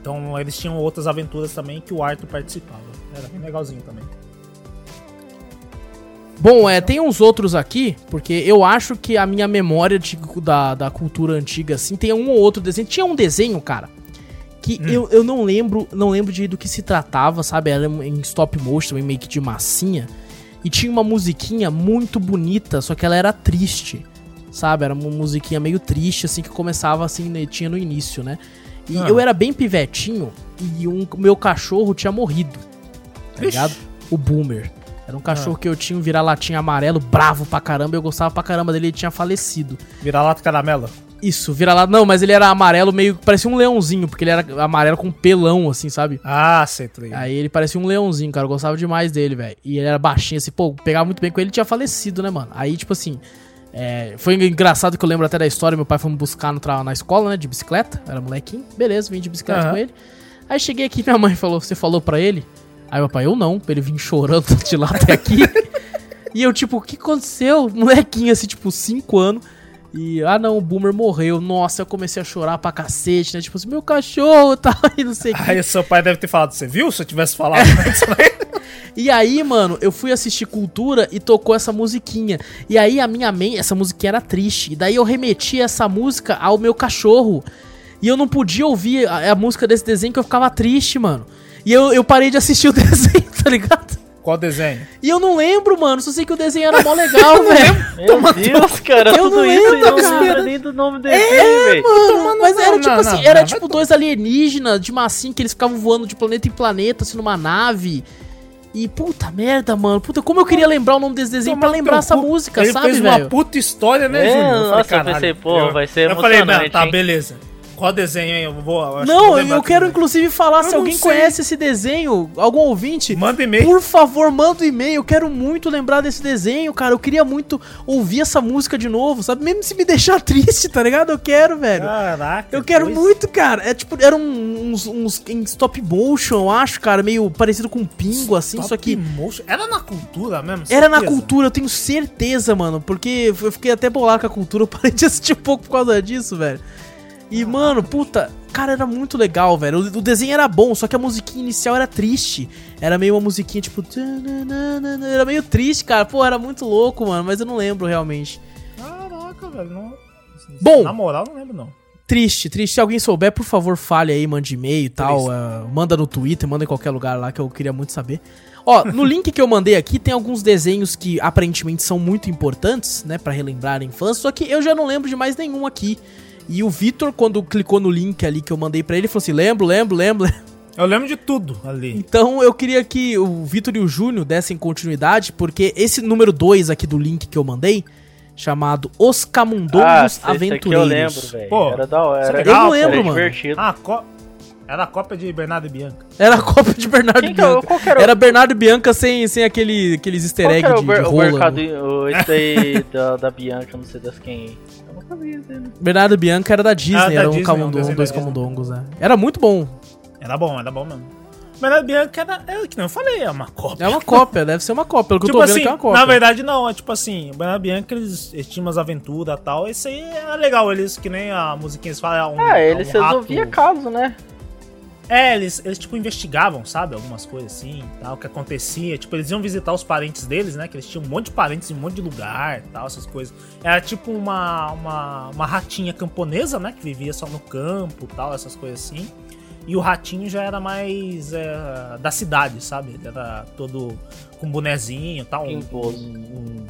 Então eles tinham outras aventuras também que o Arthur participava. Era bem legalzinho também. Bom, é, tem uns outros aqui, porque eu acho que a minha memória de- da, da cultura antiga, assim, tem um ou outro desenho. Tinha um desenho, cara, que eu, eu não lembro não lembro de do que se tratava, sabe? Era um, em stop motion, em meio que de massinha. E tinha uma musiquinha muito bonita, só que ela era triste, sabe? Era uma musiquinha meio triste, assim, que começava assim, né, tinha no início, né? E Ah. eu era bem pivetinho e um, meu cachorro tinha morrido, tá Vixe. ligado? O Boomer. Era um cachorro que eu tinha, um vira-latinha amarelo, bravo pra caramba, eu gostava pra caramba dele, ele tinha falecido. Virar lata caramelo. Isso, vira-lata. Não, mas ele era amarelo, meio. parecia um leãozinho, porque ele era amarelo com pelão, assim, sabe? Ah, sei, tá ligado. Aí ele parecia um leãozinho, cara. Eu gostava demais dele, velho. E ele era baixinho, assim, pô, pegava muito bem com ele, ele tinha falecido, né, mano? Aí, tipo assim. é, foi engraçado que eu lembro até da história. Meu pai foi me buscar no tra- na escola, né, de bicicleta. Eu era molequinho. Beleza, vim de bicicleta Aham. com ele. Aí cheguei aqui, [laughs] minha mãe falou: Você falou pra ele? Aí meu pai, eu não. Ele vim chorando [laughs] de lá até aqui. e eu, tipo, o que aconteceu? Molequinho, assim, tipo, 5 anos. E, ah não, o Boomer morreu. Nossa, eu comecei a chorar pra cacete, né? Tipo assim, meu cachorro e tal, e não sei o que. Aí o seu pai deve ter falado, você viu? Se eu tivesse falado antes, né? [laughs] E aí, mano, eu fui assistir Cultura e tocou essa musiquinha. E aí a minha mente, essa musiquinha era triste. E daí eu remeti essa música ao meu cachorro. E eu não podia ouvir a, a música desse desenho que eu ficava triste, mano. E eu, eu parei de assistir o [laughs] desenho, tá ligado? Qual desenho? E eu não lembro, mano. Só sei que o desenho era mó legal, velho. Meu Deus, cara, Eu tudo não isso e lembro, eu não cara. lembro nem do nome do desenho, velho. Mano, mas era não, tipo não, assim, não, era não, tipo dois alienígenas de massinha que eles ficavam voando de planeta em planeta, assim, numa nave. E puta merda, mano. Puta, como eu queria lembrar o nome desse desenho pra Toma no lembrar teu essa cu. música, Ele sabe, fez velho? uma puta história, né, É, Júnior? Eu nossa, eu "Caralho". pensei, pô, Eu- vai ser Eu falei, não, emocionante, tá, hein? beleza. Qual desenho, hein? Eu vou... eu acho que Não, vou eu, lembrar quero também. inclusive falar se não alguém sei. conhece esse desenho, algum ouvinte. Manda e-mail. Por favor, manda um e-mail. Eu quero muito lembrar desse desenho, cara. Eu queria muito ouvir essa música de novo, sabe? Mesmo se me deixar [laughs] triste, tá ligado? Eu quero, velho. Ah, Caraca. Eu quero dois- muito, cara. É tipo, eram uns, uns em stop motion, eu acho, cara, meio parecido com um pingo, assim, Top só que. motion. Era na cultura mesmo? Era na certeza? cultura, eu tenho certeza, mano. Porque eu fiquei até bolado com a cultura, eu parei de assistir um pouco por causa disso, velho. E, mano, puta, cara, era muito legal, velho. O, o desenho era bom, só que a musiquinha inicial era triste. Era meio uma musiquinha tipo. tananana, Era meio triste, cara. Pô, era muito louco, mano, mas eu não lembro realmente. Caraca, velho. Não... Bom. Na moral, não lembro, não. Triste, triste. Se alguém souber, por favor, fale aí, mande e-mail e tal. Triste. ah, manda no Twitter, manda em qualquer lugar lá que eu queria muito saber. Ó, [laughs] no link que eu mandei aqui tem alguns desenhos que aparentemente são muito importantes, né, Pra relembrar a infância, só que eu já não lembro de mais nenhum aqui. E o Vitor, quando clicou no link ali que eu mandei pra ele, falou assim: lembro, lembro, lembro. [laughs] Eu lembro de tudo ali. Então eu queria que o Vitor e o Júnior dessem continuidade, porque esse número 2 aqui do link que eu mandei chamado Os Camundongos ah, esse aqui eu lembro, Aventureiros. velho. Pô, Era da hora. isso é Era, legal, era Eu lembro, mano. divertido. Ah, co- era a cópia de Bernardo e Bianca. Era a cópia de Bernardo Quem que é o- Bianca. qual que era, o- Era Bernardo e Bianca sem, sem aquele, aqueles easter qual que egg de, era o, de né? ber- o rola. mercadinho- o- esse aí da, da Bianca, não sei das quem. Eu não sabia, né? Bernardo e Bianca era da Disney, Ah, da era um Disney, camundongo, um desenho dois da Disney. camundongos, né? Era muito bom. Era bom, era bom mesmo. Bernardo e Bianca era, é, que nem eu falei, é uma cópia. É [laughs] uma cópia, deve ser uma cópia. Pelo que tipo eu tô vendo assim, que é uma cópia. na verdade não, é tipo assim, o Bernardo e Bianca eles, eles tinham umas aventuras e tal, esse aí é legal, eles que nem a musiquinha eles falam, é um, Ah, é eles um resolviam rato. caso, né? É, eles, eles tipo investigavam, sabe? Algumas coisas assim, tal, o que acontecia. Tipo, eles iam visitar os parentes deles, né? Que eles tinham um monte de parentes em um monte de lugar, tal, essas coisas. Era tipo uma, uma, uma ratinha camponesa, né? Que vivia só no campo, tal, essas coisas assim. E o ratinho já era mais é, da cidade, sabe? Ele era todo com bonezinho, tal. um- Pimposo. um-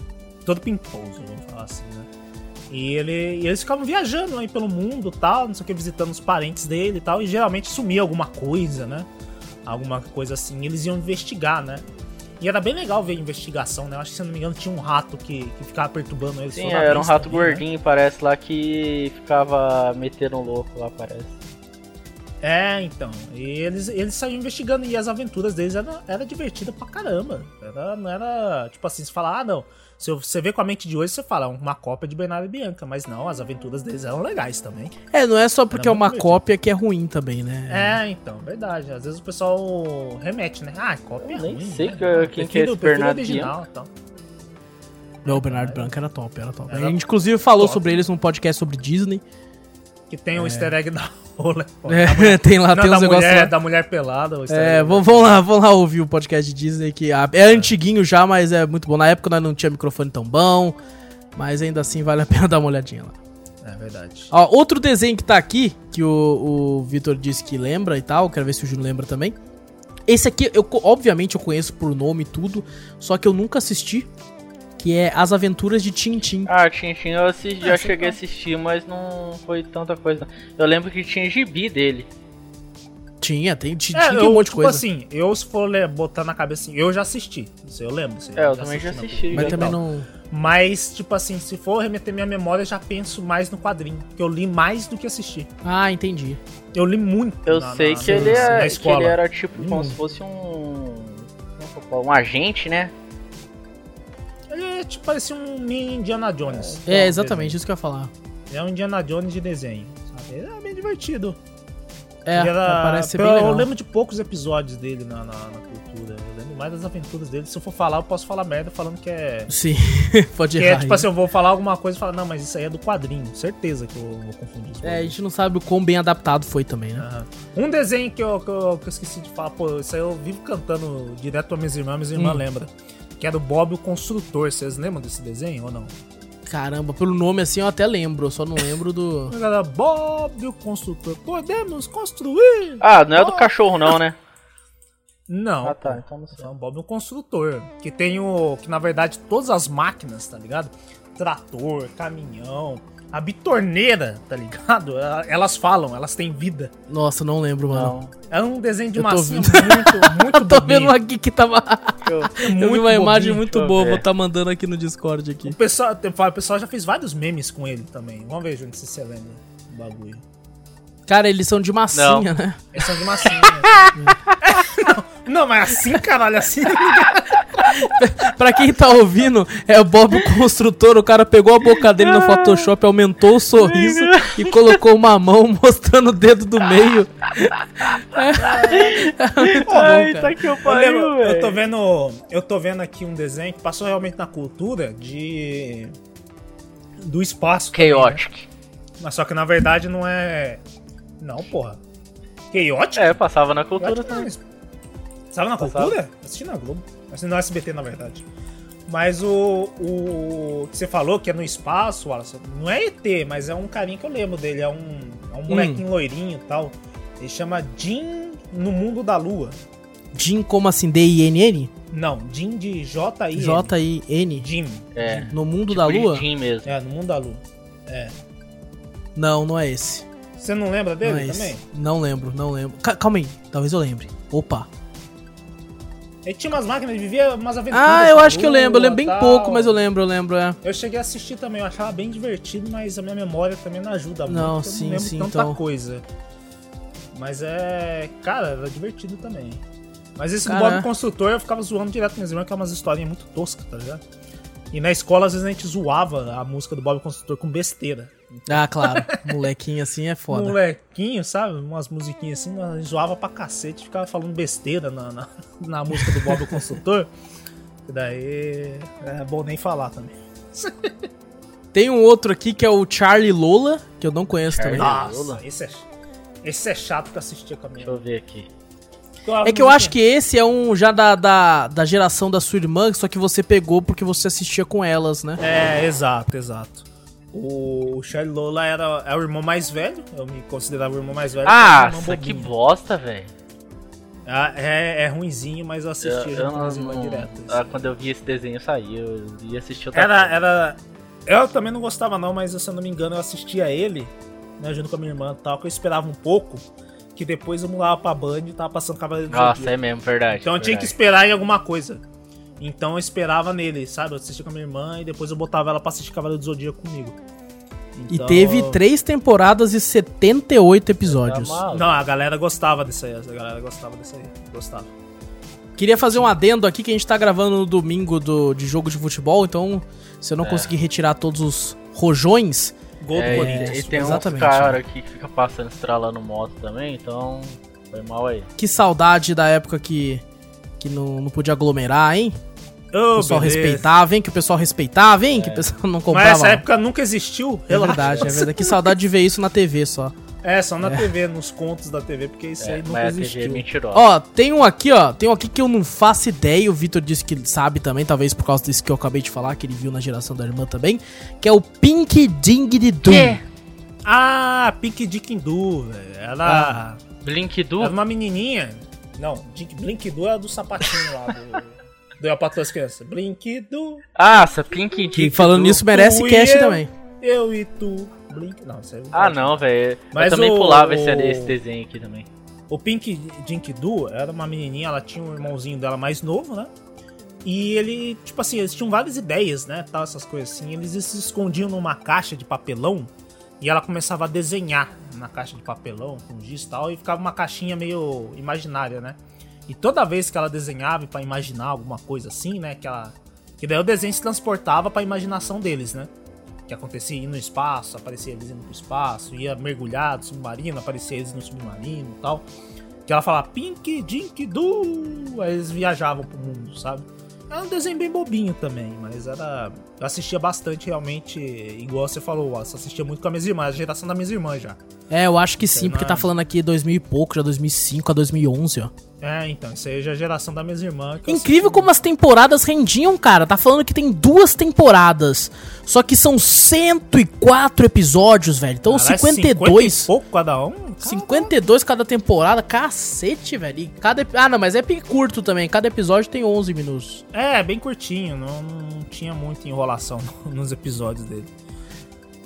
todo pimposo, vamos falar assim, né? E, ele, e eles ficavam viajando aí pelo mundo tal, não sei o que, visitando os parentes dele e tal, e geralmente sumia alguma coisa, né? Alguma coisa assim, e eles iam investigar, né? E era bem legal ver a investigação, né? Eu acho que, se eu não me engano, tinha um rato que, que ficava perturbando eles. Sim, toda era um vez rato também, né? gordinho, parece, lá que ficava metendo um louco lá, parece. É, então. E eles, eles saíam investigando e as aventuras deles era, era divertida pra caramba. Era, não era, tipo assim, você fala, ah, não. Se você vê com a mente de hoje, você fala, é uma cópia de Bernardo e Bianca. Mas não, as aventuras deles eram legais também. É, não é só porque é Era uma muito cópia que é ruim também, né? É, então, verdade. Às vezes o pessoal remete, né? Ah, cópia Eu é nem ruim. sei né? que- quem que é esse Bernardo original então. e tal. Não, o Bernardo Bianca era top, era top. Era a gente inclusive falou top. sobre eles num podcast sobre Disney. Que tem o easter egg da [laughs] rola. pô. É, [laughs] tem lá, Não, tem da uns negócios mulher, lá. da mulher pelada. o easter É, egg. vão, vão lá, vão lá ouvir o podcast de Disney que ah, é antiguinho já, mas é muito bom. Na época nós não tinha microfone tão bom, mas ainda assim vale a [laughs] pena dar uma olhadinha lá. É verdade. Ó, outro desenho que tá aqui, que o, o Vitor disse que lembra e tal, quero ver se o Júnior lembra também. Esse aqui, eu, co- obviamente, eu conheço por nome e tudo, só que eu nunca assisti, que é As Aventuras de Tintim. Ah, Tintin eu assisti, Ah, já sei cheguei a qual. assistir, mas não foi tanta coisa. não. Eu lembro que tinha gibi dele. Tinha, tem, Tintim É, tem eu, um monte de tipo coisa. assim, eu se for le- botar na cabeça assim, eu já assisti. Isso eu lembro. isso É, eu também já na assisti, Globo mas já e também né, tal. não. Mas, tipo assim, se for remeter minha memória, eu já penso mais no quadrinho. Porque eu li mais do que assisti. Ah, entendi. Eu li muito. Eu na- sei na- que, ele na é- que escola. ele era tipo como Hum. se fosse um. como é que eu falo? Um agente, né? Ele é, tipo, parecia um mini Indiana Jones. É, exatamente isso que eu ia falar. Ele é um Indiana Jones de desenho. Sabe? Ele é bem divertido. É, Ele era- parece ser eu, bem legal. eu lembro de poucos episódios dele na, na- na cultura. Eu lembro mais das aventuras dele. Se eu for falar, eu posso falar merda falando [laughs] que é. Sim, pode Que errar. é tipo aí. assim, eu vou falar alguma coisa e falar, não, mas isso aí é do quadrinho. Certeza que eu vou confundir isso. É, a gente não sabe o quão bem adaptado foi também, né? Aham. Um desenho que eu, que, eu, que eu esqueci de falar, pô, isso aí eu vivo cantando direto pra minhas irmãs, minhas irmãs Hum. lembram. Que era o Bob o Construtor. Vocês lembram desse desenho ou não? É. Caramba, pelo nome assim eu até lembro, eu só não lembro [laughs] do. Era Bob o Construtor. Podemos construir! Ah, não é do Ah. cachorro, não, né? Não. Ah, tá, pô. então não sei. É um Bob o Construtor. Que tem o. Que na verdade todas as máquinas, tá ligado? Trator, caminhão, a bitorneira, tá ligado? [laughs] Ela- Elas falam, elas têm vida. Nossa, não lembro, mano. Não. É um desenho de Eu tô massinha vendo. muito, muito [laughs] Eu tô vendo bobinho. aqui que tava. É [laughs] eu vi muito uma imagem bobinho. muito eu boa, ver. vou tá mandando aqui no Discord aqui. O pessoal, tem- fala, o pessoal já fez vários memes com ele também. Vamos ver, Júnior, se você lembra do bagulho. Cara, eles são de massinha, Não. né? [laughs] Eles são de massinha. não, não, mas assim, caralho, assim. Pra quem tá ouvindo, é o Bob o construtor, o cara pegou a boca dele Ah. no Photoshop, aumentou o sorriso e colocou uma mão [laughs] mostrando o dedo do meio. É, é muito bom, Ai, cara. tá que eu Eu, lembro, pariu, eu tô velho. vendo. Eu tô vendo aqui um desenho que passou realmente na cultura de. Do espaço. também, né? Chaotic. Mas só que na verdade não é. Não, porra. Chaotic? É, passava na cultura Chaotic não também. é isso. Sabe na Passava. cultura? Assisti na Globo. Assisti no SBT, na verdade. Mas o, o que você falou, que é no espaço, Wallace, não é ET, mas é um carinha que eu lembro dele. É um, é um Hum. molequinho loirinho e tal. Ele chama Jim no Mundo da Lua. Jim, como assim? D-I-N-N? Não, Jim de J I J-I-N. Jim. É. No mundo Tipo da lua? Bonitinho mesmo. É, no Mundo da Lua. É. Não, não é esse. Você não lembra não dele é esse. também? Ah, Não lembro, não lembro. Ca- calma aí, talvez eu lembre. Opa. Ele tinha umas máquinas, ele vivia umas aventuras. Ah, eu na acho que eu lembro, eu rua, lembro bem tal. pouco, mas eu lembro, eu lembro, é. Eu cheguei a assistir também, eu achava bem divertido, mas a minha memória também não ajuda muito. Não, eu sim, não lembro sim, tanta então. coisa. Mas é. Cara, era divertido também. Mas esse do Cara, é. Bob Construtor eu ficava zoando direto minhas irmãs, que é umas historinhas muito toscas, tá ligado? E na escola, às vezes, a gente zoava a música do Bob Construtor com besteira. Ah, [laughs] claro. Molequinho assim é foda. Molequinho, sabe? Umas musiquinhas assim, nós zoava pra cacete, ficava falando besteira na, na, [laughs] na música do Bob Construtor. E daí. É bom nem falar também. Tem um outro aqui que é o Charlie Lola, que eu não conheço Charlie. também. Nossa, esse é, esse é chato pra assistir com a minha. Deixa eu ver aqui. É que eu acho que esse é um já da, da, da geração da sua irmã, só que você pegou porque você assistia com elas, né? É, exato, exato. O Charlie Lola era, é o irmão mais velho, eu me considerava o irmão mais velho. Ah, porque nossa, era um irmão que bobinho. bosta, velho. Ah, É, é ruinzinho, mas eu assistia Eu- junto eu com as não- irmãs direto. assim. ah, quando eu vi esse desenho sair, eu ia assistir outra Era, coisa. era. Eu também não gostava, não, mas se eu não me engano, eu assistia ele, né, junto com a minha irmã e tal, que eu esperava um pouco, que depois eu mudava pra Band e tava passando Cavaleiro do Nossa, Zodíaco. é mesmo, verdade. Então eu tinha que verdade. esperar em alguma coisa. Então eu esperava nele, sabe? Eu assistia com a minha irmã e depois eu botava ela pra assistir Cavaleiro do Zodíaco comigo. E Então- teve três temporadas e 78 episódios. Tá maluco. Não, a galera gostava dessa aí, a galera gostava dessa aí. Gostava. Queria fazer um adendo aqui que a gente tá gravando no domingo do, de jogo de futebol, então se É. eu não conseguir retirar todos os rojões, Gol É, do e, e Corinthians. tem exatamente, uns cara aqui que fica passando estralando moto também, então foi mal aí. que saudade da época que, que não, não podia aglomerar, hein? Ô, é. O pessoal beleza. É. respeitava, hein? Que o pessoal respeitava, hein? Que o pessoal não Mas comprava. essa época nunca existiu, É relaxa. verdade, é verdade. Que saudade de ver isso na TV só. É, só na TV, nos contos da TV, porque isso É, aí nunca mas a TV é existiu. mentirosa. Ó, tem um aqui, ó. Tem um aqui que eu não faço ideia. O Vitor disse que sabe também, talvez por causa disso que eu acabei de falar, que ele viu na geração da irmã também. Que é o Pink Ding de Doom. Ah, Pink Dickindu, velho. Ela Blink do era uma menininha. Não, Dick- Blink Du é do sapatinho lá do. do Eu Pato as Crianças. Blink Du, Ah, essa Pink Que Dick falando do- nisso merece Tu e cast eu. também. eu e tu. Blink. Não, isso aí. Ah, não, velho. Eu Mas também o- pulava esse, esse desenho aqui também. O Pink Dink Du era uma menininha, ela tinha um irmãozinho dela mais novo, né? E ele, tipo assim, eles tinham várias ideias, né? Tal, essas coisas assim. Eles se escondiam numa caixa de papelão e ela começava a desenhar na caixa de papelão, com giz e tal, e ficava uma caixinha meio imaginária, né? E toda vez que ela desenhava pra imaginar alguma coisa assim, né? Que ela. Que daí o desenho se transportava pra imaginação deles, né? Que acontecia ir no espaço, aparecia eles indo pro espaço, ia mergulhar do submarino, aparecia eles no submarino e tal. Que ela falava Pink Dink Du. Aí eles viajavam pro mundo, sabe? É um desenho bem bobinho também, mas era. Eu assistia bastante realmente, igual você falou, eu assistia muito com as minhas irmãs, a geração das minhas irmãs já. É, eu acho que sim, Sei porque lá. tá falando aqui 2000 e pouco, já 2005 a 2011, ó. É, então, isso aí já é a geração das minhas irmãs. que eu Incrível como as temporadas rendiam, cara. Tá falando que tem duas temporadas. Só que são 104 episódios, velho. Então Caralho, 52. 50 é e pouco cada um? Cara, 52 cada temporada, cacete, velho. E cada epi- Ah, não, mas é pi- curto também. Cada episódio tem 11 minutos. É, bem curtinho, não, não tinha muita enrolação [laughs] nos episódios dele.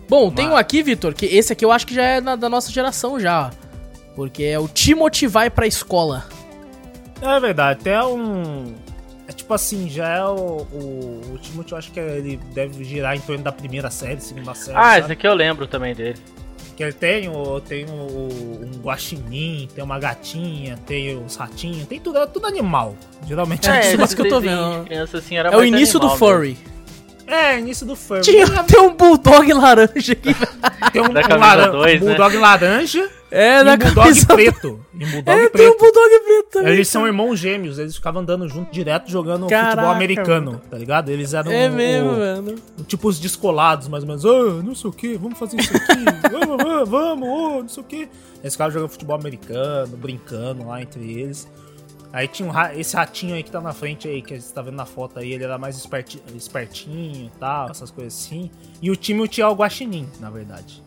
Bom, tem um aqui, Vitor, que esse aqui eu acho que já é na- da nossa geração já. ó. Porque é o Timothy vai pra escola. É verdade, até um. É tipo assim, já é o. O, o Timothy, eu acho que ele deve girar em torno da primeira série, segunda série. Ah, sabe? esse aqui eu lembro também dele. Que ele tem, o, tem o, o- um guaxinim, tem uma gatinha, tem os ratinhos, tem tudo, é tudo animal. Geralmente é, isso esse mas que eu tô desenho vendo. de Criança, assim, era É o mais início do animal furry. é início do [laughs] furry. Tinha até um bulldog laranja aqui. [laughs] Tem um, Da um, camisa laran- dois, um né? bulldog laranja É, e um na bulldog camisa. preto. E um bulldog [laughs] É, tem um preto. bulldog preto também. Eles são irmãos gêmeos, eles ficavam andando junto direto jogando Caraca, futebol americano, tá ligado? Eles eram É o- mesmo, o- mano. tipo os descolados, mais ou menos, ah, não sei o que, vamos fazer isso aqui, vamos, vamos, vamos, ô, não sei o que. Eles ficavam jogando futebol americano, brincando lá entre eles. Aí tinha um ra- esse ratinho aí que tá na frente aí, que você tá vendo na foto aí, ele era mais esperti- espertinho e tal, essas coisas assim. E o time tinha o Guaxinim, na verdade.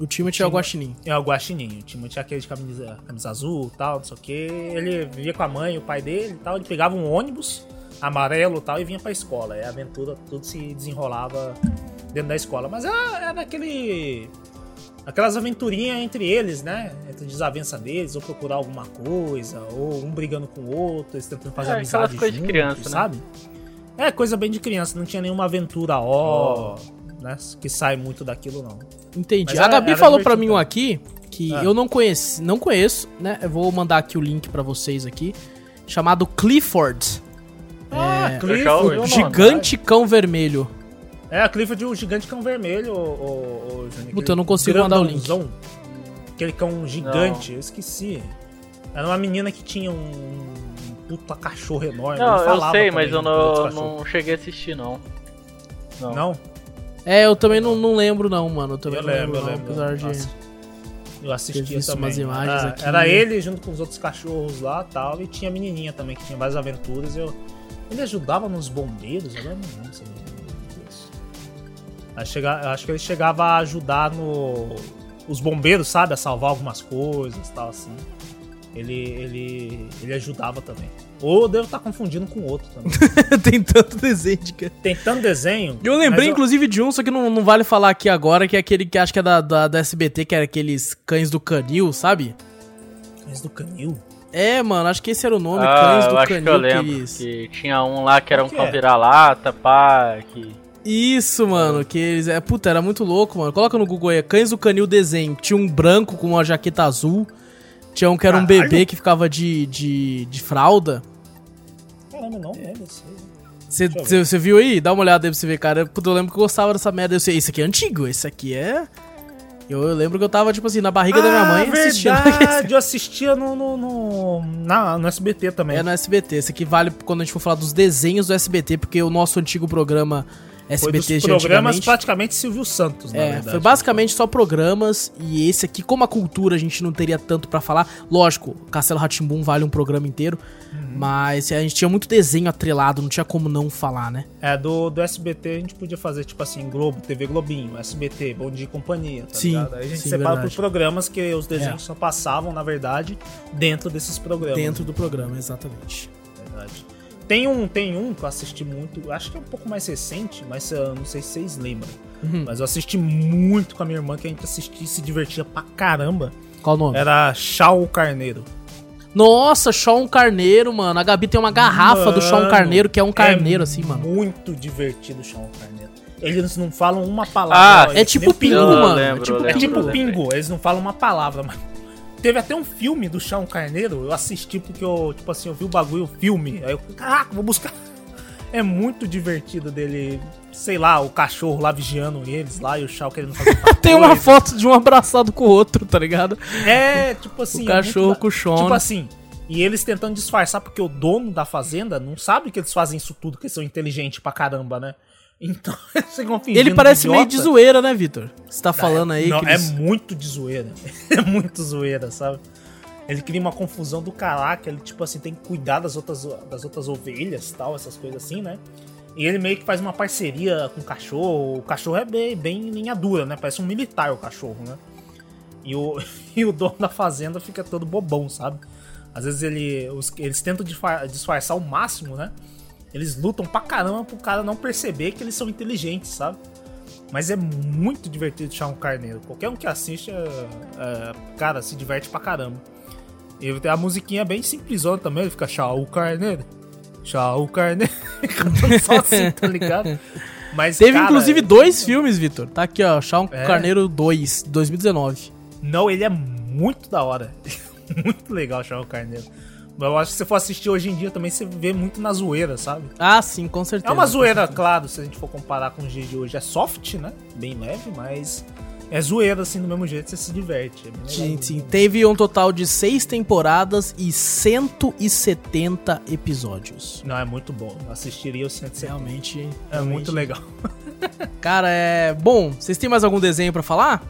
O Timothy é o guaxinim. É o Guaxinim, o time tinha aquele de camisa, camisa azul e tal, não sei o que. Ele vivia com a mãe e o pai dele e tal, ele pegava um ônibus amarelo e tal e vinha pra escola. E a aventura tudo se desenrolava dentro da escola. Mas era, era aquele é, aquelas aventurinhas entre eles, né? Entre desavença deles, ou procurar alguma coisa, ou um brigando com o outro, eles tentando fazer É, aquelas amizade coisas de junto, criança, né? sabe? É, coisa bem de criança, não tinha nenhuma aventura, ó, né? Que sai muito daquilo, não. Entendi. Mas a era- Gabi era falou pra mim divertido. um aqui que Ah. eu não conheço, não conheço, né? Eu vou mandar aqui o link pra vocês aqui, chamado Clifford, Ah, ouvi Clifford. uma- gigante cão vermelho. É, a Clifford, o gigante cão vermelho, o, o, o Júnior. Puta, eu não consigo mandar o link. grandãozão. Aquele cão gigante, eu esqueci. Era uma menina que tinha um puta cachorro enorme. Não, ele eu falava sei, também mas eu com outro não, cachorro. não cheguei a assistir, não. Não. Não? É, eu também não, não lembro não, mano. Eu também Eu não lembro, lembro, eu não, lembro. apesar de... Nossa. Eu assistia Teve isso, também. umas imagens era, aqui. era ele junto com os outros cachorros lá e tal. E tinha a menininha também, que tinha várias aventuras. Eu... Ele ajudava nos bombeiros, agora eu não lembro se ele ajudava nisso. Aí chega- eu Acho que ele chegava a ajudar no... os bombeiros, sabe? A salvar algumas coisas e tal, assim. Ele, ele, ele ajudava também. Ou eu devo estar confundindo com outro [laughs] também. [laughs] Tem tanto desenho de cara. Tem tanto desenho. Eu lembrei, mas inclusive, de um, só que não, não vale falar aqui agora, que é aquele que acho que é da, da, da SBT, que era aqueles cães do canil, sabe? Mas do canil? É, mano, acho que esse era o nome, Ah, cães do eu acho canil. que eu lembro eles- que tinha um lá que era um Qual que cão é? vira-lata, pá, que... Isso, mano, que eles. É, puta, era muito louco, mano. Coloca no Google aí, é Cães do Canil Desenho. Tinha um branco com uma jaqueta azul. Tinha um que era um Caralho. bebê que ficava de, de, de fralda. Caramba, não lembro. sei. Deixa eu ver. Você viu aí? Dá uma olhada aí pra você ver, cara. Puta, eu lembro que eu gostava dessa merda. Eu sei, esse aqui é antigo, esse aqui é. Eu, eu lembro que eu tava, tipo assim, na barriga da minha mãe assistindo. [laughs] Ah, verdade, eu assistia no, no, no, na, no SBT também. É no SBT. Esse aqui vale quando a gente for falar dos desenhos do SBT, porque o nosso antigo programa Foi SBT dos de programas antigamente- praticamente Silvio Santos, na É, verdade. né? foi basicamente só programas e esse aqui, como a cultura a gente não teria tanto pra falar, lógico, Castelo Ratimbum vale um programa inteiro, Uhum. mas a gente tinha muito desenho atrelado, não tinha como não falar, né? É, do, do SBT a gente podia fazer, tipo assim, Globo, TV Globinho, SBT, Bom Dia e Companhia, tá Sim, ligado? Aí a gente sim, separa verdade. por programas que os desenhos É. só passavam, na verdade, dentro desses programas. Dentro do programa, exatamente. Verdade. Tem um, tem um que eu assisti muito, acho que é um pouco mais recente, mas eu não sei se vocês lembram. Uhum. Mas eu assisti muito com a minha irmã, que a gente assistia e se divertia pra caramba. Qual o nome? Era Chau Carneiro. É. Nossa, Sean Carneiro, mano. A Gabi tem uma garrafa do Sean Mano, Carneiro, que é um carneiro, é assim, mano. Muito divertido o Sean Carneiro. Eles não falam uma É palavra. eles nem tipo o pingo, Eu mano. lembro, é tipo eu É lembro. tipo né? pingo, eles não falam uma palavra, mano. Teve até um filme do Sean Carneiro, eu assisti porque eu, tipo assim, eu vi o bagulho, o filme. Aí eu, caraca, vou buscar. É muito divertido dele, sei lá, o cachorro lá vigiando eles lá e o Shao [laughs] querendo fazer outra Tem uma coisa. foto de um abraçado com o outro, tá ligado? É, tipo assim. o muito cachorro da- com o Sean. Tipo assim, e eles tentando disfarçar porque o dono da fazenda não sabe que eles fazem isso tudo, que eles são inteligentes pra caramba, né? Então [laughs] eles ficam fingindo Ele parece meio de idiota. zoeira, né, Vitor? Você tá falando aí Não, que é eles- muito de zoeira. [laughs] É muito zoeira, sabe? Ele cria uma confusão do caraca, ele tipo assim tem que cuidar das outras, das outras ovelhas, tal, essas coisas assim, né? E ele meio que faz uma parceria com o cachorro. O cachorro é bem, bem linha dura, né? Parece um militar o cachorro, né? E o, [laughs] e o dono da fazenda fica todo bobão, sabe? Às vezes ele, os- eles tentam disfar- disfarçar o máximo, né? Eles lutam pra caramba pro cara não perceber que eles são inteligentes, sabe? Mas é muito divertido achar um carneiro. Qualquer um que assiste, é- é, cara, se diverte pra caramba. E tem a musiquinha é bem simplesona também, ele fica chá o carneiro. Chá o carneiro. [laughs] Cantando só assim, tá ligado? Mas, Teve cara, inclusive dois filmes, Vitor. Tá aqui, ó. Shaun É. Carneiro 2, 2019. Não, ele é muito da hora. [laughs] muito legal achar o Carneiro. Mas eu acho que se for assistir hoje em dia também, você vê muito na zoeira, sabe? Ah, sim, com certeza. É uma zoeira, claro, se a gente for comparar com os dias de hoje. É soft, né? Bem leve, mas é zoeira, assim, do mesmo jeito, você se diverte. É bem legal. Sim, sim. Teve um total de seis temporadas e 170 episódios. Não, é muito bom. Eu Assistiria o 170. Realmente. É realmente- muito legal. Cara, é. Bom, vocês têm mais algum desenho pra falar?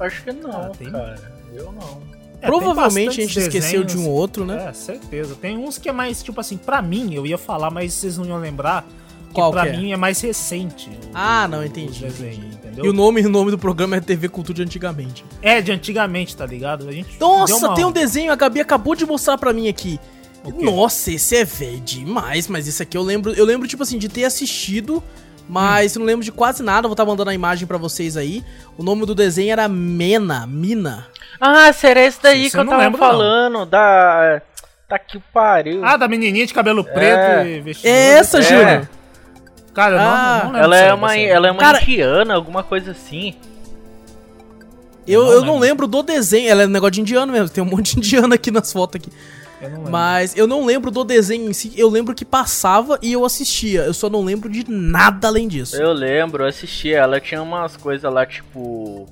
Acho que não, Ah, tem? cara. Eu não. [laughs] É, tem Provavelmente a gente bastantes esqueceu de um desenhos. outro, né? É, certeza. Tem uns que é mais, tipo assim, pra mim, eu ia falar, mas vocês não iam lembrar. Que Qual pra que é? mim é mais recente. o- Ah, não, o entendi, entendi. entendeu? E o nome, o nome do programa é TV Cultura de Antigamente. É, de antigamente, tá ligado? A gente deu Nossa, uma- tem um desenho, a Gabi acabou de mostrar pra mim aqui. O quê? Nossa, esse é velho demais, mas esse aqui eu lembro, eu lembro tipo assim de ter assistido Mas Hum. eu não lembro de quase nada, vou estar mandando a imagem pra vocês aí. O nome do desenho era Mena, Mina. Ah, será esse daí Isso que eu eu não tava lembro, não. falando? Da. Tá que pariu. Ah, da menininha de cabelo preto e vestido. É essa, É. Júlio? Cara, eu não, Ah. não lembro. ela, dessa- é uma, dessa- ela é uma Cara- indiana, alguma coisa assim. Eu, Não eu não lembro. lembro do desenho. Ela é um negócio de indiano mesmo, tem um monte de indiano aqui nas fotos aqui. Eu não lembro. Mas eu não lembro do desenho em si, eu lembro que passava e eu assistia. Eu só não lembro de nada além É. disso. Eu lembro, eu assisti ela, tinha umas coisas lá, tipo.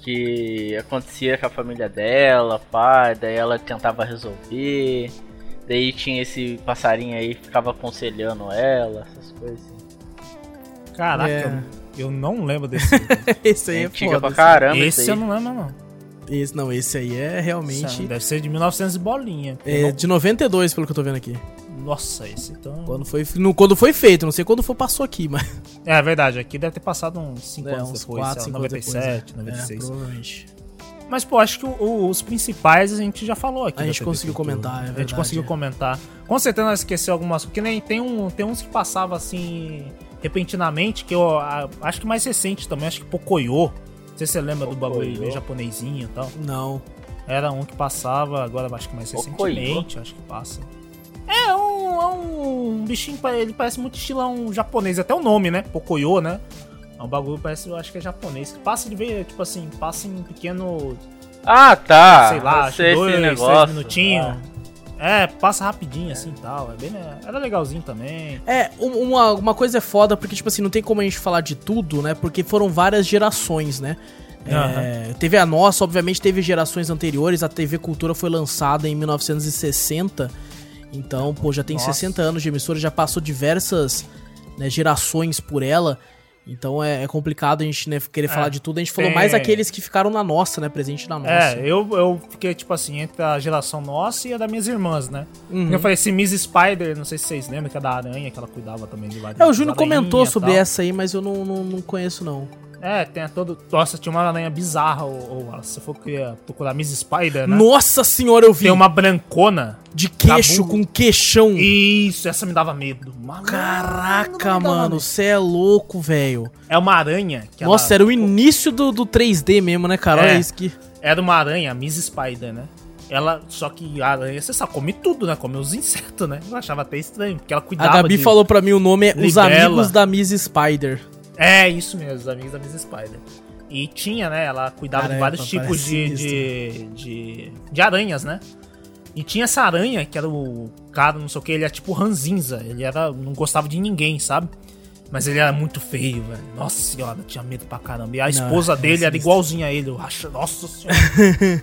Que acontecia com a família dela, pá, daí ela tentava resolver. Daí tinha esse passarinho aí que ficava aconselhando ela, essas coisas. assim. Caraca, É. eu, eu não lembro desse. [laughs] Esse aí é Antiga foda. pra assim. caramba, isso Esse eu aí. não lembro, não. Esse, não, esse aí é realmente. Deve ser de 1900 e bolinha. Eu É, de 92, pelo que eu tô vendo aqui. não- Nossa, esse então. É. Quando foi, no- quando foi feito, não sei quando foi, passou aqui, mas. É verdade, aqui deve ter passado uns 5 É, anos uns depois, quatro, sei cinco lá, anos depois, 97, É, 96. provavelmente. Mas, pô, acho que o- o- os principais a gente já falou aqui. A da gente TV conseguiu Cultura. comentar, é A gente verdade, conseguiu é. comentar. Com certeza nós esqueceu algumas coisas, que nem tem, um, tem uns que passavam assim, repentinamente, que eu a- acho que mais recente também, acho que Pocoyo. Não sei se você lembra do bagulho Pocoyo. meio japonesinho e tal. Não. Era um que passava, agora acho que mais Pocoyo? recentemente, acho que passa. É um, é um bichinho, pa- ele parece muito estilão japonês, até o nome, né? Pocoyo, né? É um bagulho, parece, eu acho que é japonês. Que passa de ver, tipo assim, passa em pequeno Ah, tá. sei lá, acho sei esse dois, negócio. né? três minutinhos. É, passa rapidinho assim e tal. É bem, era legalzinho também. É, um- uma, uma coisa é foda, porque, tipo assim, não tem como a gente falar de tudo, né? Porque foram várias gerações, né? É, teve a nossa, obviamente teve gerações anteriores, a TV Cultura foi lançada em 1960. Então, pô, já tem Nossa. 60 anos de emissora, já passou diversas né, gerações por ela. Então é, é complicado a gente né, querer É, falar de tudo. A gente falou tem- mais aqueles que ficaram na nossa, né? Presente na nossa. É, eu, eu fiquei, tipo assim, entre a geração nossa e a das minhas irmãs, né? Uhum. Eu falei, esse Miss Spider, não sei se vocês lembram, que é da aranha, que ela cuidava também de lá. É, o Júnior comentou sobre essa. essa aí, mas eu não, não, não conheço, não. É, tem a todo. Nossa, tinha uma aranha bizarra, ou, ou se for queria procurar Miss Spider, né? Nossa senhora, eu vi! Tem uma brancona. De queixo Tabu. com queixão. Isso, essa me dava medo. Mano, me Caraca, dava mano, medo. você é louco, velho. É uma aranha que ela- Nossa, era o início do, do 3D mesmo, né, cara? Olha É. isso que. Era uma aranha, a Miss Spider, né? Ela, só que a aranha, você sabe, come tudo, né? Come os insetos, né? Eu achava até estranho, porque ela A cuidava Gabi de- falou pra mim o nome é Os Libela. Amigos da Miss Spider. É, isso mesmo, os amigos da Miss Spider. E tinha, né? Ela cuidava Caramba, de vários tipos parece de, de, de, de aranhas, né? E tinha essa aranha, que era o cara, não sei o que, ele era tipo ranzinza. Ele era, não gostava de ninguém, sabe? Mas ele era muito feio, velho. Nossa senhora, tinha medo pra caramba. E a Não, esposa é dele era sinistro. igualzinha a ele. Eu acho, [laughs] nossa senhora.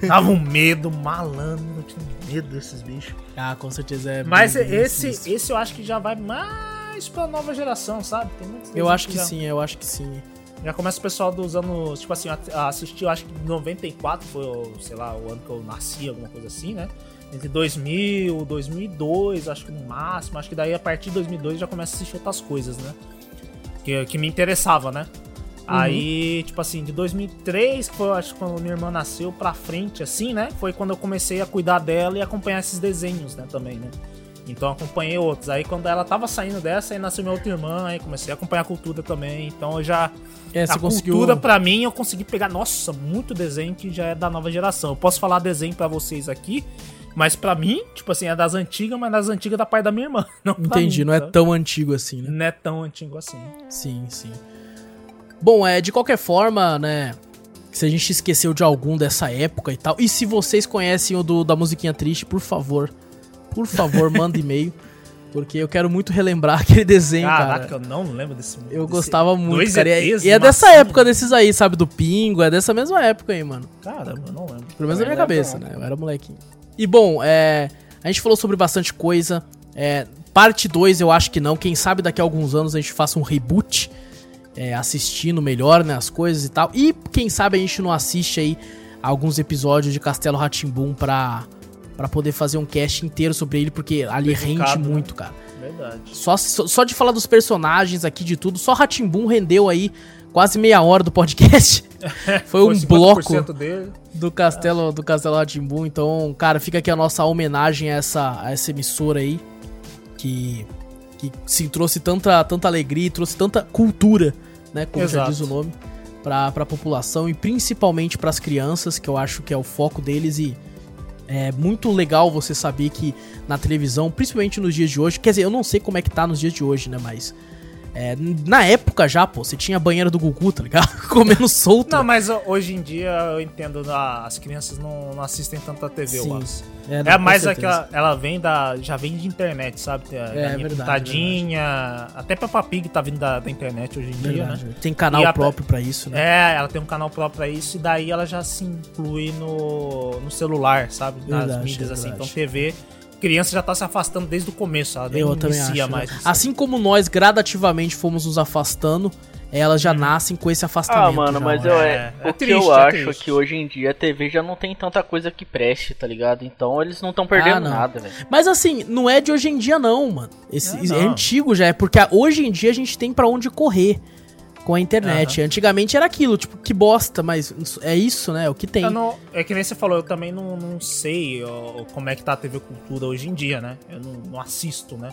Tava um medo, malandro. Eu tinha medo desses bichos. Ah, com certeza é. Mas bem- bem esse, sinistro. esse eu acho que já vai mais pra nova geração, sabe? Tem muitos Eu desenhos acho que já- sim, eu acho que sim. Já começa o pessoal dos anos, tipo assim, a- assistiu, acho que 94 foi, o, sei lá, o ano que eu nasci, alguma coisa assim, né? Entre 2000, 2002, acho que no máximo, acho que daí a partir de 2002 já começa a assistir outras coisas, né? Que, que me interessava, né? Aí, tipo assim, de 2003, que foi, acho que quando minha irmã nasceu, pra frente, assim, né? Foi quando eu comecei a cuidar dela e acompanhar esses desenhos, né, também, né? Então eu acompanhei outros. Aí quando ela tava saindo dessa, aí nasceu minha outra irmã, aí comecei a acompanhar a cultura também. Então eu já É, você a conseguiu. cultura, pra mim, eu consegui pegar, nossa, muito desenho que já é da nova geração. Eu posso falar desenho pra vocês aqui, mas pra mim, tipo assim, é das antigas, mas das antigas da parte da minha irmã. [laughs] Não pra Entendi, mim, tá? não é sabe? tão antigo assim, né? Não é tão antigo assim. Sim, sim. Bom, é, de qualquer forma, né? Se a gente esqueceu de algum dessa época e tal. E se vocês conhecem o do, da musiquinha triste, por favor. Por favor, [laughs] manda e-mail. Porque eu quero muito relembrar [laughs] aquele desenho, Caraca, cara. eu não lembro desse Eu desse- gostava muito, dois Assim? cara. E é, ETs e é numa dessa massinha. época desses aí, sabe? Do Pingo, é dessa mesma época aí, mano. Caramba, eu não lembro. Pelo menos na minha Também não é cabeça, né? Eu era molequinho. E bom, é, a gente falou sobre bastante coisa. É, parte 2 eu acho que não. Quem sabe daqui a alguns anos a gente faça um reboot. é, assistindo melhor né, as coisas e tal. E quem sabe a gente não assiste aí alguns episódios de Castelo Ratimbum pra, pra poder fazer um cast inteiro sobre ele, porque ali Dedicado, rende né? muito, cara. Verdade. Só, só só de falar dos personagens aqui, de tudo, só Ratimbum rendeu aí quase meia hora do podcast. Foi um bloco 50% Dele. do Castelo do Castelo Rá-Tim-Bum. Então, cara, fica aqui a nossa homenagem a essa, a essa emissora aí que que sim, trouxe tanta, tanta alegria, e trouxe tanta cultura, né, como já Exato. diz o nome, para a população e principalmente para as crianças, que eu acho que é o foco deles e é muito legal você saber que na televisão, principalmente nos dias de hoje, quer dizer, eu não sei como é que tá nos dias de hoje, né, mas é, na época já, pô, você tinha a banheira do Gugu, tá ligado? [laughs] Comendo solto. Não, mas ó, hoje em dia eu entendo, ah, as crianças não, não assistem tanto a TV, Sim. eu acho. não, É com mais certeza. aquela. Ela vem da. Já vem de internet, sabe? Tem a É, galinha verdade, pintadinha. Até Peppa Pig tá vindo da, da internet hoje em Verdade, dia, né? Tem canal E a- próprio pra isso, né? É, ela tem um canal próprio pra isso e daí ela já se inclui no, no celular, sabe? Nas Verdade, mídias, assim. verdade. Então TV, criança já tá se afastando desde o começo, ela nem Eu também É, inicia acho. mais. né? Assim como nós gradativamente fomos nos afastando, elas Hum. já nascem com esse afastamento. Ah, já, mano, mas né? eu, é- é, é o que triste, eu é acho é triste. que hoje em dia a TV já não tem tanta coisa que preste, tá ligado? Então eles não estão perdendo Ah, não. nada, velho. Mas assim, não é de hoje em dia não, mano. Esse, É, esse- é não. antigo já, é porque a- hoje em dia a gente tem pra onde correr com a internet. Antigamente era aquilo, tipo, que bosta, mas isso- é isso, né? É o que tem. Eu não, é que nem você falou, eu também não, não sei ó, como é que tá a TV Cultura hoje em dia, né? Eu não, não assisto, né?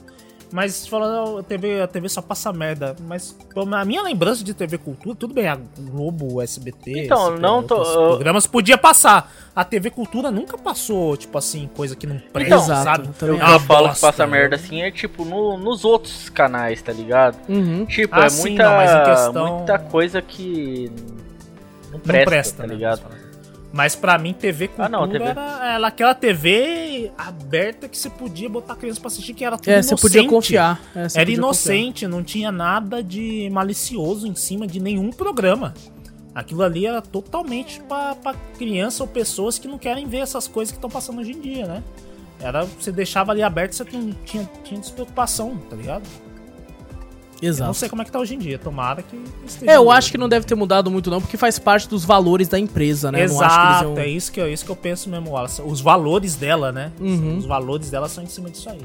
Mas falando, a TV, a TV só passa merda. Mas pô, a minha lembrança de TV Cultura, tudo bem, a Globo, o SBT, Então, esse- não tô- outros eu- programas podia passar. A TV Cultura nunca passou, tipo assim, coisa que não presta, Então, Exato, sabe? também É acho. uma eu falo que bosta, passa né? merda assim é tipo no- nos outros canais, tá ligado? Uhum. Tipo, Ah, é sim, muita, não, mas em questão- muita coisa que não Não presta, presta, tá né? ligado? Mas pra mim, TV Cultura Ah, não, TV. era era aquela TV aberta que você podia botar a criança pra assistir, que era tudo É, você podia inocente. confiar. É, você Era podia inocente, não tinha nada de malicioso em cima de nenhum programa. Aquilo ali era totalmente pra pra criança ou pessoas que não querem ver essas coisas que estão passando hoje em dia, né? Era, você deixava ali aberto, você não tinha, tinha despreocupação, tá ligado? confiar. Eu não Exato. sei como é que tá hoje em dia, tomara que esteja. É, eu acho que não deve ter mudado muito não, porque faz parte dos valores da empresa, né? Eu não acho que Exato, eles iam- é, isso que, eu- é isso que eu penso mesmo, Wallace. Os valores dela, né? Uhum. Os valores dela são em cima disso aí.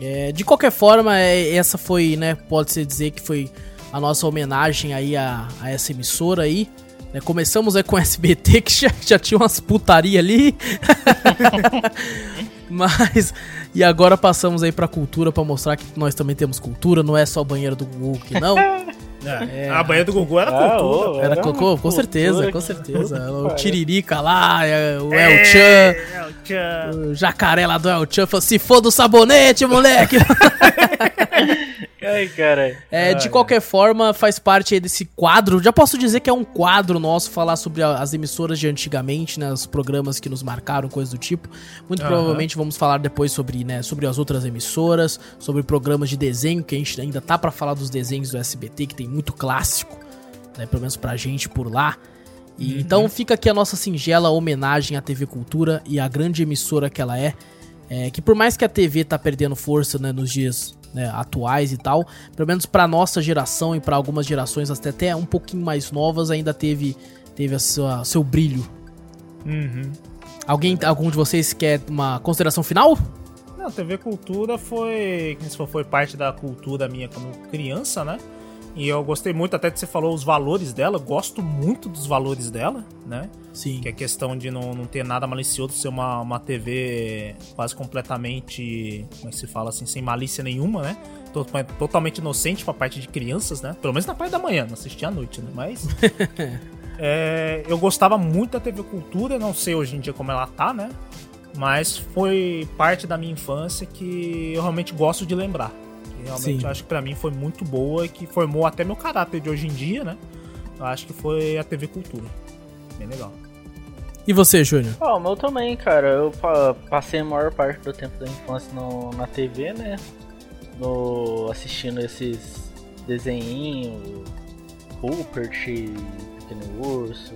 É, de qualquer forma, é, essa foi, né? Pode-se dizer que foi a nossa homenagem aí a, a essa emissora aí. né? começamos aí com o SBT, [laughs] que já, já tinha umas putaria ali. [laughs] Mas. E agora passamos aí pra cultura pra mostrar que nós também temos cultura, não é só banheiro do Google que [laughs] não. É. A banheira do Gugu era Ah, cultura. ô, Era uma cocô, com cultura certeza, que- com [laughs] certeza. O Cara. Tiririca lá, é, o El Chan. É, tchan. O jacaré lá do El Chan falou, se for do sabonete, moleque! Ai, caralho. É, de qualquer forma, faz parte aí desse quadro. Já posso dizer que é um quadro nosso falar sobre a- as emissoras de antigamente, né? Os programas que nos marcaram, coisa do tipo. Muito Aham. provavelmente vamos falar depois sobre, né, sobre as outras emissoras, sobre programas de desenho, que a gente ainda tá pra falar dos desenhos do SBT, que tem muito clássico, né? Pelo menos pra gente por lá. E, Então fica aqui a nossa singela homenagem à TV Cultura e à grande emissora que ela é. É, que por mais que a TV tá perdendo força né, nos dias né, atuais e tal, pelo menos pra nossa geração e pra algumas gerações até, até um pouquinho mais novas, ainda teve, teve a sua, seu brilho. Uhum. Alguém, algum de vocês quer uma consideração final? Não, TV Cultura foi, que nem você falou, foi parte da cultura minha quando criança, né? E eu gostei muito, até que você falou os valores dela, eu gosto muito dos valores dela, né? Sim. Que é questão de não, não ter nada malicioso, ser uma, uma TV quase completamente, como é que se fala assim, sem malícia nenhuma, né? To- Totalmente inocente pra parte de crianças, né? Pelo menos na parte da manhã, não assistia à noite, [laughs] né? Mas. é, eu gostava muito da TV Cultura, não sei hoje em dia como ela tá, né? Mas foi parte da minha infância que eu realmente gosto de lembrar. Que realmente Sim. eu acho que pra mim foi muito boa e que formou até meu caráter de hoje em dia, né? Eu acho que foi a TV Cultura. Bem legal. E você, Júnior? Ah, o meu também, cara. Eu pa- passei a maior parte do tempo da infância no- na TV, né? No, assistindo esses desenhinhos, Rupert, Pequeno Urso,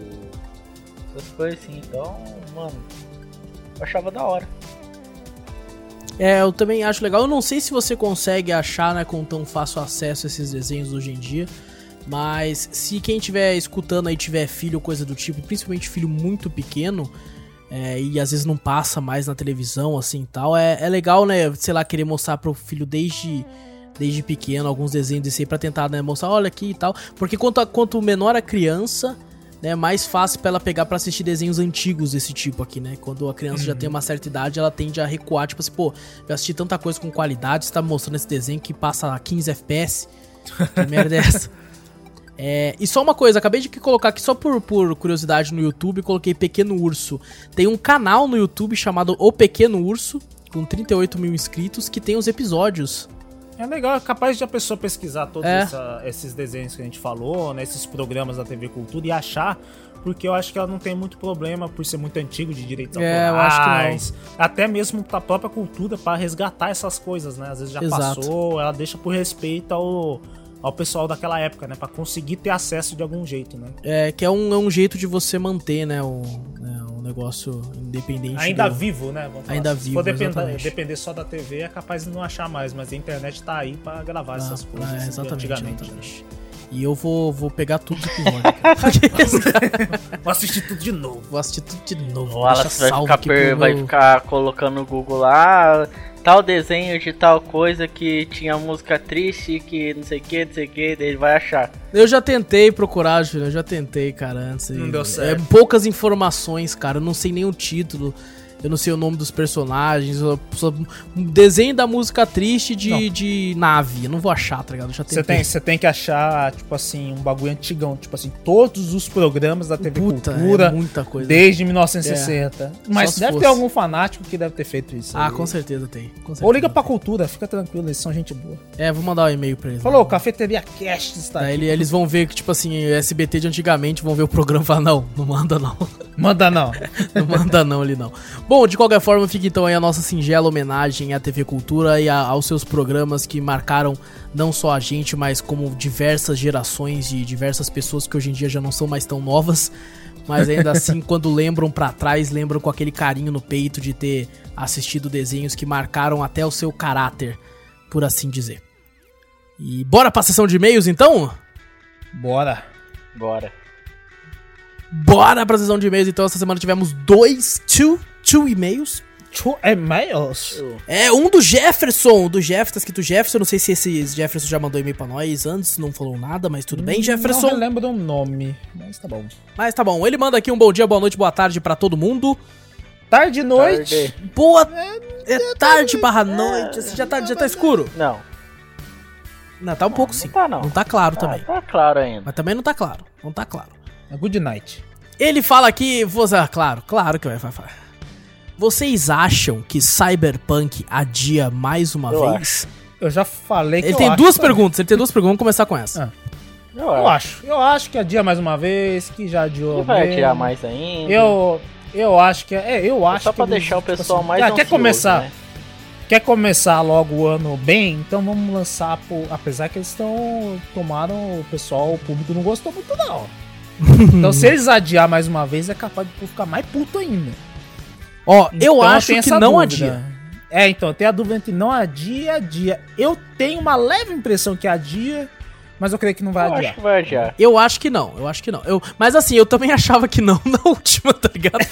essas coisas assim. Então, mano, eu achava da hora. É, eu também acho legal. Eu não sei se você consegue achar, né, com tão fácil acesso esses desenhos hoje em dia. Mas se quem estiver escutando aí tiver filho ou coisa do tipo, principalmente filho muito pequeno, é, e às vezes não passa mais na televisão, assim e tal, é, é legal, né, sei lá, querer mostrar pro filho desde. Desde pequeno, alguns desenhos desse aí pra tentar, né, mostrar, olha aqui e tal. Porque quanto, a- quanto menor a criança, né, mais fácil pra ela pegar pra assistir desenhos antigos desse tipo aqui, né? Quando a criança já tem uma certa idade, ela tende a recuar, tipo assim, pô, já assisti tanta coisa com qualidade, você tá me mostrando esse desenho que passa a 15 FPS. Que merda é [laughs] essa? É, e só uma coisa, acabei de colocar aqui só por, por curiosidade no YouTube, coloquei Pequeno Urso. Tem um canal no YouTube chamado O Pequeno Urso, com 38 mil inscritos, que tem os episódios. É legal, é capaz de a pessoa pesquisar todos É. essa- esses desenhos que a gente falou, né, esses programas da TV Cultura e achar, porque eu acho que ela não tem muito problema por ser muito antigo de direitos É, eu acho que não. autorais. Até mesmo da própria cultura para resgatar essas coisas, né? Às vezes já Exato. passou, ela deixa por respeito ao, ao pessoal daquela época, né? Pra conseguir ter acesso de algum jeito, né? É, que é um, é um jeito de você manter, né, o, né, o negócio independente. Ainda do- vivo, né? Vamos Ainda assim. Se vivo, for depender, exatamente. depender só da TV, é capaz de não achar mais, mas a internet tá aí pra gravar Ah, essas coisas. é, de exatamente, Antigamente. né? exatamente. E eu vou, vou pegar tudo do episódio. cara, [laughs] porque- Vou assistir tudo de novo. vou assistir tudo de novo. O vou Wallace deixar vai salvo ficar, aqui per- pro vai meu- ficar colocando no Google lá tal desenho de tal coisa que tinha música triste, que não sei o que, não sei o que, daí ele vai achar. Eu já tentei procurar, Júlio, eu já tentei, cara, antes. Não E- deu certo. É, poucas informações, cara, eu não sei nem o título, eu não sei o nome dos personagens, eu só- um desenho da música triste de, Não. de nave, eu não vou achar, tá ligado? Eu já Você tentei. tem, você tem que achar, tipo assim, um bagulho antigão. Tipo assim, todos os programas da TV Puta, é Cultura muita coisa. É, desde 1960. Mas se deve fosse. ter algum fanático que deve ter feito isso. Ah, aí. com certeza tem. com certeza Ou liga pra tem. cultura, fica tranquilo, eles são gente boa. É, vou mandar um e-mail pra eles. Falou, Cafeteria Cast está Daí aqui. ele- eles vão ver que, tipo assim, SBT de antigamente vão ver o programa e falar, não, não manda não. Manda não. [laughs] Não manda não ali não. Bom, de qualquer forma, fica então aí a nossa singela homenagem à TV Cultura e a- aos seus programas que marcaram não só a gente, mas como diversas gerações de diversas pessoas que hoje em dia já não são mais tão novas. Mas ainda assim, quando lembram pra trás, lembram com aquele carinho no peito de ter assistido desenhos que marcaram até o seu caráter, por assim dizer. E bora pra sessão de e-mails então? Bora. Bora. Bora pra sessão de e-mails então. Essa semana tivemos dois, two, two e-mails. Two e-mails. É, um do Jefferson, do Jefferson, tá escrito Jefferson, não sei se esse Jefferson já mandou e-mail pra nós antes, não falou nada, mas tudo bem, Jefferson. Hum, Não lembro o nome, mas tá bom. Mas tá bom, ele manda aqui um bom dia, boa noite, boa tarde pra todo mundo. Tarde e noite. Tarde. Boa é tarde barra noite, assim, já tá, já tá escuro? Não, Não, tá um pouco sim, não tá não. não tá claro Ah, também, tá claro ainda. mas também não tá claro, não tá claro. Good night. Ele fala aqui, você, ah, claro, claro que vai falar. Vocês acham que Cyberpunk adia mais uma Eu vez? Eu já falei que Ele eu tem acho duas também. perguntas, ele tem duas perguntas, vamos começar com essa. Ah. Eu Eu acho. acho. Eu acho que adia mais uma vez, que já adiou. que vai mesmo. tirar mais ainda. Eu, eu acho que é, eu acho só que pra eles, deixar o tipo pessoal assim, mais ah, quer ansioso, começar, né? quer começar logo o ano bem, então vamos lançar pro- apesar que eles estão tomaram o pessoal, o público não gostou muito não. Então se eles adiar mais uma vez é capaz de ficar mais puto ainda. Ó, eu Então, acho tenho que essa não dúvida. adia. É, então, tem a dúvida entre não adia e adia. Eu tenho uma leve impressão que adia, mas eu creio que não vai Eu adiar. acho que vai adiar. Eu acho que não, eu acho que não. Eu, mas assim, eu também [laughs] achava que não na última, tá ligado? [laughs]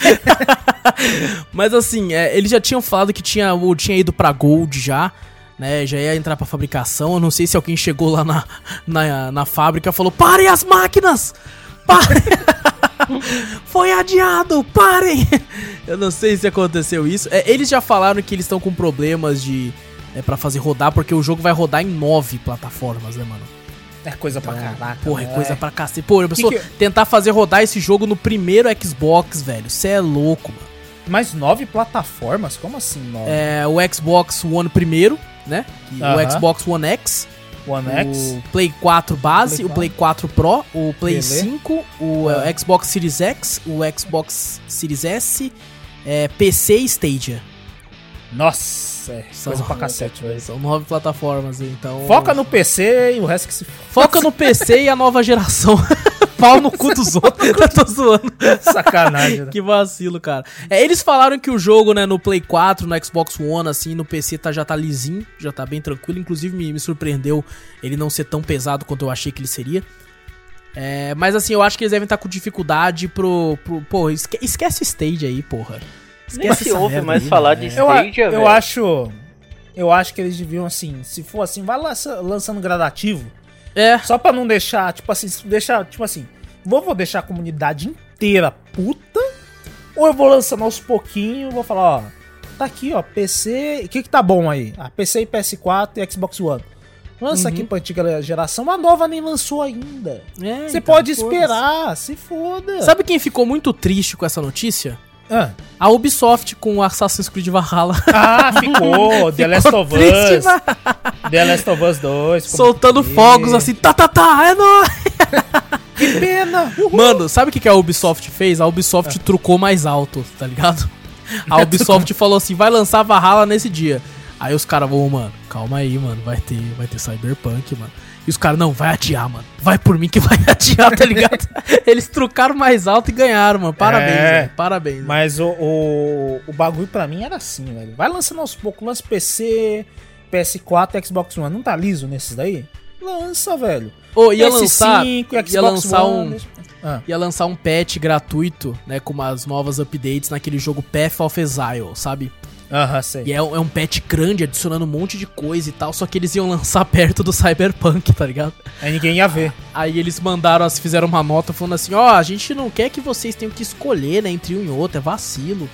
mas assim, é, eles já tinham falado que tinha, o- tinha ido pra Gold já, né? Já ia entrar pra fabricação. Eu não sei se alguém chegou lá na, na, na fábrica e falou: parem as máquinas! Parem! [laughs] Foi adiado, parem! Eu não sei se aconteceu isso. É, eles já falaram que eles estão com problemas de. É pra fazer rodar, porque o jogo vai rodar em nove plataformas, né, mano? É coisa pra Então, caraca. Porra, é né? coisa pra cacete. Pô, a pessoa que- tentar fazer rodar esse jogo no primeiro Xbox, velho. Você é louco, mano. Mas nove plataformas? Como assim nove? É, o Xbox One primeiro, né? Que- Aham. O Xbox One X, One X? o Play 4 base, Play o Play 4 Pro, o Play Beleza. 5, o é, Xbox Series X, o Xbox Series S, é, PC e Stadia. Nossa, é São coisa pra nove cacete, velho. São nove plataformas, então... Foca no PC e o resto que se f- Foca [laughs] no PC e a nova geração. [laughs] Pau no cu dos outros. [laughs] Eu tô zoando. [laughs] sacanagem. né? Que vacilo, cara. É, eles falaram que o jogo, né, no Play 4, no Xbox One, assim, no PC tá, já tá lisinho, já tá bem tranquilo. Inclusive, me, me surpreendeu ele não ser tão pesado quanto eu achei que ele seria. É, mas assim, eu acho que eles devem estar com dificuldade pro. pro pô, esque- esquece stage aí, porra. Nem se essa ouve merda mais aí, falar né? de Eu, a- Stadia, eu velho. acho. Eu acho que eles deviam, assim, se for assim, vai lança- lançando gradativo. É, Só pra não deixar, tipo assim, se deixar, tipo assim. Vou, vou deixar a comunidade inteira puta, ou eu vou lançando aos pouquinhos, vou falar, ó, tá aqui, ó, PC, o que que tá bom aí? Ah, PC e PS4 e Xbox One. Lança Uhum. aqui pra antiga geração, a nova nem lançou ainda. É, Você então, pode foda-se. esperar, se foda. Sabe quem ficou muito triste com essa notícia? Ah. A Ubisoft com o Assassin's Creed Valhalla. [laughs] [laughs] Ah, ficou. The Last of triste, Us. The Last of Us 2. ficou Soltando muito fogos triste. assim, tá, tá, tá, é nóis! Que pena. Mano, sabe o que, que a Ubisoft fez? A Ah. Ubisoft trucou mais alto, tá [laughs] ligado? A Ubisoft falou assim: vai lançar Valhalla nesse dia. Aí os caras vão, mano, calma aí, mano, vai ter, vai ter Cyberpunk, mano. E os caras, não, vai adiar, mano. Vai por mim que vai [laughs] adiar, tá ligado? [laughs] Eles trucaram mais alto e ganharam, mano. Parabéns, É. velho. Parabéns. Mas o, o, o bagulho pra mim era assim, velho. Vai lançando aos poucos. Lança PC, PS4, Xbox One. Não tá liso nesses daí? Lança, velho. Ô, ia lançar, PS5, Xbox ia lançar One. um, Ah, ia lançar um patch gratuito, né, com umas novas updates naquele jogo Path of Exile, sabe? Aham, sei. E é, um- é um patch grande, adicionando um monte de coisa e tal, só que eles iam lançar [laughs] perto do Cyberpunk, tá ligado? Aí ninguém ia ver. Aí eles mandaram, assim, fizeram uma nota falando assim, ó, a gente não quer que vocês tenham que escolher, né, entre um e outro, é vacilo.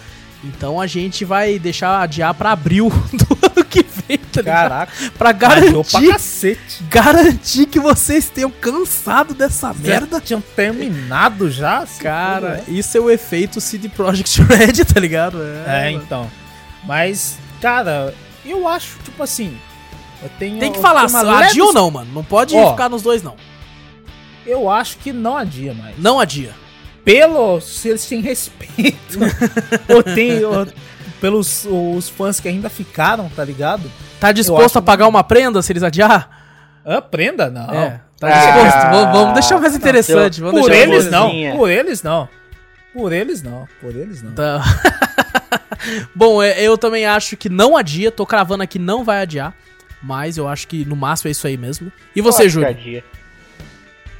Então a gente vai deixar adiar pra abril [laughs] do ano que vem, tá ligado? [laughs] Caraca, pra adiou pra garantir, cacete. garantir que vocês tenham cansado dessa merda. Já Tinham terminado já? assim, Cara, isso é o efeito CD Projekt Red, tá ligado? É, mano. então. Mas, cara, eu acho, tipo assim. Eu tenho, Tem que falar, eu tenho uma adia leve- ou não, mano. Não pode Ó. ficar nos dois, não. Eu acho que não adia mais. Não adia. Pelo. Se eles têm [laughs] respeito. ou tem. ou- pelos os fãs que ainda ficaram, tá ligado? Tá acho disposto a que pagar uma prenda se eles adiar? Aprenda? Não. Tá, É, tá Ah, disposto. vamos, vamos deixar mais interessante. Vamos Por deixar mais eles não. boazinha. Por eles não. Por eles não. Por eles não. Tá. [laughs] Bom, é, eu também acho que não adia. Tô cravando aqui, não vai adiar. Mas eu acho que no máximo é isso aí mesmo. E você, Ótimo é. Júlio? dia.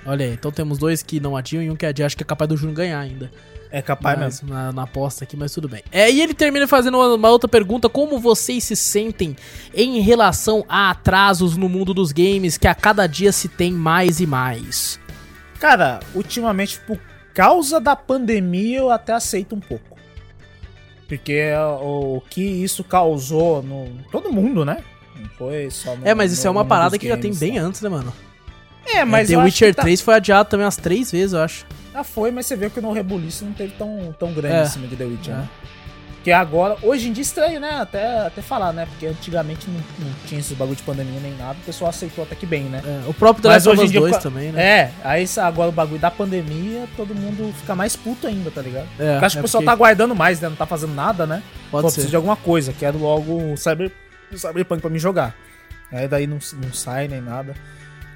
Olha aí, então temos dois que não adiam e um que adia. Acho que é capaz do Júnior ganhar ainda. É capaz mesmo. Mas Na, na aposta aqui, mas tudo bem. É, e ele termina fazendo uma, uma outra pergunta: como vocês se sentem em relação a atrasos no mundo dos games que a cada dia se tem mais e mais? Cara, ultimamente, por causa da pandemia, eu até aceito um pouco. Porque é o que isso causou no todo mundo, né? Não foi só no, É, mas isso no- é uma no parada um dos que já tem games, bem tá? antes, né, mano? É, mas The eu acho Witcher que tá- 3 foi adiado também umas três vezes, eu acho. Ah, foi, mas você vê que no rebuliço não teve tão, tão grande É. em cima de The Witcher, É. né? Que agora, hoje em dia é estranho, né? Até, até falar, né? Porque antigamente não, não tinha esse bagulho de pandemia nem nada, o pessoal aceitou até que bem, né? É, o próprio The Mas Last of hoje em Us dia 2 eu- também, né? É, aí sa- agora o bagulho da pandemia, todo mundo fica mais puto ainda, tá ligado? É, Porque acho que é o pessoal porque- tá aguardando mais, né? Não tá fazendo nada, né? Pode Pô, preciso ser. de alguma coisa. Quero logo o cyber, o Cyberpunk pra me jogar. Aí daí não, não sai nem nada.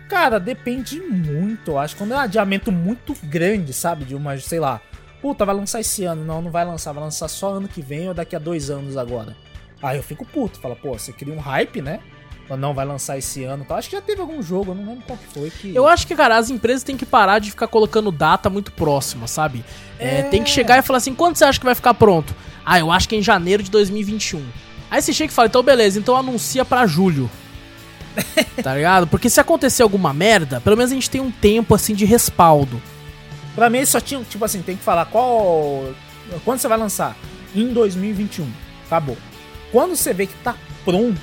Cara, depende muito, eu acho. Quando é um adiamento muito grande, sabe? De uma, sei lá, puta, vai lançar esse ano. Não, não vai lançar, vai lançar só ano que vem ou daqui a dois anos agora. Aí eu fico puto, fala, pô, você cria um hype, né? Fala, Não, vai lançar esse ano e tal. Acho que já teve algum jogo, eu não lembro qual que foi. Que... Eu acho que, cara, as empresas têm que parar de ficar colocando data muito próxima, sabe? É, É. Tem que chegar e falar assim, quando você acha que vai ficar pronto? Ah, eu acho que é em janeiro de 2021. Aí você chega e fala, então beleza, então anuncia pra [laughs] julho. tá ligado? Porque se acontecer alguma merda, pelo menos a gente tem um tempo, assim, de respaldo. Pra mim, eles só tinha, tipo assim, tem que falar qual. Quando você vai lançar? Em 2021. Acabou. Quando você vê que tá pronto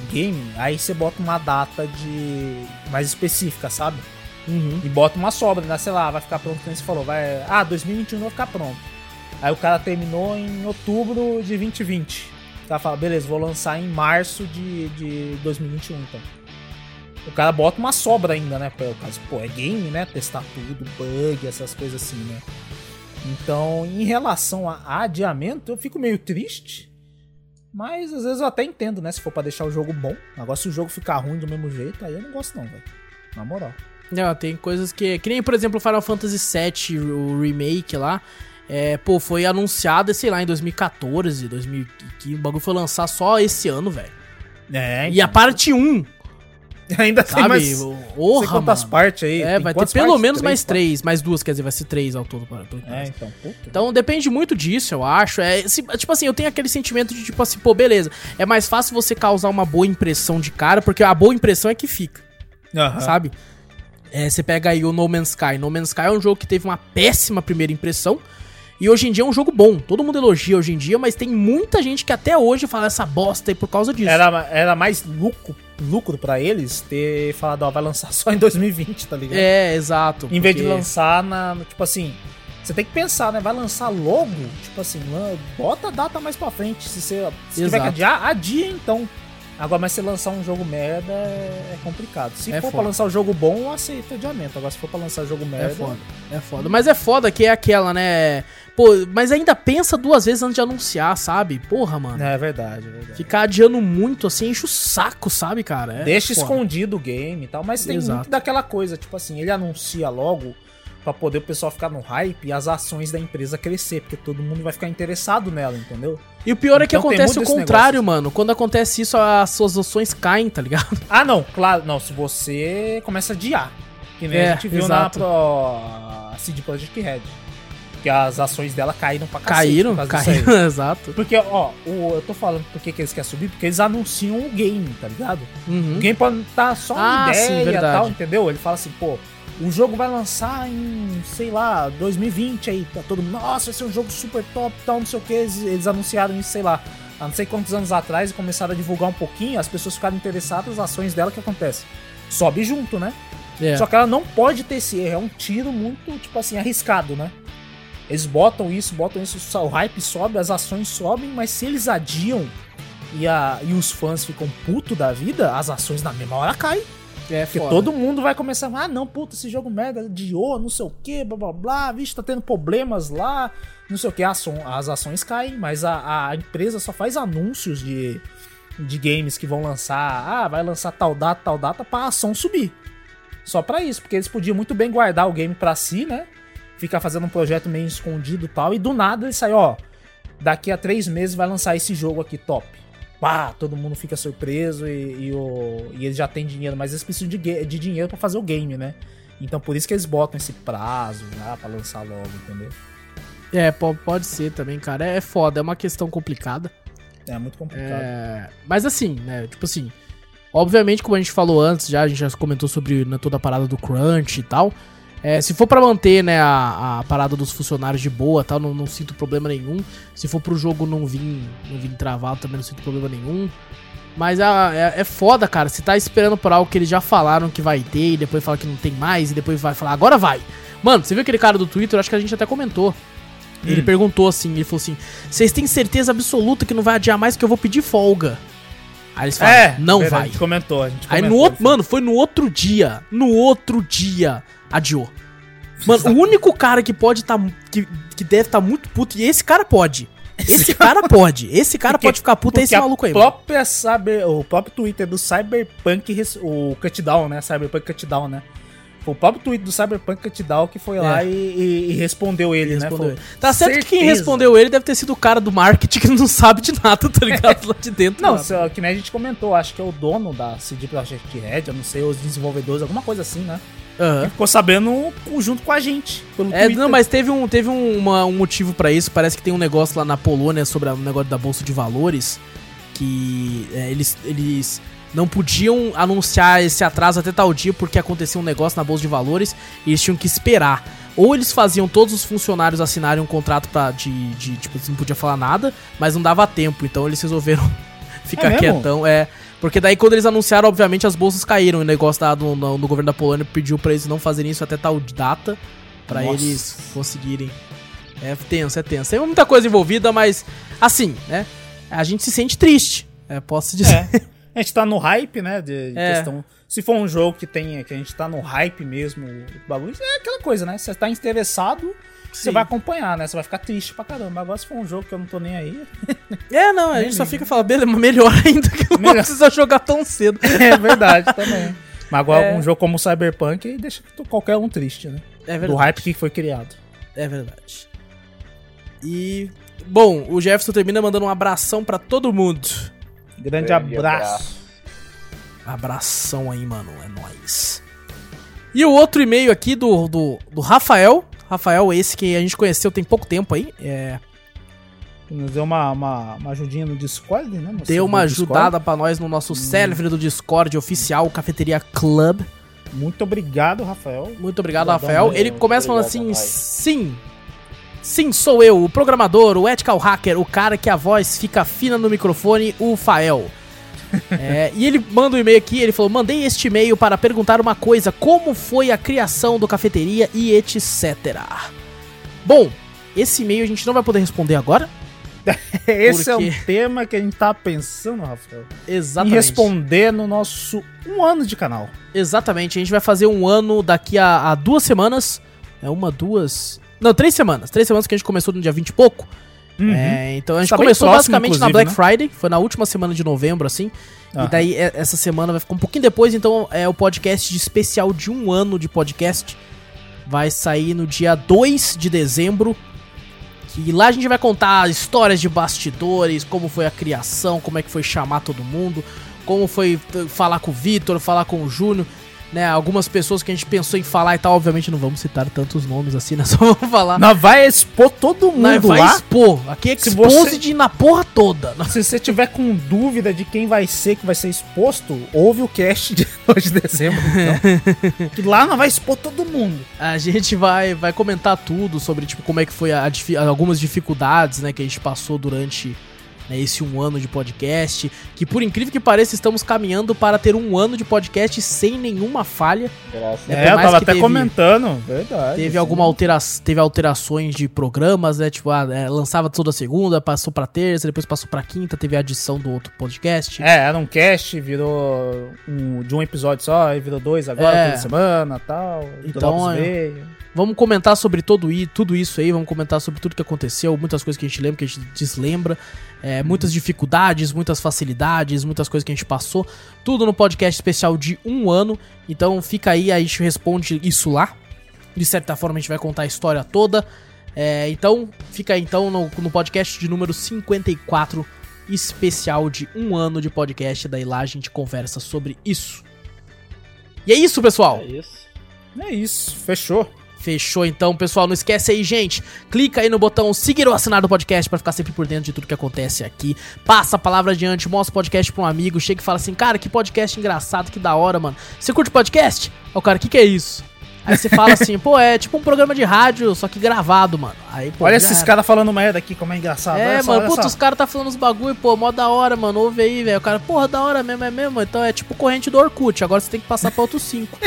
o game, aí você bota uma data de. mais específica, sabe? Uhum. E bota uma sobra, né? sei lá, vai ficar pronto, como você falou, vai. Ah, 2021 vai ficar pronto. Aí o cara terminou em outubro de 2020. O cara fala, beleza, vou lançar em março de, de 2021, então. O cara bota uma sobra ainda, né? Pelo caso, pô, é game, né? Testar tudo, bug, essas coisas assim, né? Então, em relação a adiamento, eu fico meio triste. Mas às vezes eu até entendo, né? Se for pra deixar o jogo bom. Agora, se o jogo ficar ruim do mesmo jeito, aí eu não gosto, não, velho. Na moral. Não, tem coisas que. Que nem, por exemplo, o Final Fantasy VII, o remake lá. É, pô, foi anunciado, sei lá, em 2014, 2015. O bagulho foi lançar só esse ano, velho. É, E a parte 1, [laughs] Ainda tem sabe? mais. O- Não sei Ah, Porra, quantas mano. partes aí. É, tem vai ter quantas pelo partes? menos mais quatro? três, mais duas, quer dizer, vai ser três ao todo. Pra, pra- É, então, puta. Então depende muito disso, eu acho. É, se- tipo assim, eu tenho aquele sentimento de tipo assim, pô, beleza. É mais fácil Ah. você causar uma boa impressão de cara, porque a boa impressão é que fica, Aham. sabe? É, você pega aí o No Man's Sky. No Man's Sky é um jogo que teve uma péssima primeira impressão. E hoje em dia é um jogo bom. Todo mundo elogia hoje em dia, mas tem muita gente que até hoje fala essa bosta aí por causa disso. Era, era mais lucro, lucro pra eles ter falado, ó, vai lançar [laughs] só em 2020, tá ligado? É, exato. em vez de porque- lançar na. Tipo assim. Você tem que pensar, né? Vai lançar logo? Tipo assim, lan- bota a data mais pra frente. Se você se tiver que Exato. adiar, adia então. Agora, mas se lançar um jogo merda, é é complicado. Se É for pra foda. lançar o jogo bom, eu aceito o adiamento. Agora, se for pra lançar jogo merda. É foda, é foda. Mas é foda que é aquela, né? Pô, mas ainda pensa duas vezes antes de anunciar, sabe? Porra, mano. É verdade, é verdade. Ficar adiando muito assim, enche o saco, sabe, cara? É Deixa foda. escondido o game e tal, mas tem Exato. muito daquela coisa, tipo assim, ele anuncia logo pra poder o pessoal ficar no hype e as ações da empresa crescer, porque todo mundo vai ficar interessado nela, entendeu? E o pior é que Então tem acontece o muito esse contrário, mano. Quando acontece isso, as suas ações caem, tá ligado? Ah, não, claro, não, se você começa a adiar, que nem É, a gente viu exato. na pro CD Projekt Red, que as ações dela caíram pra cacete Caíram, Tá por causa disso aí. caíram, [laughs] exato. Porque, ó, o- eu tô falando porque que eles querem subir, porque eles anunciam o game, tá ligado? Uhum. O game pode tá só uma Ah, sim, ideia e verdade. tal, entendeu? Ele fala assim, pô, o jogo vai lançar em, sei lá, 2020 aí, tá todo mundo, nossa, vai ser um jogo super top, tal, não sei o que, eles, eles anunciaram isso, sei lá, há não sei quantos anos atrás e começaram a divulgar um pouquinho, as pessoas ficaram interessadas, as ações dela, o que acontece? Sobe junto, né? É. Só que ela não pode ter esse erro, é um tiro muito, tipo assim, arriscado, né? Eles botam isso, botam isso, só- o hype sobe, as ações sobem, mas se eles adiam e, a, e os fãs ficam puto da vida, as ações na mesma hora caem. é Porque foda. todo mundo vai começar, ah não, puta, esse jogo merda, adiou, não sei o que, blá blá blá, vixe, tá tendo problemas lá, não sei o que, as ações caem, mas a, a empresa só faz anúncios de, de games que vão lançar, ah, vai lançar tal data, tal data, pra ação subir. Só pra isso, porque eles podiam muito bem guardar o game pra si, né? Ficar fazendo um projeto meio escondido e tal, e do nada ele sai, ó, daqui a três meses vai lançar esse jogo aqui top. Pá, todo mundo fica surpreso e, e o, e eles já têm dinheiro, mas eles precisam de, ga- de dinheiro pra fazer o game, né? Então por isso que eles botam esse prazo lá pra lançar logo, entendeu? É, po- pode ser também, cara. É, é foda, é uma questão complicada. É muito complicado. É, mas assim, né? Tipo assim, obviamente, como a gente falou antes, já a gente já comentou sobre né, toda a parada do crunch e tal. É, se for pra manter né, a, a parada dos funcionários de boa, tal, não, não sinto problema nenhum. Se for pro jogo não vir, não vir travado, também não sinto problema nenhum. Mas a- é, é foda, cara. Você tá esperando por algo que eles já falaram que vai ter, e depois fala que não tem mais, e depois vai falar, agora vai. Mano, você viu aquele cara do Twitter? Acho que a gente até comentou. Hum. Ele perguntou assim, ele falou assim: Vocês têm certeza absoluta que não vai adiar mais que eu vou pedir folga? Aí eles falaram, não É, verdade, assim. A vai. gente comentou, a gente Aí no comentou, outro. Mano, foi no outro dia. No outro dia adiou. Mano, o único cara que pode tá. Que, que deve tá muito puto. E esse cara pode. Esse cara pode. Esse cara Porque- pode ficar puto. É Porque esse a maluco aí. mano. Própria cyber, o próprio Twitter do Cyberpunk, res- o Cutdown, né? Cyberpunk Cutdown, né? Foi o próprio Twitter do Cyberpunk Cutdown que foi lá É. e, e- e respondeu ele, Ele né? respondeu Falou, ele. Tá certo que quem "Certeza." respondeu ele deve ter sido o cara do marketing que não sabe de nada, tá [laughs] ligado? Lá de dentro. É. Não, lá. só que nem a gente comentou, acho que é o dono da CD Projekt Red, eu não sei, os desenvolvedores, alguma coisa assim, né? Aham. Ficou sabendo junto com a gente. Pelo É, Twitter. não, mas teve, um, teve um, uma- um motivo pra isso. Parece que tem um negócio lá na Polônia sobre o negócio da Bolsa de Valores. Que é, eles, eles não podiam anunciar esse atraso até tal dia porque acontecia um negócio na Bolsa de Valores e eles tinham que esperar. Ou eles faziam todos os funcionários assinarem um contrato pra, de, de. Tipo, não podia falar nada, mas não dava tempo. Então eles resolveram [laughs] ficar mesmo? quietão. É. Porque daí quando eles anunciaram, obviamente, as bolsas caíram. E o negócio da, do, do- do governo da Polônia pediu pra eles não fazerem isso até tal data. Pra Nossa. eles conseguirem. É tenso, é tenso. Tem muita coisa envolvida, mas assim, né? A gente se sente triste. É, posso dizer. É. A gente tá no hype, né? De, de É. questão. Se for um jogo que tem, que a gente tá no hype mesmo, o bagulho, é aquela coisa, né? Você tá interessado, você Sim. vai acompanhar, né? Você vai ficar triste pra caramba. Agora, se for um jogo que eu não tô [laughs] nem aí. É, não, a Nem gente só liga. fica falando, "Beleza, mas melhor [laughs] ainda que não Melhor. precisa jogar tão cedo. É verdade também. Mas agora, É. um jogo como o Cyberpunk aí deixa qualquer um triste, né? É Do verdade. hype que foi criado. É verdade. E. Bom, o Jefferson termina mandando um abração pra todo mundo. Grande, Grande abraço. abraço. Abração aí, mano. É nóis. E o outro e-mail aqui do, do, do Rafael. Rafael, esse que a gente conheceu tem pouco tempo aí. É, Nos deu uma, uma, uma ajudinha no Discord, né? No deu uma servidor Discord. Hum. ajudada pra nós no nosso server do Discord oficial, Cafeteria Club. Muito obrigado, Rafael. Muito obrigado, Obrigadão Rafael. mesmo, Ele começa falando assim: é obrigado, rapaz. sim. Sim, sou eu, o programador, o ethical hacker, o cara que a voz fica fina no microfone, o [laughs] Fael. É, e ele manda um e-mail aqui, ele falou: mandei este e-mail para perguntar uma coisa, como foi a criação do cafeteria e etc. Bom, esse e-mail a gente não vai poder responder agora. Esse é Porque- um tema que a gente tá pensando, Rafael. Exatamente. E responder no nosso um ano de canal. Exatamente, a gente vai fazer um ano daqui a, a duas semanas. É uma, duas. Não, três semanas. Três semanas que a gente começou no dia 20 e pouco. É, então a gente Tá bem começou próximo, basicamente na inclusive, Black né? Friday, foi na última semana de novembro, assim. Aham. E daí é, essa semana vai ficar um pouquinho depois, então é o podcast de especial de um ano de podcast. Vai sair no dia 2 de dezembro. E lá a gente vai contar histórias de bastidores, como foi a criação, como é que foi chamar todo mundo, como foi eh, falar com o Vitor, falar com o Júnior, né? Algumas pessoas que a gente pensou em falar e tal, obviamente não vamos citar tantos nomes assim, né? [laughs] Só vamos falar. Nós vai expor todo Nós mundo vai lá. expor. Aqui é Se expose você- de na porra toda. Se você tiver com dúvida de quem vai ser que vai ser exposto, ouve o cast de [laughs] 2 de dezembro, então. que lá nós vai expor todo mundo. A gente vai, vai comentar tudo sobre, tipo, como é que foi a difi- algumas dificuldades, né, que a gente passou durante né, esse um ano de podcast. Que por incrível que pareça, estamos caminhando para ter um ano de podcast sem nenhuma falha. Graças É, É, por eu mais tava que até teve- comentando. Verdade. Teve sim. alguma altera teve alterações de programas, né? Tipo, ah, é, lançava toda segunda, passou pra terça, depois passou pra quinta, teve a adição do outro podcast. É, era um cast, virou um- de um episódio só, aí virou dois agora, É. toda semana tal. Então, Lopes é. veio. Vamos comentar sobre todo i- tudo isso aí, vamos comentar sobre tudo que aconteceu, muitas coisas que a gente lembra, que a gente deslembra, é, muitas dificuldades, muitas facilidades, muitas coisas que a gente passou, tudo no podcast especial de um ano. Então fica aí, a gente responde isso lá. De certa forma a gente vai contar a história toda. É, então fica aí então no, no podcast de número 54, especial de um ano de podcast. Daí lá a gente conversa sobre isso. E é isso, pessoal! É isso. É isso, fechou. Fechou então, pessoal. Não esquece aí, gente. Clica aí no botão seguir ou assinar do podcast pra ficar sempre por dentro de tudo que acontece aqui. Passa a palavra adiante, mostra o podcast pra um amigo. Chega e fala assim: Cara, que podcast engraçado, que da hora, mano. Você curte podcast? Ó, cara, o que, que é isso? Aí você fala assim: Pô, é tipo um programa de rádio, só que gravado, mano. Aí, pô, olha já esses era. caras falando merda aqui, como é engraçado. É, olha só, mano, olha puta, só. os caras tá falando uns bagulho, pô, mó da hora, mano. Ouve aí, velho. O cara, porra, da hora mesmo, é mesmo. Então é tipo corrente do Orkut, agora você tem que passar pra outros cinco.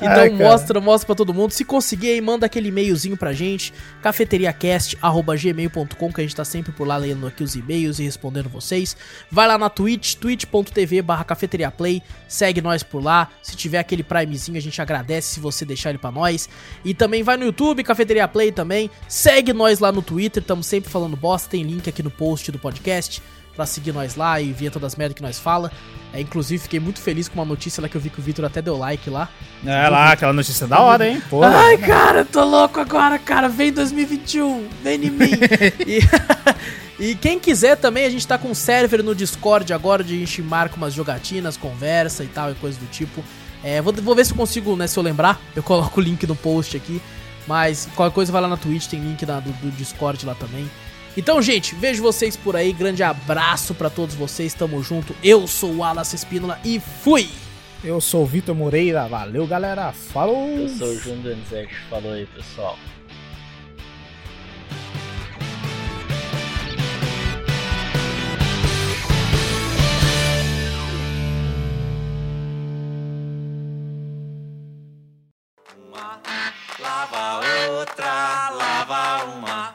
então Ai, cara. mostra, mostra pra todo mundo. Se conseguir aí, manda aquele e-mailzinho pra gente, cafeteriacast.gmail.com, que a gente tá sempre por lá lendo aqui os e-mails e respondendo vocês. Vai lá na Twitch, twitch.tv barra cafeteriaplay, segue nós por lá. Se tiver aquele primezinho, a gente agradece se você deixar ele pra nós. E também vai no YouTube, Cafeteria Play também. Segue nós lá no Twitter, estamos sempre falando bosta. Tem link aqui no post do podcast pra seguir nós lá e ver todas as merdas que nós fala. É, inclusive, fiquei muito feliz com uma notícia lá que eu vi que o Vitor até deu like lá. É lá, aquela notícia da hora, hein? Pô. Ai, cara, tô louco agora, cara. Vem 2021, vem em mim. [laughs] e, [laughs] e quem quiser também, a gente tá com um server no Discord agora, onde a gente marca umas jogatinas, conversa e tal, e coisa do tipo. É, vou, vou ver se eu consigo, né, se eu lembrar. Eu coloco o link no post aqui. Mas qualquer coisa vai lá na Twitch, tem link na- do, do Discord lá também. Então, gente, vejo vocês por aí. Grande abraço pra todos vocês. Tamo junto. Eu sou o Alas Espínola e fui! Eu sou o Vitor Moreira, valeu galera, falou! Eu sou o Júnior Donizete. Falou aí, pessoal. Lava outra, lava uma.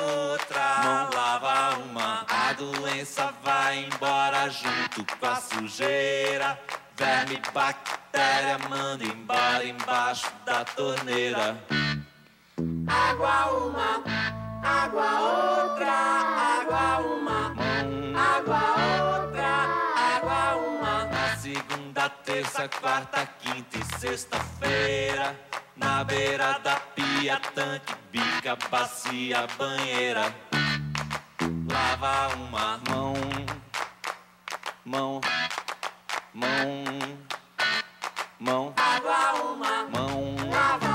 outra, lava uma. A doença vai embora junto com a sujeira. Verme, bactéria, manda embora embaixo da torneira. Água uma, água outra, água uma, água outra, água uma. Na segunda, terça, quarta, quinta e sexta-feira. Na beira da pia, tanque, bica, bacia, banheira. Lava uma mão, mão, mão, mão. Lava uma mão. Lava